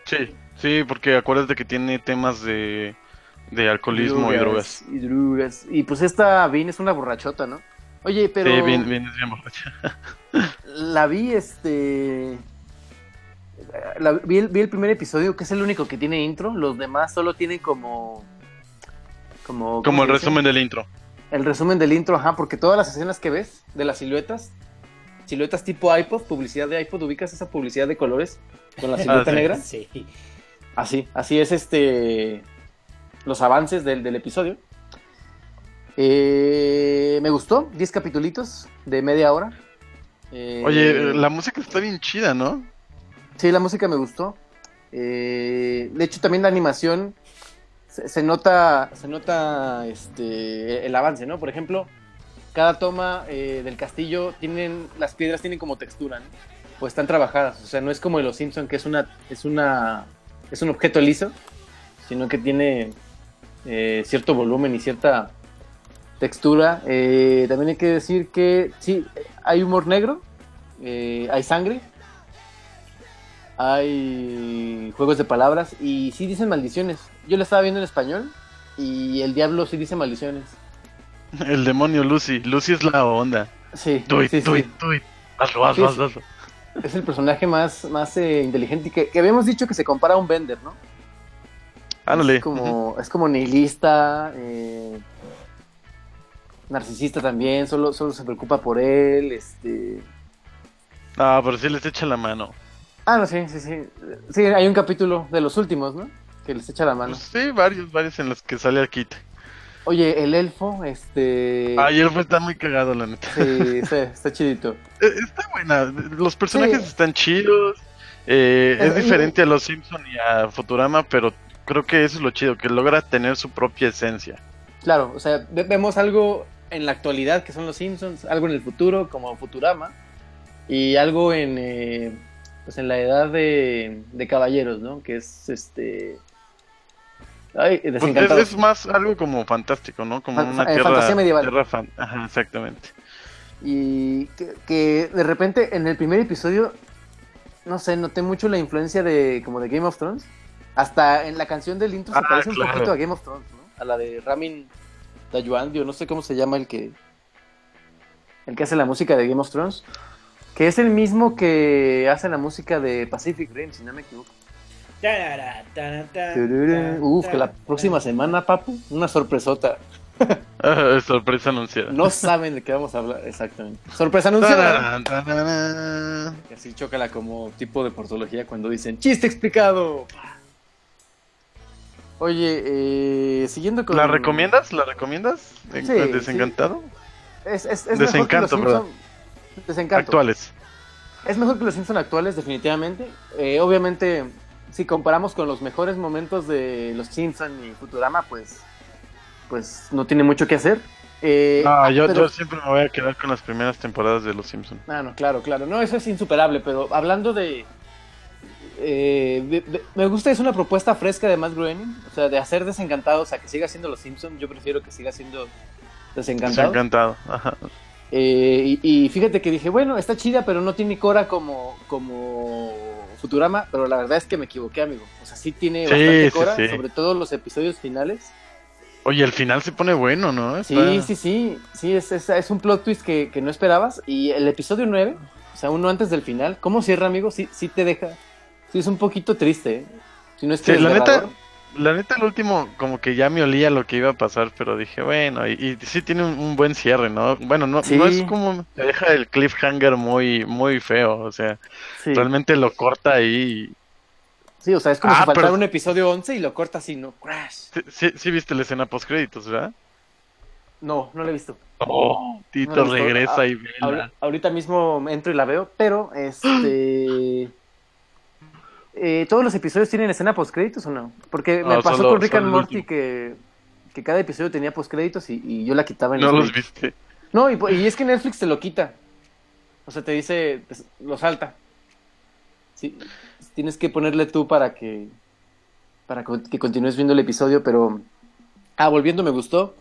H: Sí, sí, porque acuérdate que tiene temas de, de alcoholismo y drogas.
I: Y drogas. Y pues esta Vin es una borrachota, ¿no? Oye, pero
H: Sí, bien, bien, bien borracha.
I: la vi, este... la- vi, el, vi el primer episodio, que es el único que tiene intro. Los demás solo tienen como.
H: Como
I: Como,
H: el
I: ¿cómo se dice?
H: resumen del intro.
I: El resumen del intro, ajá, porque todas las escenas que ves de las siluetas, siluetas tipo iPod, publicidad de iPod, ubicas esa publicidad de colores
H: (laughs)
I: con la
M: Ah,
I: silueta
H: sí.
I: negra.
M: Sí.
I: Así, así es este. Los avances del, del episodio. Eh, me gustó, 10 capitulitos de media hora. Eh,
H: Oye, la música está bien chida, ¿no?
I: Sí, la música me gustó. Eh, de hecho, también la animación se, se nota, se nota este, el avance, ¿no? Por ejemplo, cada toma eh, del castillo tienen las piedras tienen como textura, ¿no? O están trabajadas. O sea, no es como de los Simpson que es una es una es un objeto liso, sino que tiene eh, cierto volumen y cierta textura. Eh, también hay que decir que sí, hay humor negro, eh, hay sangre, hay juegos de palabras y sí dicen maldiciones. Yo la estaba viendo en español y el diablo sí dice maldiciones.
H: El demonio Lucy. Lucy es la onda.
I: Sí,
H: Tuit,
I: sí, sí.
H: tuit, tuit. Hazlo, hazlo,
I: Sí,
H: hazlo,
I: sí.
H: hazlo.
I: Es el personaje más, más eh, inteligente y que, que habíamos dicho que se compara a un Bender, ¿no?
H: Ándale.
I: Es como, es como nihilista, eh, narcisista también, solo, solo se preocupa por él, este...
H: Ah, pero sí les echa la mano.
I: Ah, no, sí, sí, sí. Sí, hay un capítulo de los últimos, ¿no? Que les echa la mano.
H: Pues sí, varios, varios en los que sale al kit.
I: Oye, el elfo, este...
H: Ay, él está muy cagado, la neta. (laughs)
I: Sí, sí, está chidito.
H: Eh, Está buena. Los personajes
I: Sí.
H: están chidos. eh, es
I: Eh,
H: diferente a los Simpson y a Futurama, pero creo que eso es lo chido, que logra tener su propia esencia.
I: Claro, o sea, ve- vemos algo en la actualidad que son los Simpsons, algo en el futuro como Futurama y algo en eh, pues en la edad de, de caballeros, ¿no? Que es este ay,
H: Pues es,
I: desencantados.
H: es más algo como fantástico, ¿no? Como
I: Fan-
H: una
I: eh,
H: tierra,
I: fantasía medieval.
H: tierra fan- Ajá, exactamente. (laughs)
I: Y que, que de repente en el primer episodio no sé, noté mucho la influencia de como de Game of Thrones. Hasta en la canción del intro se
H: Ah,
I: parece un
H: claro.
I: poquito a Game of Thrones, ¿no? A la de Ramin Dayuandio, no sé cómo se llama el que el que hace la música de Game of Thrones, que es el mismo que hace la música de Pacific Rim, si no me equivoco.
J: Tarara, tarara, tarara,
I: Uf, que la
J: tarara.
I: próxima semana, papu, una sorpresota.
H: Ah, sorpresa anunciada. (laughs)
I: No saben de qué vamos a hablar exactamente. Sorpresa anunciada.
H: Tararán, tararán.
I: Y Así chócala como tipo de portología cuando dicen chiste explicado. Oye, eh, siguiendo con.
H: ¿La recomiendas? ¿La recomiendas? ¿En-
I: Sí,
H: ¿Desencantado?
I: Es, es- es
H: Desencanto,
I: mejor que los
H: ¿verdad?
I: Simpson- Desencanto.
H: Actuales.
I: Es mejor que los Simpson actuales, definitivamente. Eh, obviamente, si comparamos con los mejores momentos de los Simpson y Futurama, pues, pues no tiene mucho que hacer. Eh,
H: Ah, yo,
I: pero-
H: yo siempre me voy a quedar con las primeras temporadas de Los Simpsons.
I: Ah, no, claro, claro. No, eso es insuperable, pero hablando de... eh, de- de- me gusta, es una propuesta fresca de Matt Groening, o sea, de hacer desencantados a que siga siendo Los Simpsons, yo prefiero que siga siendo desencantados.
H: Desencantado. Ajá.
I: Eh, y, y fíjate que dije, bueno, está chida, pero no tiene cora como, como Futurama, pero la verdad es que me equivoqué, amigo. O sea, sí tiene
H: Sí,
I: bastante
H: sí,
I: cora,
H: sí.
I: sobre todo los episodios finales.
H: Oye, el final se pone bueno, ¿no?
I: Sí,
H: Está-
I: sí, sí, sí, es, es, es un plot twist que, que no esperabas. Y el episodio 9, o sea, uno antes del final, ¿cómo cierra, amigo? Sí, sí te deja. Sí, es un poquito triste. ¿eh? Si no es que
H: Sí, la neta,
I: desgarrador.
H: la neta, el último, como que ya me olía lo que iba a pasar, pero dije, bueno, y, y sí tiene un, un buen cierre, ¿no? Bueno, no,
I: Sí.
H: no es como, te deja el cliffhanger muy, muy feo, o sea,
I: Sí.
H: realmente lo corta ahí. y-
I: Sí, o sea, es como
H: Ah,
I: si faltara
H: pero-
I: un episodio 11 y lo corta así, ¿no? Crash.
H: Sí, sí, sí viste la escena post créditos, ¿verdad?
I: No, no lo he visto.
H: Oh, Tito
I: No, no,
H: regresa
I: ah,
H: y vela.
I: Ahor- ahorita mismo entro y la veo, pero este. (gasps) eh, ¿Todos los episodios tienen escena postcréditos o no? Porque me
H: No,
I: pasó
H: solo-
I: con Rick
H: solo
I: and
H: el
I: Morty
H: último.
I: que, que cada episodio tenía postcréditos y, y yo la quitaba en
H: No
I: los
H: los
I: créditos.
H: viste.
I: No, y, pues, y es que Netflix te lo quita. O sea, te dice, pues, lo salta. Sí, tienes que ponerle tú para que para con- que continúes viendo el episodio, pero ah, volviendo me gustó.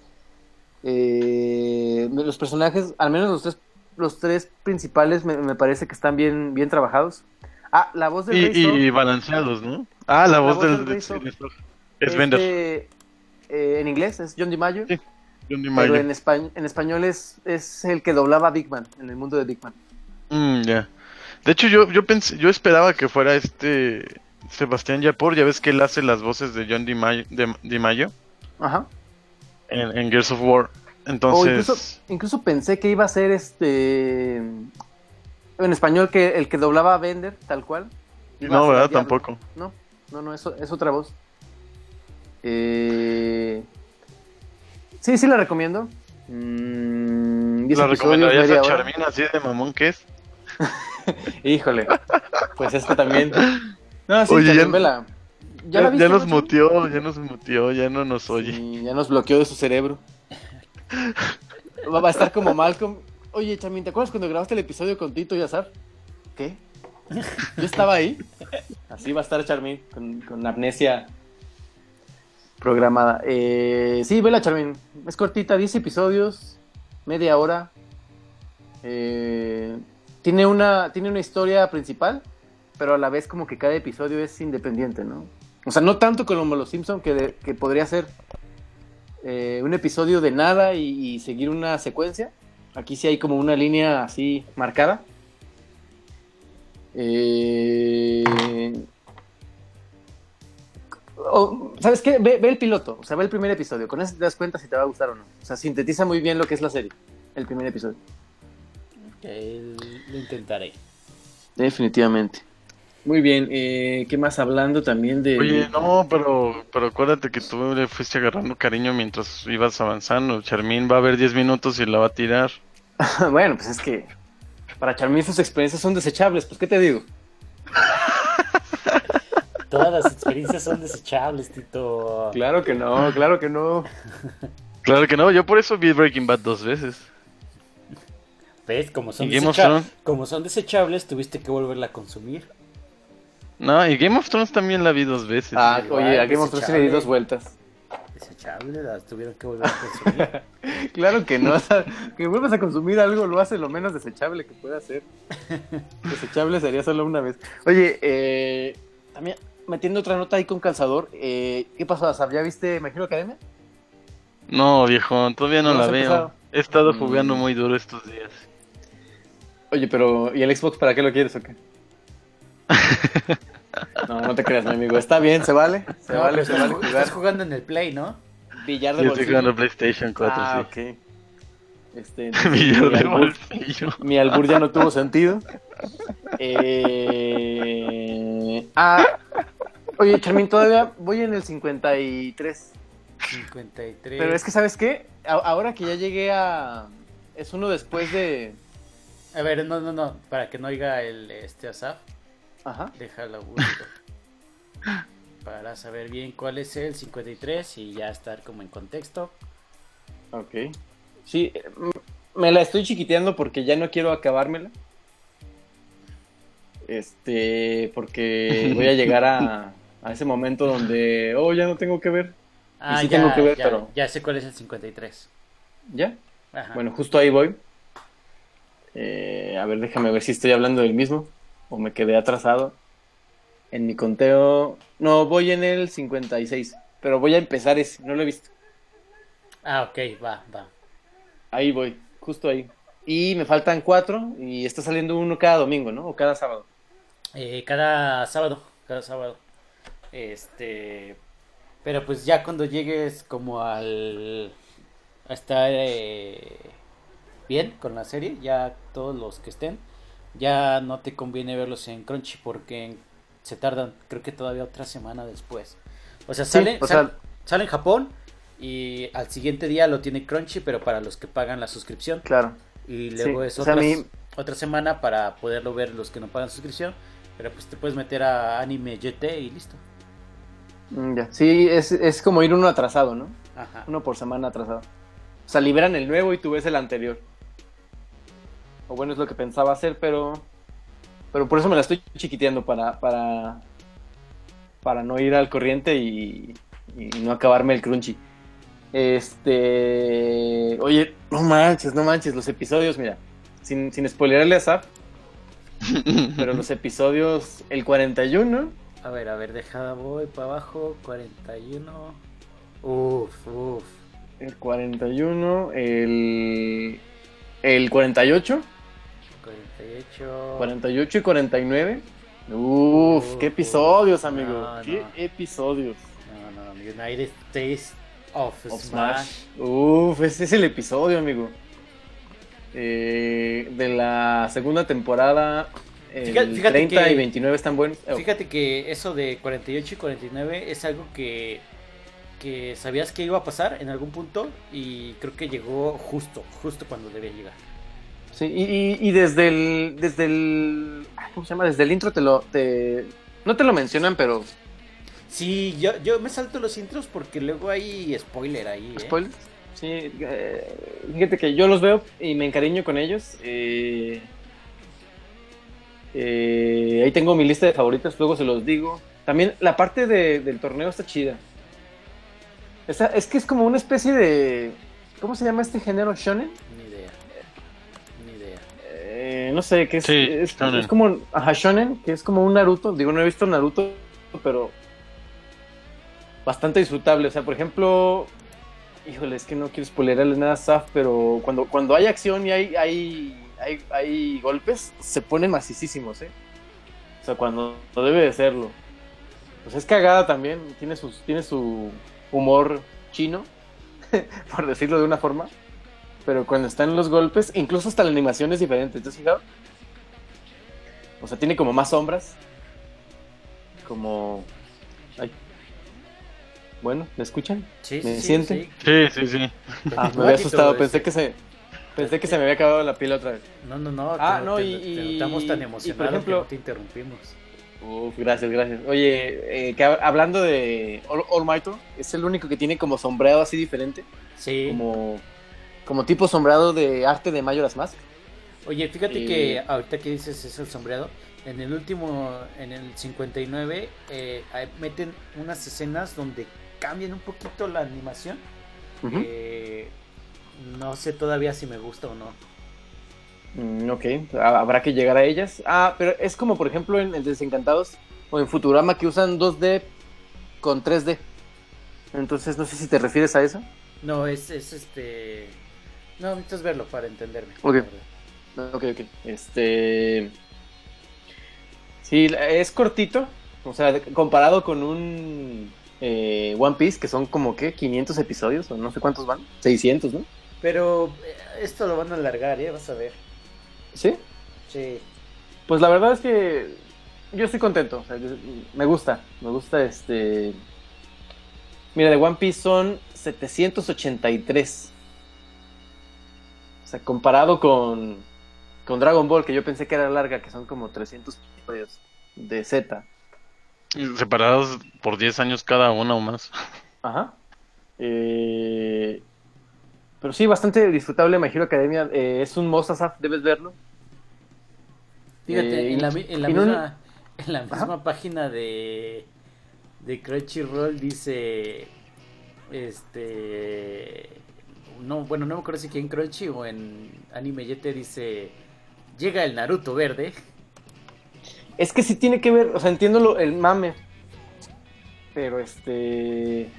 I: Eh, los personajes, al menos los tres, los tres principales me, me parece que están bien, bien trabajados. Ah, la voz del
H: Y,
I: Rey Zorro,
H: y balanceados, ¿no? Ah, la, voz, del,
I: Rey
H: de-
I: Zorro.
H: de- es Bender.
I: este, eh, en inglés es John DiMaggio,
H: Sí, John Di
I: pero
H: Maio.
I: en, espa- en español es, es el que doblaba a Big Man, en el mundo de Big Man.
H: Mm, ya. De hecho, yo, yo pensé, yo esperaba que fuera este Sebastián Yapor, ya ves que él hace las voces de John DiMaggio, de, DiMaggio
I: Ajá.
H: en, en Gears of War.
I: O
H: Entonces,
I: incluso, incluso pensé que iba a ser este. En español, que el que doblaba a Bender, tal cual. iba a
H: no,
I: ser
H: ¿verdad?
I: el diablo.
H: Tampoco.
I: No, no, no, eso, es otra voz. Eh, Sí, sí la recomiendo. Mm, diez
H: ¿La
I: episodios,
H: recomendarías
I: media
H: a
I: hora.
H: Charmín así de mamón que es?
I: Híjole, pues es
H: (laughs)
I: que también. No, sí,
H: Oye, ya-
I: Charmín, vela. ¿Ya la
H: Ya,
I: viste,
H: nos
I: Nacho?
H: muteó, ya nos muteó, ya no nos oye.
I: Y ya nos bloqueó de su cerebro. Va, va a estar como Malcolm. Oye, Chamin, ¿te acuerdas cuando grabaste el episodio con Tito y Azar? ¿Qué? Yo estaba ahí. Así va a estar Charmin, con, con amnesia programada. Eh, sí, vela, Charmin. Es cortita, 10 episodios, media hora. Eh, tiene, una, tiene una historia principal, pero a la vez como que cada episodio es independiente, ¿no? O sea, no tanto como los Simpson que, de- que podría ser eh, un episodio de nada y, y seguir una secuencia. Aquí sí hay como una línea así marcada. Eh, o- ¿Sabes qué? Ve, ve el piloto, o sea, ve el primer episodio. Con eso te das cuenta si te va a gustar o no. O sea, sintetiza muy bien lo que es la serie, el primer episodio.
G: Eh, lo intentaré.
I: Definitivamente. Muy bien, eh, ¿qué más hablando también de...
H: Oye, no, pero, pero acuérdate que tú le fuiste agarrando cariño mientras ibas avanzando. Charmín va a ver 10 minutos y la va a tirar.
I: (laughs) bueno, pues es que para Charmin sus experiencias son desechables, pues ¿qué te digo?
G: Todas las experiencias son desechables, Tito.
I: Claro que no, claro que no.
H: Claro que no, yo por eso vi Breaking Bad dos veces.
G: ¿Ves? Como son,
H: ¿Y Game of
G: desecha-
H: Thrones?
G: como son desechables, tuviste que volverla a consumir.
H: No, y Game of Thrones también la vi dos veces.
I: Ah,
G: Igual,
I: oye, aquí hemos sí le di
G: desechable.
I: dos vueltas. (laughs)
G: Desechables, las tuvieron que volver a consumir.
I: Claro que no, o sea, que vuelvas a consumir algo lo hace lo menos desechable que pueda (laughs) ser. Desechable sería solo una vez. Oye, eh, también metiendo otra nota ahí con calzador, eh, ¿qué pasó, Asaf? ¿Ya viste My Hero Academia?
H: No, viejo, todavía no,
I: No
H: la
I: has
H: veo.
I: empezado.
H: He estado
I: Mm.
H: jugando muy duro estos días.
I: Oye, pero ¿y el Xbox para qué lo quieres o (laughs) qué? No, no te creas, mi amigo. Está bien, se vale. Se
G: No,
I: vale,
G: pero
I: se
G: estás
I: vale
G: ju-
I: jugar
G: Estás jugando en el Play, ¿no?
I: billar de
H: Yo estoy
I: bolsillo.
H: jugando PlayStation 4,
I: Ah,
H: sí. (laughs)
I: ok. Este,
H: Millar
I: mi
H: de
I: albur-
H: bolsillo.
I: mi albur ya no tuvo sentido. Eh, ah, oye, Charmin, todavía voy en el 53.
G: 53.
I: Pero es que, ¿sabes qué? A- ahora que ya llegué a... Es uno después de...
G: A ver, no, no, no. Para que no oiga el este Asaf,
I: Ajá.
G: déjalo gusto.
I: (laughs)
G: para saber bien cuál es el 53 y ya estar como en contexto.
I: Ok. Sí, eh, m- me la estoy chiquiteando porque ya no quiero acabármela. Este, porque voy a llegar a, a ese momento donde, oh, ya no tengo que ver.
G: Ah,
I: sí
G: ya,
I: tengo que ver,
G: ya,
I: pero-
G: ya sé cuál es el 53.
I: ¿Ya?
G: Ajá.
I: Bueno, justo ahí voy. Eh, a ver, déjame ver si estoy hablando del mismo o me quedé atrasado. En mi conteo, no, voy en el 56, pero voy a empezar ese, no lo he visto.
G: Ah, ok, va, va.
I: Ahí voy, justo ahí. Y me faltan cuatro y está saliendo uno cada domingo, ¿no? O cada sábado.
G: Eh, cada sábado, cada sábado. Este, pero pues ya cuando llegues como al a estar eh, bien con la serie, ya todos los que estén, ya no te conviene verlos en Crunchy porque se tardan, creo que todavía otra semana después. O sea, sale,
I: o
G: sal-
I: sea-
G: sale en Japón y al siguiente día lo tiene Crunchy, pero para los que pagan la suscripción.
I: Claro.
G: Y
I: Sí,
G: luego es
I: o sea,
G: otra,
I: a mí-
G: otra semana para poderlo ver los que no pagan suscripción. Pero pues te puedes meter a Anime GT y listo.
I: mm, ya. Sí, es, es como ir uno atrasado, ¿no?
G: Ajá.
I: Uno por semana atrasado. O sea, liberan el nuevo y tú ves el anterior. O bueno, es lo que pensaba hacer, pero. Pero por eso me la estoy chiquiteando para. para. para no ir al corriente y. y no acabarme el crunchy. Este. Oye, no manches, no manches. Los episodios, mira. Sin, sin spoilerarle a Zap, pero los episodios. El 41.
G: A ver, a ver, deja, voy para abajo. 41. Uf, uf.
I: El 41, el, el 48,
G: 48.
N: 48.
I: 48 y 49. Uf, qué episodios, amigo.
G: no,
I: qué
G: Ah, no.
I: episodios.
G: No, no, United States of, Smash.
I: Of Smash. Uf, ese es el episodio, amigo. Eh, de la segunda temporada. El
G: Fíjate- fíjate
I: 30
G: que-
I: y 29 están buenos. Oh,
G: Fíjate que eso de 48 y 49 es algo que, que sabías que iba a pasar en algún punto y creo que llegó justo, justo cuando debía llegar.
I: sí, y, y- y desde el. Desde el. ay, ¿Cómo se llama? Desde el intro te lo. Te, no te lo mencionan, pero.
G: Sí, yo, yo me salto los intros porque luego hay spoiler ahí. ¿eh?
I: ¿Spoilers? Sí, eh, fíjate que yo los veo y me encariño con ellos. eh, eh, ahí tengo mi lista de favoritas, luego se los digo. También la parte de- del torneo está chida. Esa- es que es como una especie de... ¿Cómo se llama este género? ¿Shonen?
G: Ni idea. Ni idea.
I: Eh, no sé, que es,
H: Sí,
I: es-
H: shonen.
I: es como... Ajá, Shonen, que es como un Naruto. Digo, no he visto Naruto, pero... Bastante disfrutable. O sea, por ejemplo... Híjole, es que no quiero spoilerarle nada a Saf, pero cuando, cuando hay acción y hay, hay, hay, hay golpes, se ponen macicísimos, ¿eh? O sea, cuando no debe de serlo. Pues es cagada también, tiene, sus, tiene su humor chino, (laughs) por decirlo de una forma. Pero cuando están los golpes, incluso hasta la animación es diferente, ¿te has fijado? O sea, tiene como más sombras. Como... ay. Bueno, ¿me escuchan?
G: Sí,
I: ¿Me
G: sí, sí,
I: sienten?
G: sí.
H: Sí, sí, sí.
I: Ah, me
G: Un
I: había
G: ratito,
I: asustado,
G: este.
I: pensé que se pensé que se me había acabado la pila otra vez.
G: No, no, no.
I: Ah,
G: te-
I: no,
G: te-
I: y-
G: te
I: y-
G: notamos tan
I: y por
G: emocionado
I: ejemplo-
G: que no te interrumpimos.
I: Uf, gracias, gracias. Oye, eh, que hab- hablando de All, All Might, es el único que tiene como sombreado así diferente,
G: Sí.
I: como como tipo sombreado de arte de Majora's Mask.
G: Oye, fíjate
I: Eh,
G: que ahorita que dices eso el sombreado, en el último, en el 59, eh, ahí meten unas escenas donde cambian un poquito la animación.
I: Ujú.
G: Eh, no sé todavía si me gusta o no.
I: Mm, ok, ha- habrá que llegar a ellas. Ah, pero es como por ejemplo en, el Desencantados o en Futurama que usan 2D con 3D. Entonces no sé si te refieres a eso.
G: No, es, es este... No, necesitas verlo para entenderme.
I: Ok.
G: la verdad.
I: Ok, ok. Este. Sí, la- es cortito. O sea, de- comparado con un eh, One Piece, que son como que 500 episodios, o no sé cuántos van. 600, ¿no?
G: Pero eh, esto lo van a alargar, ¿eh? Vas a ver.
I: Sí.
G: Sí.
I: Pues la verdad es que yo estoy contento. o sea, yo- me gusta. Me gusta este. Mira, de One Piece son 783. O sea, comparado con, con Dragon Ball, que yo pensé que era larga, que son como 300 episodios de Z.
H: Separados por 10 años cada una o más.
I: Ajá. Eh, pero sí, bastante disfrutable My Hero Academia. eh, es un Mos Asaf, debes verlo.
G: Fíjate,
I: Eh,
G: en la, mi- en la
I: y no-
G: misma, en la misma página de, de Crunchyroll dice, este, no, bueno, no me acuerdo si aquí en Crunchy o en Anime Yete dice, llega el Naruto verde.
I: Es que sí tiene que ver, o sea, entiendo lo- el mame. Pero este.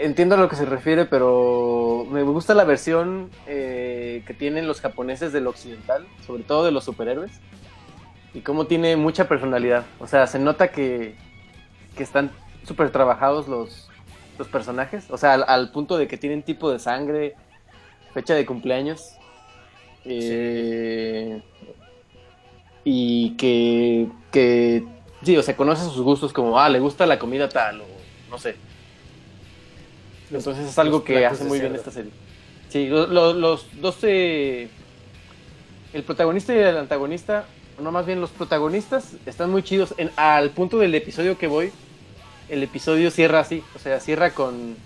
I: Entiendo a lo que se refiere, pero me gusta la versión eh, que tienen los japoneses del occidental, sobre todo de los superhéroes, y cómo tiene mucha personalidad. O sea, se nota que, que están súper trabajados los, los personajes, o sea, al, al punto de que tienen tipo de sangre, fecha de cumpleaños. Eh, y que, que sí, o sea, conoce sus gustos como, ah, le gusta la comida tal o no sé. Entonces es algo
G: los
I: que
G: platos
I: hace
G: de
I: muy bien
G: cerdo.
I: esta serie. Sí, lo- lo- los dos, eh, el protagonista y el antagonista, no más bien los protagonistas están muy chidos. En- al punto del episodio que voy, el episodio cierra así, o sea, cierra con,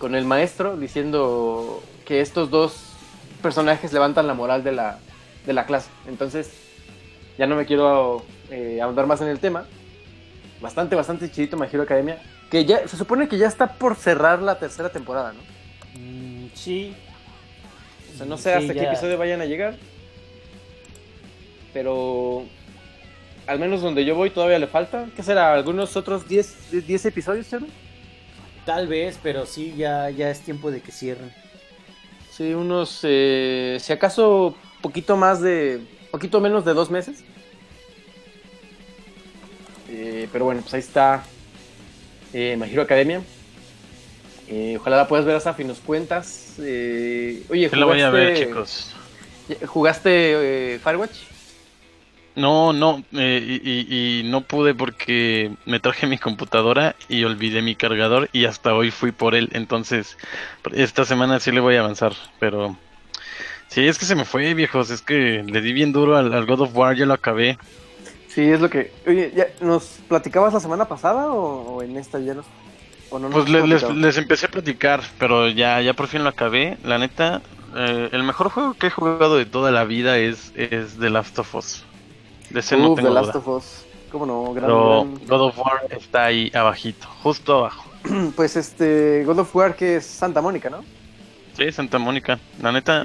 I: con el maestro diciendo que estos dos personajes levantan la moral de la, de la clase. Entonces, ya no me quiero eh, ahondar más en el tema. Bastante, bastante chidito My Hero Academia. Que ya, se supone que ya está por cerrar la tercera temporada, ¿no?
G: Mm, sí.
I: O sea, no sé
G: Sí,
I: hasta qué
G: ya.
I: episodio vayan a llegar. Pero al menos donde yo voy todavía le falta. ¿Qué será? ¿Algunos otros 10, 10 episodios, Chelo?
G: Tal vez, pero sí, ya, ya es tiempo de que cierren.
I: Sí, unos, eh, si acaso poquito más de, poquito menos de dos meses. Eh, pero bueno, pues ahí está eh, My Hero Academia. Eh, ojalá la puedas ver hasta fin nos cuentas. Eh, oye,
H: Sí la voy a ver, chicos.
I: ¿Jugaste eh, Firewatch?
H: No, no, eh, y, y- y no pude porque me traje mi computadora y olvidé mi cargador y hasta hoy fui por él. Entonces, esta semana sí le voy a avanzar, pero... Sí, es que se me fue, viejos, es que le di bien duro al, al God of War, ya lo acabé.
I: Sí, es lo que. Oye, ya, ¿nos platicabas la semana pasada o, o en esta ya nos- o no? nos
H: Pues le- les,
I: platicabas?
H: les empecé a platicar, pero ya, ya por fin lo acabé. La neta, eh, el mejor juego que he jugado de toda la vida es, es The Last of Us. De ese no
I: Uf,
H: tengo
I: The Last
H: duda.
I: of Us. ¿Cómo no? Gran,
H: Pero
I: gran-
H: God of War está ahí abajito, justo abajo.
I: Pues este, God of War que es Santa Mónica, ¿no?
H: Sí, Santa Mónica. La neta,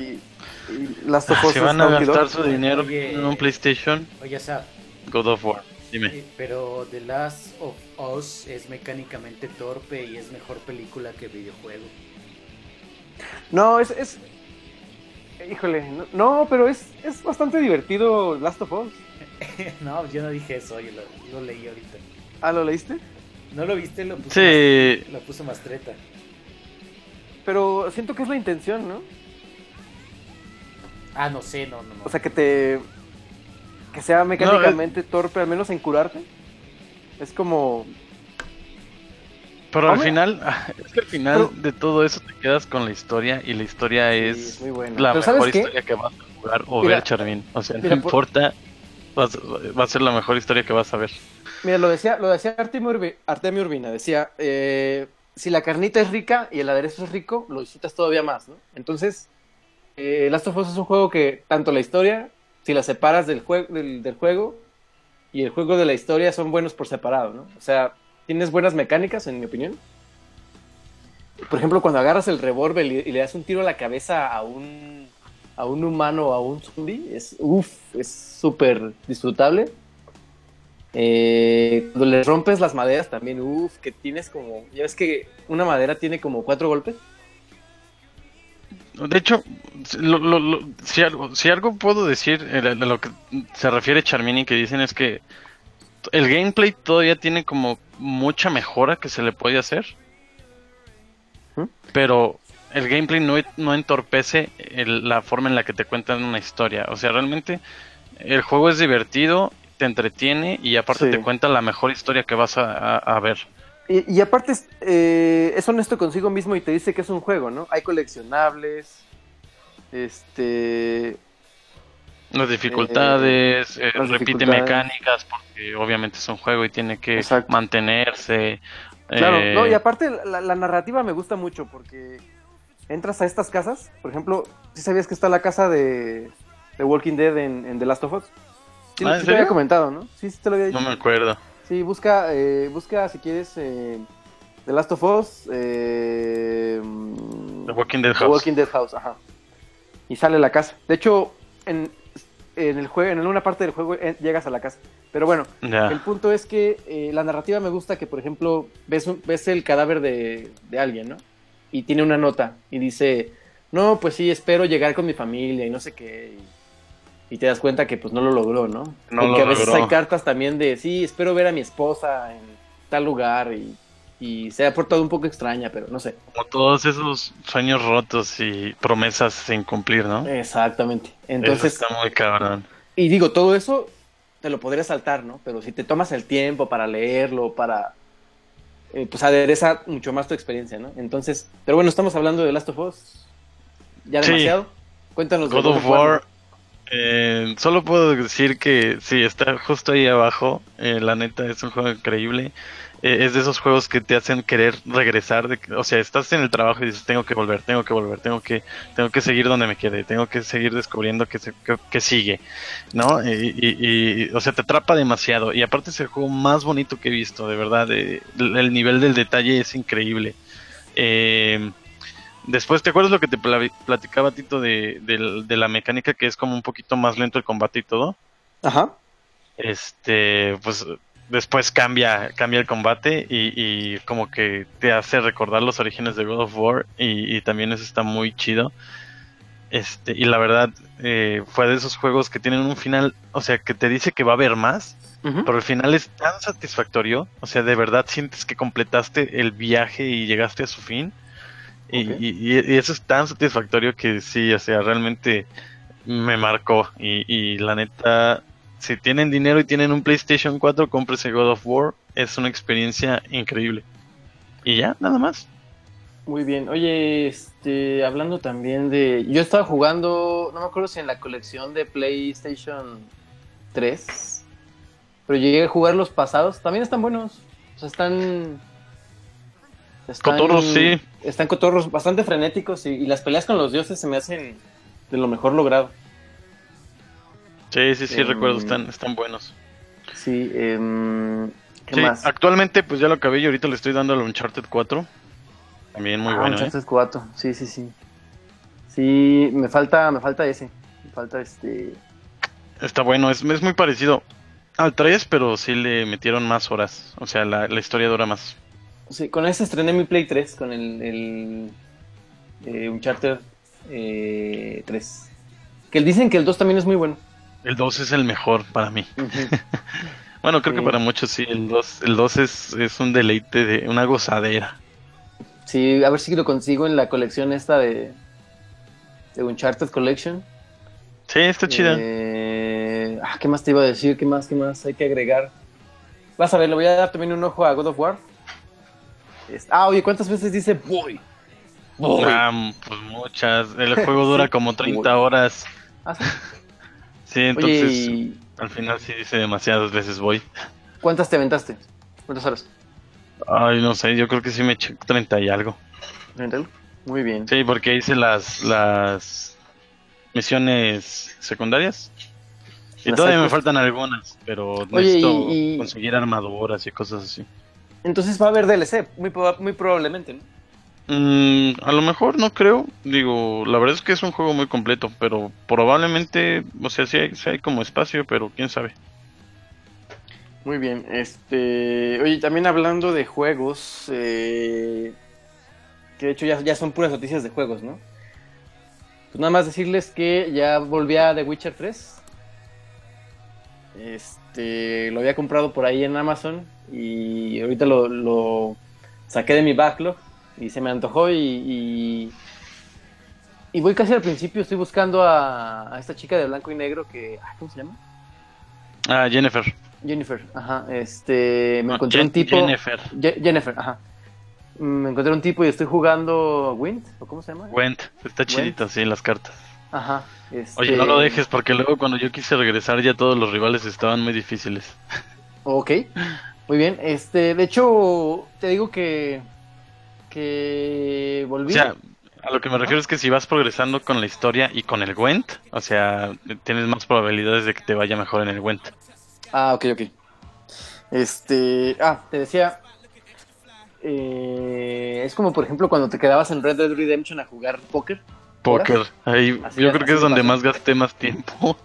I: Last of
H: ah,
I: Us
H: se
I: es
H: van a
I: Naughty Dog.
H: gastar su dinero
J: Oye.
H: en un PlayStation
J: Oye, Asaf,
H: God of War. Dime.
J: eh, pero The Last of Us es mecánicamente torpe y es mejor película que videojuego. (laughs)
I: No, es, es... Híjole, no, no, pero es, es bastante divertido Last of Us.
J: no, yo no dije eso, yo lo, lo leí ahorita.
I: Ah, ¿lo leíste?
J: ¿No lo viste? Lo puso,
H: Sí.
J: mas- lo puso Mastreta.
I: Pero siento que es la intención, ¿no?
J: Ah, no sé, no, no, no.
I: O sea, que te... Que sea mecánicamente torpe, al menos en curarte. Es como...
H: Pero al
I: Hombre.
H: final, (laughs) es que al final de todo eso te quedas con la historia y la historia es,
I: muy buena.
H: la
I: Pero ¿sabes
H: mejor
I: qué?
H: historia que vas a jugar o
I: Mira,
H: ver, Charmin. O sea,
I: mira,
H: no
I: por-
H: importa, vas- va a ser la mejor historia que vas a ver.
I: Mira, lo decía, lo decía Artemio, Urbi- Artemio Urbina, decía, eh, si la carnita es rica y el aderezo es rico, lo disfrutas todavía más, ¿no? Entonces, eh, Last of Us es un juego que tanto la historia, si la separas del, juego del, del juego y el juego de la historia son buenos por separado, ¿no? O sea, tienes buenas mecánicas, en mi opinión. Por ejemplo, cuando agarras el revólver y, y le das un tiro a la cabeza a un, a un humano o a un zombie, es uff, es súper disfrutable. Eh, cuando le rompes las maderas también, uff, que tienes como. Ya ves que una madera tiene como cuatro golpes.
H: De hecho, lo- lo- lo- si, algo, si algo puedo decir eh, a lo que se refiere Charmini, que dicen es que el gameplay todavía tiene como mucha mejora que se le puede hacer, pero el gameplay no, no entorpece el- la forma en la que te cuentan una historia. O sea, realmente el juego es divertido, te entretiene y aparte
I: Sí.
H: te cuenta la mejor historia que vas a, a- a ver.
I: Y, y aparte es, eh, es honesto consigo mismo y te dice que es un juego, ¿no? Hay coleccionables. Este.
H: Las dificultades, eh,
I: las
H: repite
I: dificultades.
H: mecánicas, porque obviamente es un juego y tiene que
I: Exacto.
H: mantenerse.
I: Claro,
H: eh,
I: no, y aparte la, la narrativa me gusta mucho porque entras a estas casas. Por ejemplo, si sabías que está la casa de, de Walking Dead en, en The Last of Us? Sí,
H: Ah, ¿en
I: sí te lo había
H: serio?
I: comentado, ¿no? Sí, sí te lo había dicho.
H: no me acuerdo.
I: Sí, busca, eh, busca si quieres eh, The Last of Us, eh,
H: The Walking Dead
I: The
H: House.
I: Walking Dead House, ajá. Y sale la casa. De hecho, en, en el juego, en alguna parte del juego eh, llegas a la casa. Pero bueno,
H: Ya.
I: el punto es que eh, la narrativa me gusta que, por ejemplo, ves, un- ves el cadáver de, de alguien, ¿no? Y tiene una nota y dice, no, pues sí, espero llegar con mi familia y no sé qué. Y, y te das cuenta que pues no lo logró, ¿no?
H: No
I: y
H: lo
I: que a veces
H: logró.
I: hay cartas también de, sí, espero ver a mi esposa en tal lugar y, y se ha portado un poco extraña, pero no sé.
H: Como todos esos sueños rotos y promesas sin cumplir, ¿no?
I: Exactamente.
H: Entonces
I: Entonces,
H: Ah. está muy cabrón.
I: Y digo, todo eso te lo podrías saltar, ¿no? Pero si te tomas el tiempo para leerlo, para... eh, pues adereza mucho más tu experiencia, ¿no? Entonces, pero bueno, estamos hablando de Last of Us. Ya
H: Sí.
I: demasiado. Cuéntanos. de
H: God of War, eh, solo puedo decir que sí, está justo ahí abajo. eh, la neta es un juego increíble. Eh, es de esos juegos que te hacen querer regresar. de que- o sea, estás en el trabajo y dices, tengo que volver, tengo que volver, tengo que, tengo que seguir donde me quedé, tengo que seguir descubriendo qué, se- qué- qué sigue. ¿No? Y, y- y, o sea, te atrapa demasiado. Y aparte es el juego más bonito que he visto, de verdad. eh, el el nivel del detalle es increíble. Eh, Después, ¿te acuerdas lo que te pla- platicaba Tito de, del- de la mecánica que es como un poquito más lento el combate y todo?
I: Ajá.
H: Este, pues después cambia, cambia el combate y, y como que te hace recordar los orígenes de God of War y, y también eso está muy chido. Este, y la verdad, eh, fue de esos juegos que tienen un final, o sea, que te dice que va a haber más,
I: Ujú.
H: pero el final es tan satisfactorio, o sea, de verdad sientes que completaste el viaje y llegaste a su fin. Y,
I: Ok.
H: y- y- y eso es tan satisfactorio que sí, o sea, realmente me marcó. Y, y la neta, si tienen dinero y tienen un PlayStation 4, cómprese God of War. Es una experiencia increíble. Y ya, nada más.
I: Muy bien. Oye, este, hablando también de. Yo estaba jugando, no me acuerdo si en la colección de PlayStation 3, pero llegué a jugar los pasados. También están buenos. O sea, están. están-
H: Cotorros, sí.
I: Están cotorros bastante frenéticos y, y las peleas con los dioses se me hacen de lo mejor logrado.
H: Sí, sí, sí,
I: Em,
H: recuerdo, están, están buenos.
I: Sí, em, ¿qué
H: Sí,
I: más?
H: actualmente pues ya lo acabé y ahorita le estoy dando al Uncharted 4. También muy
I: Ah,
H: bueno. ¿eh?
I: Uncharted 4. Sí, sí, sí. Sí, me falta, me falta ese. Me falta este.
H: Está bueno, es, es muy parecido al 3, pero sí le metieron más horas. O sea, la, la historia dura más.
I: Sí, con ese estrené mi Play 3, con el, el eh, Uncharted eh, 3. Que dicen que el 2 también es muy bueno.
H: El 2 es el mejor para mí. Bueno, creo
I: Sí.
H: que para muchos sí, el 2, el 2 es, es un deleite, de una gozadera.
I: (laughs) Sí, a ver si lo consigo en la colección esta de, de Uncharted Collection.
H: Sí, está chida.
I: Eh, ah, ¿Qué más te iba a decir? ¿Qué más? ¿Qué más? Hay que agregar. Vas a ver, le voy a dar también un ojo a God of War. Es- Ah, oye, ¿cuántas veces dice voy? Voy.
H: Ah, pues muchas. El juego
I: (laughs)
H: dura como 30 horas.
I: Ah, sí.
H: Sí,
I: Oye,
H: entonces
I: ¿y
H: al final sí dice demasiadas veces voy.
I: ¿cuántas te aventaste? ¿Cuántas horas?
H: Ay, no sé, yo creo que sí me eché 30 y algo.
I: Muy bien.
H: Sí, porque hice las las misiones secundarias. Y
I: Las
H: todavía me
I: sidequests.
H: faltan algunas, pero
I: Oye,
H: necesito
I: y- y-
H: conseguir armaduras y cosas así.
I: Entonces va a haber DLC, muy, proba- muy probablemente, ¿no?
H: Mm, a lo mejor no creo, digo, la verdad es que es un juego muy completo, pero probablemente, o sea, sí hay, sí hay como espacio, pero quién sabe.
I: Muy bien, este... Oye, también hablando de juegos, eh, que de hecho ya, ya son puras noticias de juegos, ¿no? Pues nada más decirles que ya volví a The Witcher 3. Este, lo había comprado por ahí en Amazon y ahorita lo, lo saqué de mi backlog y se me antojó y... y y voy casi al principio, estoy buscando a, a esta chica de blanco y negro que... ay, ¿Cómo se llama?
H: Ah, Jennifer.
I: Jennifer, ajá, este, me
H: No,
I: encontré
H: Jen-
I: un tipo,
H: Jennifer,
I: Ye- Jennifer, ajá, Mm, me encontré un tipo y estoy jugando Wind, ¿o cómo se llama?
H: Gwent, está chidita, sí, las cartas.
I: Ajá, este,
H: Oye, no lo dejes porque luego cuando yo quise regresar ya todos los rivales estaban muy difíciles.
I: Ok, muy bien, este, de hecho, te digo que, que
H: O
I: volví,
H: sea, a lo que me refiero es que si vas progresando con la historia y con el Gwent, o sea, tienes más probabilidades de que te vaya mejor en el Gwent.
I: ah, ok, ok, este, ah, te decía, eh, es como por ejemplo cuando te quedabas en Red Dead Redemption a jugar póker,
H: Póker, ahí,
I: Así
H: yo
I: es,
H: creo que
I: así
H: es donde
I: pasa.
H: más gasté más tiempo.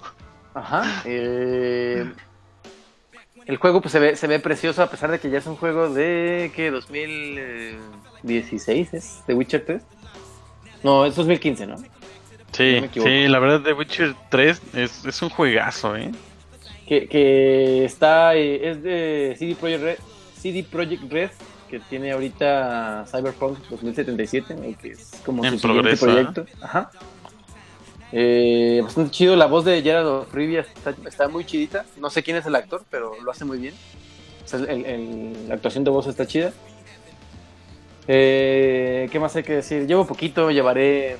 I: Ajá. eh, el juego pues, se, ve, se ve precioso a pesar de que ya es un juego de que 2016 eh, es de Witcher 3. No, es 2015, ¿no?
H: Sí,
I: No me equivoco.
H: sí, la verdad The Witcher 3 es, es un juegazo, ¿eh?
I: Que, que está eh, es de CD Projekt Red, CD Projekt Red que tiene ahorita Cyberpunk 2077, ¿no? que es como
H: En
I: su siguiente
H: progreso,
I: proyecto. Ajá. Eh, bastante chido, la voz de Gerard O'Rivia está, está muy chidita. No sé quién es el actor, pero lo hace muy bien. O sea, el- el- la actuación de voz está chida. Eh, ¿Qué más hay que decir? Llevo poquito, llevaré.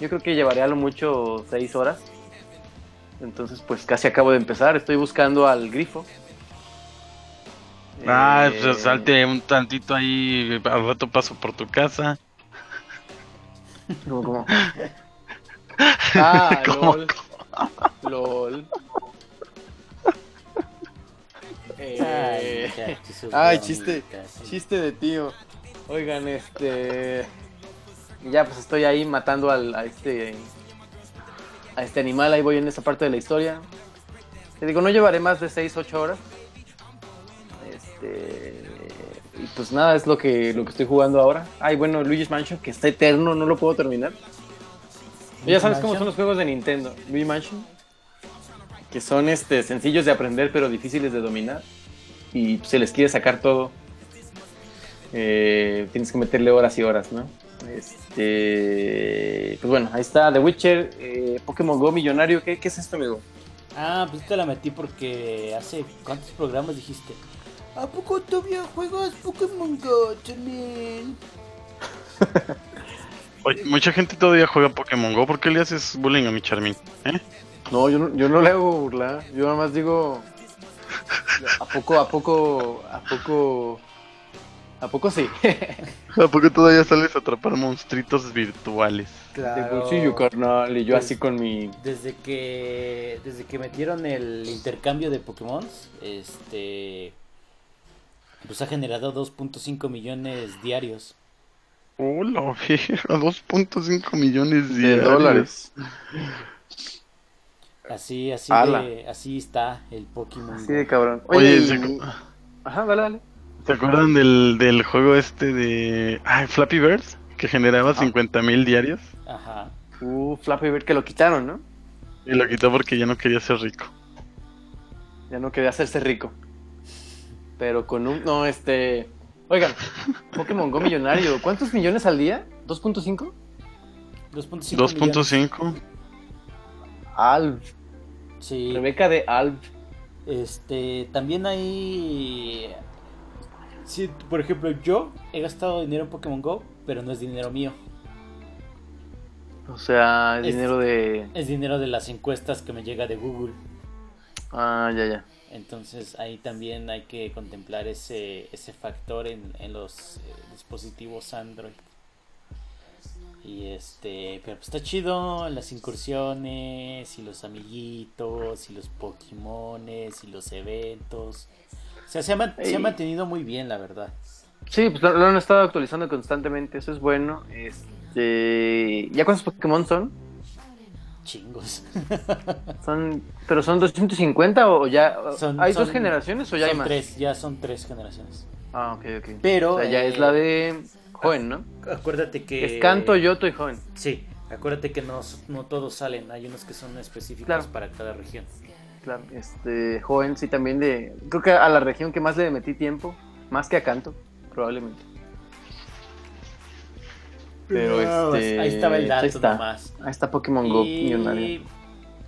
I: Yo creo que llevaré a lo mucho seis horas. Entonces, pues casi acabo de empezar. Estoy buscando al grifo.
H: Ah,
I: Eh,
H: pues, salte un tantito ahí, al rato paso por tu casa.
I: ¿Cómo, cómo? (laughs) Ah,
H: (laughs) ¿Cómo,
I: LOL. LOL. Eh,
M: Ay, muchachos,
I: Ay,
M: bonitas,
I: chiste.
M: sí.
I: Chiste de tío. Oigan, este. Ya pues estoy ahí matando al, a este. A este animal, ahí voy en esa parte de la historia. Te digo, no llevaré más de 6, 8 horas. Este. Y pues nada, es lo que, lo que estoy jugando ahora. Ay, bueno, Luigi's Mansion, que está eterno, no lo puedo terminar. Ya sabes cómo son los juegos de Nintendo. Luigi Mansion. Que son este, sencillos de aprender, pero difíciles de dominar. Y se les quiere sacar todo. Eh, tienes que meterle horas y horas, ¿no? Este. Pues bueno, ahí está The Witcher, eh, Pokémon Go Millonario. ¿Qué, qué es esto, amigo?
G: Ah, pues te la metí porque hace cuántos programas dijiste. ¿A poco todavía juegas Pokémon Go también?
H: Oye, mucha gente todavía juega Pokémon Go. ¿Por qué le haces bullying a mi Charmin? ¿Eh?
I: No, yo no, yo no le hago burlar. Yo nada más digo. ¿A poco, a poco, a poco. ¿A poco sí? (laughs)
H: ¿A poco todavía sales a atrapar monstruitos virtuales?
I: De bolsillo, carnal. Y yo así con mi.
G: Desde que desde que metieron el intercambio de Pokémon, este pues ha generado 2.5 millones diarios.
H: Hola, (laughs) oh, 2.5 millones
I: De
H: diarios.
I: dólares.
G: Así así
I: Ala.
G: de- así está el Pokémon.
I: Así de cabrón.
H: Oye,
I: y-
H: se-
I: ah. Ajá, dale, dale.
H: ¿Se acuerdan del, del juego este de ay, Flappy Bird? Que
I: Ah.
H: generaba 50 mil diarios.
G: Ajá.
I: Uh, Flappy Bird que lo quitaron, ¿no?
H: Y lo quitó porque ya no quería ser rico.
I: Ya no quería hacerse rico. Pero con un. No, este. Oigan, Pokémon Go millonario. ¿Cuántos millones al día? ¿2.5?
G: 2.5 millones.
H: 2.5.
I: Alv.
G: Sí.
I: Rebeca de Alv.
G: Este, también hay Sí, por ejemplo, yo he gastado dinero en Pokémon Go, pero no es dinero mío.
I: O sea, el
G: Es-
I: dinero de.
G: Es dinero de las encuestas que me llega de Google.
I: Ah, ya, ya.
G: Entonces ahí también hay que contemplar ese, ese factor en, en los eh, dispositivos Android. Y este, pero pues está chido las incursiones y los amiguitos y los Pokémones y los eventos. O sea, se ha, man- se ha
I: Ey.
G: mantenido muy bien, la verdad.
I: Sí, pues lo, lo han estado actualizando constantemente. Eso es bueno. Este. ¿Ya cuántos Pokémon son? (laughs)
G: Chingos.
I: son ¿Pero son 250 o ya.
G: Son-
I: ¿Hay
G: son-
I: dos generaciones o ya hay
G: son
I: más?
G: tres, ya son tres generaciones.
I: Ah, ok, ok.
G: Pero,
I: O sea, ya
G: eh,
I: es la de. Joven, ¿no?
G: Acuérdate que...
I: Es Canto, Yoto y Joven.
G: Sí, acuérdate que no, no todos salen, hay unos que son específicos
I: Claro.
G: para cada región.
I: Claro, este, joven, sí, también de. Creo que a la región que más le metí tiempo, más que a canto, probablemente. Pero
G: No,
I: este.
G: ahí estaba el
I: ahí
G: dato
I: está.
G: nomás.
I: Ahí está Pokémon Go, millonario.
G: Y,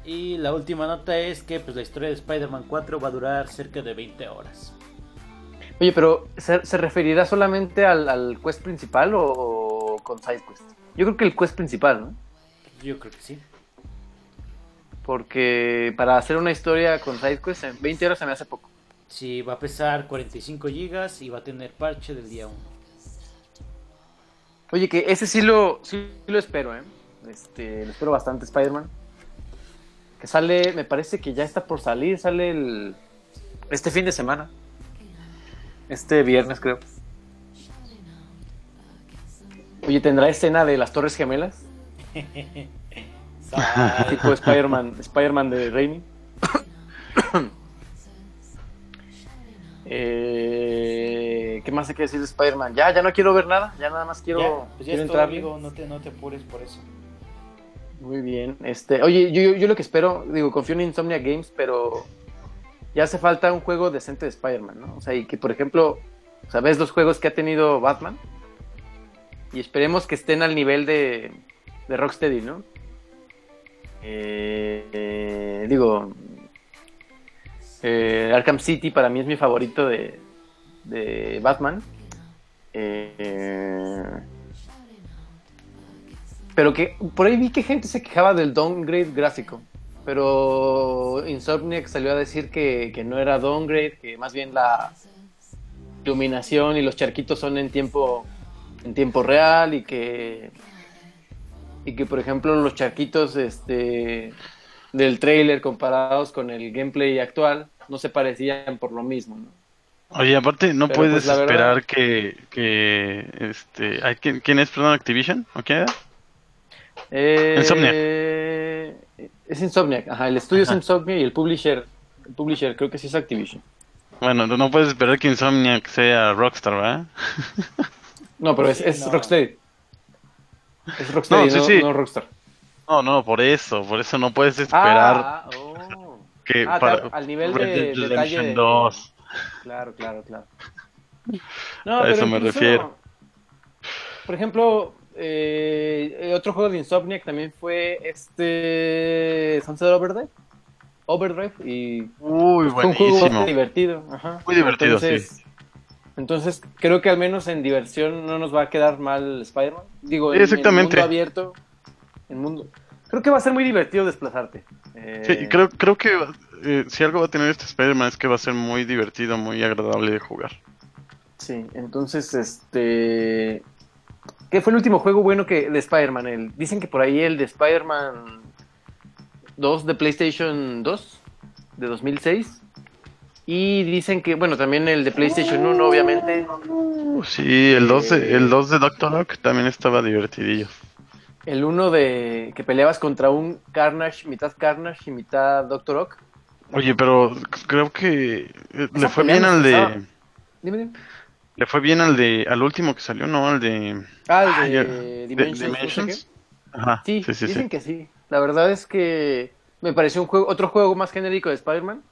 G: y la última nota es que pues la historia de Spider-Man 4 va a durar cerca de 20 horas.
I: Oye, pero ¿se, se referirá solamente al, al quest principal o, o con side quest? Yo creo que el quest principal, ¿no?
G: Yo creo que sí.
I: Porque para hacer una historia con side quest, en 20 horas se me hace poco.
G: Sí, va a pesar 45 gigas y va a tener parche del día 1.
I: Oye, que ese sí lo, sí lo espero, ¿eh? Este, lo espero bastante, Spider-Man. Que sale, me parece que ya está por salir, sale el, este fin de semana. Este viernes, creo. Oye, ¿tendrá escena de las
G: (laughs)
I: Torres Gemelas? Tipo Spider-Man Spider de Raimi. (coughs) Eh, ¿Qué más hay que decir de Spider-Man? Ya, ya no quiero ver nada, ya nada más quiero,
G: ya, pues ya
I: quiero
G: es todo,
I: entrarle.
G: amigo, no te, no te apures por eso.
I: Muy bien. Este, oye, yo, yo, yo lo que espero, digo, confío en Insomnia Games, pero ya hace falta un juego decente de Spider-Man, ¿no? O sea, y que, por ejemplo, ¿sabes los juegos que ha tenido Batman? Y esperemos que estén al nivel de, de Rocksteady, ¿no? Eh, eh, digo, eh, Arkham City para mí es mi favorito de, de Batman. Eh, eh, pero que por ahí vi que gente se quejaba del downgrade gráfico. Pero Insomniac salió a decir que, que no era downgrade, que más bien la iluminación y los charquitos son en tiempo en tiempo real y que y que por ejemplo los charquitos este del trailer comparados con el gameplay actual no se parecían por lo mismo, ¿no?
H: Oye, aparte, no
I: Pero,
H: puedes
I: pues, la verdad-
H: esperar que, que, este, ay, ¿quién, quién es, perdón, Activision? ¿O quién era?
I: Eh,
H: Insomniac.
I: Es Insomniac, ajá, el estudio es Insomniac y el publisher, el publisher creo que sí es Activision.
H: Bueno, no puedes esperar que Insomniac sea Rockstar, ¿verdad?
I: No, pero es,
G: Sí,
I: es
G: no.
I: Rocksteady. Es Rocksteady, no,
H: No, sí, sí.
I: no Rockstar.
H: No, no, por eso, por eso no puedes esperar
I: Ah, oh.
H: que
I: Ah,
H: para
I: al nivel
H: Red
I: de
H: Dead
I: detalle
H: Redemption
I: de-
H: 2.
I: Claro, claro, (laughs) claro.
H: A eso me refiero.
I: Por ejemplo, eh, eh, otro juego de Insomniac también fue este Sunset Overdrive. Overdrive y
H: Uy,
I: fue un
H: buenísimo.
I: juego bastante divertido. ajá.
H: Muy divertido,
I: entonces, Entonces, creo que al menos en diversión no nos va a quedar mal Spider-Man. Digo,
H: Sí,
I: en-
H: exactamente.
I: en mundo abierto, en mundo... Creo que va a ser muy divertido desplazarte.
H: Sí,
I: Eh,
H: creo, creo que eh, si algo va a tener este Spider-Man es que va a ser muy divertido, muy agradable de jugar.
I: Sí, entonces, este... ¿Qué fue el último juego bueno que de Spider-Man? El- Dicen que por ahí el de Spider-Man 2 de PlayStation 2 de 2006. Y dicen que, bueno, también el de PlayStation 1, obviamente.
H: Uh, sí, el 2 de, el 2 de Doctor Ock también estaba divertidillo.
I: El uno de que peleabas contra un Carnage, mitad Carnage y mitad Doctor Ock.
H: Oye, pero c- creo que eh, le
I: Esa
H: fue
I: pelea
H: bien
I: me
H: al de
I: gustaba. Dime, dime.
H: le fue bien al de al último que salió, ¿no? Al de
I: Ah, el
H: Ay,
I: de
H: el-
I: Dimensions. no sé
H: Dimensions.
I: qué.
H: Ajá,
I: Sí,
H: sí, sí,
I: dicen
H: sí.
I: que sí. La verdad es que me pareció un juego, otro juego más genérico de Spider-Man.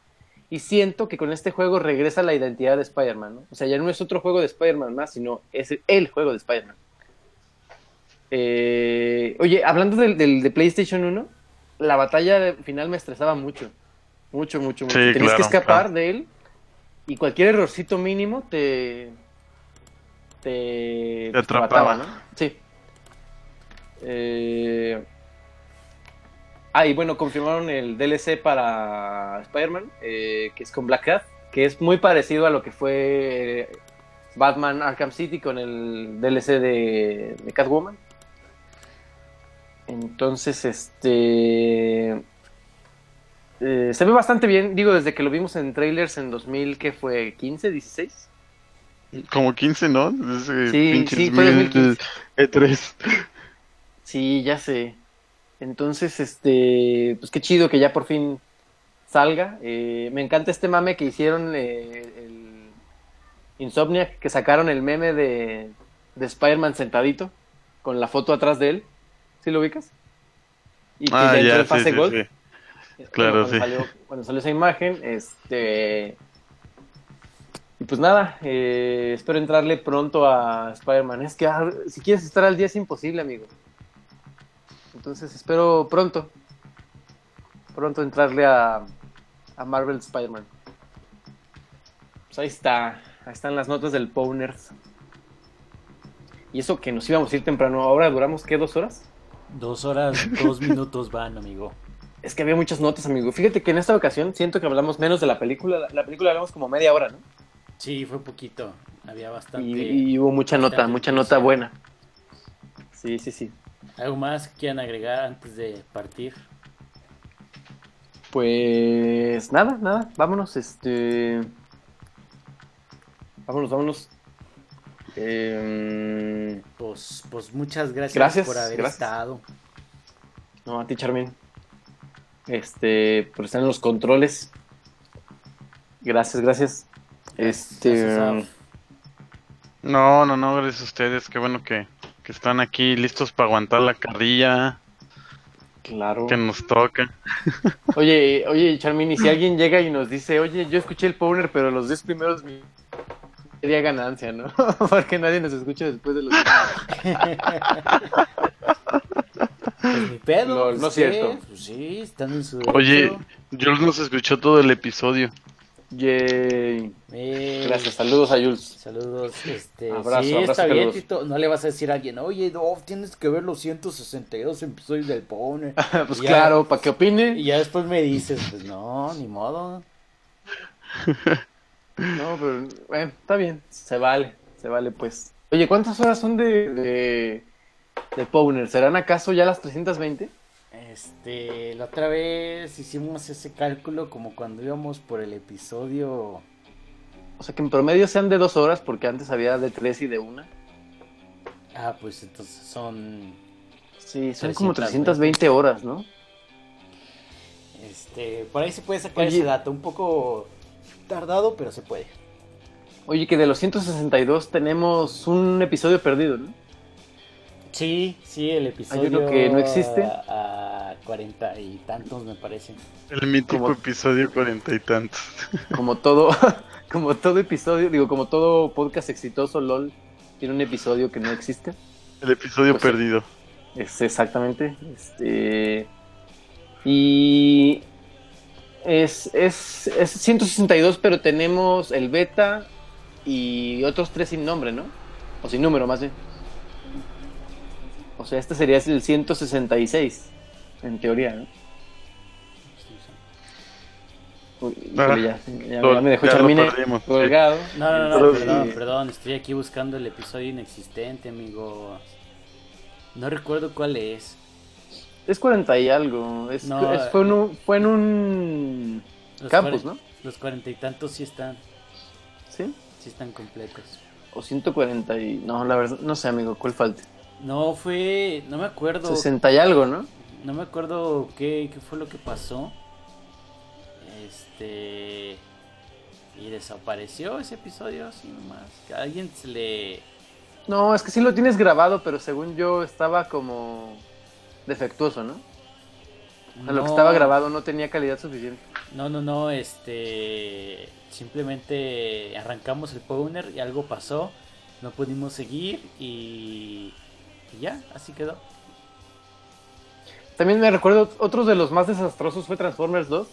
I: Y siento que con este juego regresa la identidad de Spider-Man. ¿no? O sea, ya no es otro juego de Spider-Man más, sino es el juego de Spider-Man. Eh, oye, hablando del, del- de PlayStation 1, la batalla de- final me estresaba mucho. Mucho, mucho, mucho.
H: Sí,
I: Tenías que
H: claro,
I: escapar
H: claro.
I: de él y cualquier errorcito mínimo te. Te, pues,
H: atrapaba.
I: mataba, ¿no? Sí. Eh, Ah, y bueno, confirmaron el DLC para Spider-Man, eh, que es con Black Cat, que es muy parecido a lo que fue eh, Batman Arkham City con el DLC de, de Catwoman. Entonces, este... eh, se ve bastante bien, digo, desde que lo vimos en trailers en 2000, que fue 15, 16.
H: Como 15, ¿no? Ese
I: Sí,
H: pinches
I: sí, fue
H: mil E
I: 2015.
H: E3.
I: Sí, ya sé. Entonces, este, pues qué chido que ya por fin salga. Eh, me encanta este mame que hicieron eh, el Insomniac, que sacaron el meme de, de Spider-Man sentadito, con la foto atrás de él. ¿Sí lo ubicas? Y que
H: Ah,
I: ya entró
H: ya,
I: en
H: sí,
I: fase
H: sí,
I: Gold.
H: sí.
I: Bueno,
H: Claro,
I: cuando
H: sí.
I: Salió, cuando salió esa imagen, este. Y pues nada, eh, espero entrarle pronto a Spider-Man. Es que ah, si quieres estar al día es imposible, amigo. Entonces espero pronto. Pronto entrarle a, a Marvel Spider-Man. Pues ahí está. Ahí están las notas del Powners. Y eso que nos íbamos a ir temprano. Ahora duramos, ¿qué? ¿Dos horas?
M: Dos horas, dos minutos van, amigo.
I: Es que había muchas notas, amigo. Fíjate que en esta ocasión siento que hablamos menos de la película. La, la película hablamos como media hora, ¿no?
M: Sí, fue poquito. Había bastante.
I: Y, y hubo mucha nota,
M: bastante
I: mucha
M: intenso.
I: nota buena. Sí, sí, sí.
M: ¿Algo más que quieran agregar antes de partir?
I: Pues nada, nada. Vámonos, este. Vámonos, vámonos. Em,
M: Pues, pues muchas gracias,
I: Gracias,
M: por haber
I: gracias.
M: estado.
I: No, a ti, Charmin. Este, por estar en los controles. Gracias, gracias. Este.
M: Gracias, Af.
H: No, no, no, gracias a ustedes. Qué bueno que, que están aquí listos para aguantar la carrilla
I: claro.
H: que nos toca.
I: Oye, oye, Charmini, si alguien llega y nos dice, oye, yo escuché el Powner, pero los 10 primeros mi- sería ganancia, ¿no? (laughs) Porque nadie nos escucha después de los.
M: Pues mi pedo.
I: No,
M: pues,
I: no es
M: ¿qué?
I: cierto.
M: Pues sí, están en su.
H: Oye,
M: derecho.
H: Jules nos escuchó todo el episodio.
I: Yay.
M: Eh,
I: Gracias, saludos a Jules.
M: Saludos, este,
I: Abrazo,
M: sí,
I: abrazo
M: está bien,
I: caluroso.
M: Tito. No le vas a decir a alguien, oye, Dov, tienes que ver los 162 episodios del Powner.
I: (laughs) Pues
M: Y ya-
I: claro, para que opine.
M: Y ya después me dices, pues no, ni modo.
I: No, pero, bueno, está bien, se vale, se vale, pues. Oye, ¿cuántas horas son de, de, de Powner? ¿Serán acaso ya las 320?
M: Este, la otra vez hicimos ese cálculo como cuando íbamos por el episodio.
I: O sea, que en promedio sean de dos horas, porque antes había de tres y de una.
M: Ah, pues entonces son.
I: Sí, son como
M: 320.
I: 320 horas, ¿no?
M: Este, por ahí se puede sacar
I: Oye.
M: ese dato. Un poco tardado, pero se puede.
I: Oye, que de los 162 tenemos un episodio perdido, ¿no?
M: Sí, sí, el episodio.
I: que no existe.
M: ah,
G: cuarenta y tantos, me parece.
H: El mítico episodio cuarenta y tantos.
I: Como todo, (laughs) como todo episodio, digo, como todo podcast exitoso, LOL tiene un episodio que no existe.
H: El episodio
I: Pues,
H: perdido.
I: Es exactamente. Este. Y. Es, es, es 162, pero tenemos el beta y otros tres sin nombre, ¿no? O sin número, más bien. O sea, este sería el 166, en teoría, ¿no? Uy, híjole,
H: Ah,
I: ya, ya-
H: lo-
I: ya me dejó
H: ya lo
I: Charmine
H: perdimos, sí.
I: colgado.
G: No, no, no,
I: Entonces,
G: perdón,
I: sí.
G: perdón, estoy aquí buscando el episodio inexistente, amigo. No recuerdo cuál es.
I: Es 40 y algo. Es,
G: No,
I: es- fue, en un, fue en un
G: Los
I: campus,
G: cuaren-
I: ¿no?
G: Los cuarenta y tantos sí están,
I: Sí.
G: sí están completos.
I: O 140 y... No, la verdad, no sé, amigo, ¿cuál falta?
G: No, fue, no me acuerdo.
I: 60 y algo, ¿no?
G: No me acuerdo qué, qué fue lo que pasó. Este. Y desapareció ese episodio así nomás. Que a alguien se le.
I: No, es que sí lo tienes grabado, pero según yo estaba como defectuoso, ¿no? O sea, Lo que
G: No.
I: estaba grabado no tenía calidad suficiente.
G: No, no, no, este. Simplemente arrancamos el powner y algo pasó. No pudimos seguir y. y ya, así quedó.
I: También me recuerdo, otro de los más desastrosos fue Transformers 2,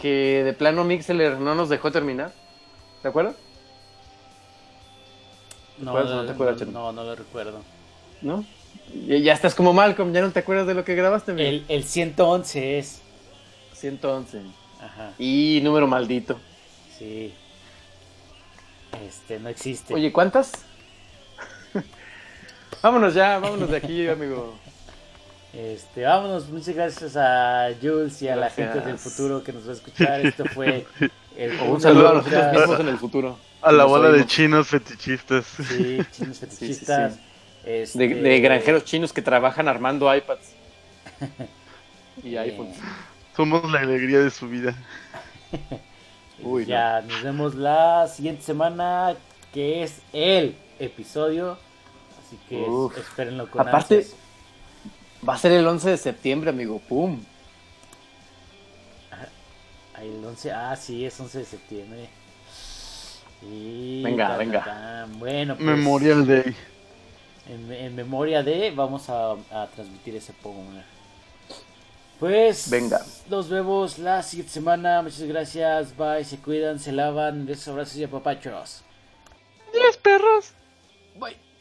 I: que de plano Mixeler no nos dejó terminar. ¿Te acuerdas?
G: No,
I: acuerdas o no te acuerdas,
G: no,
I: Chema?
G: no, no lo recuerdo.
I: ¿No? Ya ya estás como Malcolm, ya no te acuerdas de lo que grabaste, amigo.
G: El, el 111 es.
I: 111.
G: Ajá,
I: Y número maldito.
G: sí. Este, no existe.
I: Oye, ¿cuántas? (laughs) vámonos ya, vámonos de aquí, amigo.
G: Este, vámonos, muchas gracias a Jules y a la
I: Gracias.
G: gente del futuro que nos va a escuchar. Esto
I: (laughs)
G: fue el
I: O un saludo a nosotros
G: podcast.
I: mismos en el futuro.
H: A la
I: Nos
H: bola de
I: oímos.
H: chinos fetichistas.
G: Sí, chinos fetichistas.
I: Sí,
G: Este,
I: de, de granjeros chinos que trabajan armando (laughs) iPads. Y
G: eh,
I: iPhones.
H: Somos la alegría de su vida.
I: Uy,
G: ya, nos vemos la siguiente semana, que es el episodio. Así que es-
I: Uf.
G: espérenlo con
I: Aparte-
G: ansias.
I: Va a ser el 11 de septiembre, amigo. ¡Pum!
G: Ahí el 11, ah, sí, es 11 de septiembre. Y
I: Venga, venga.
G: Bueno, pues,
H: Memorial Day.
G: En, en memoria de, vamos a, a transmitir ese Pokémon. Pues,
I: Venga.
G: nos vemos la siguiente semana. Muchas gracias. Bye. Se cuidan, se lavan. Besos, abrazos y apapachos.
O: Diez perros.
I: Bye.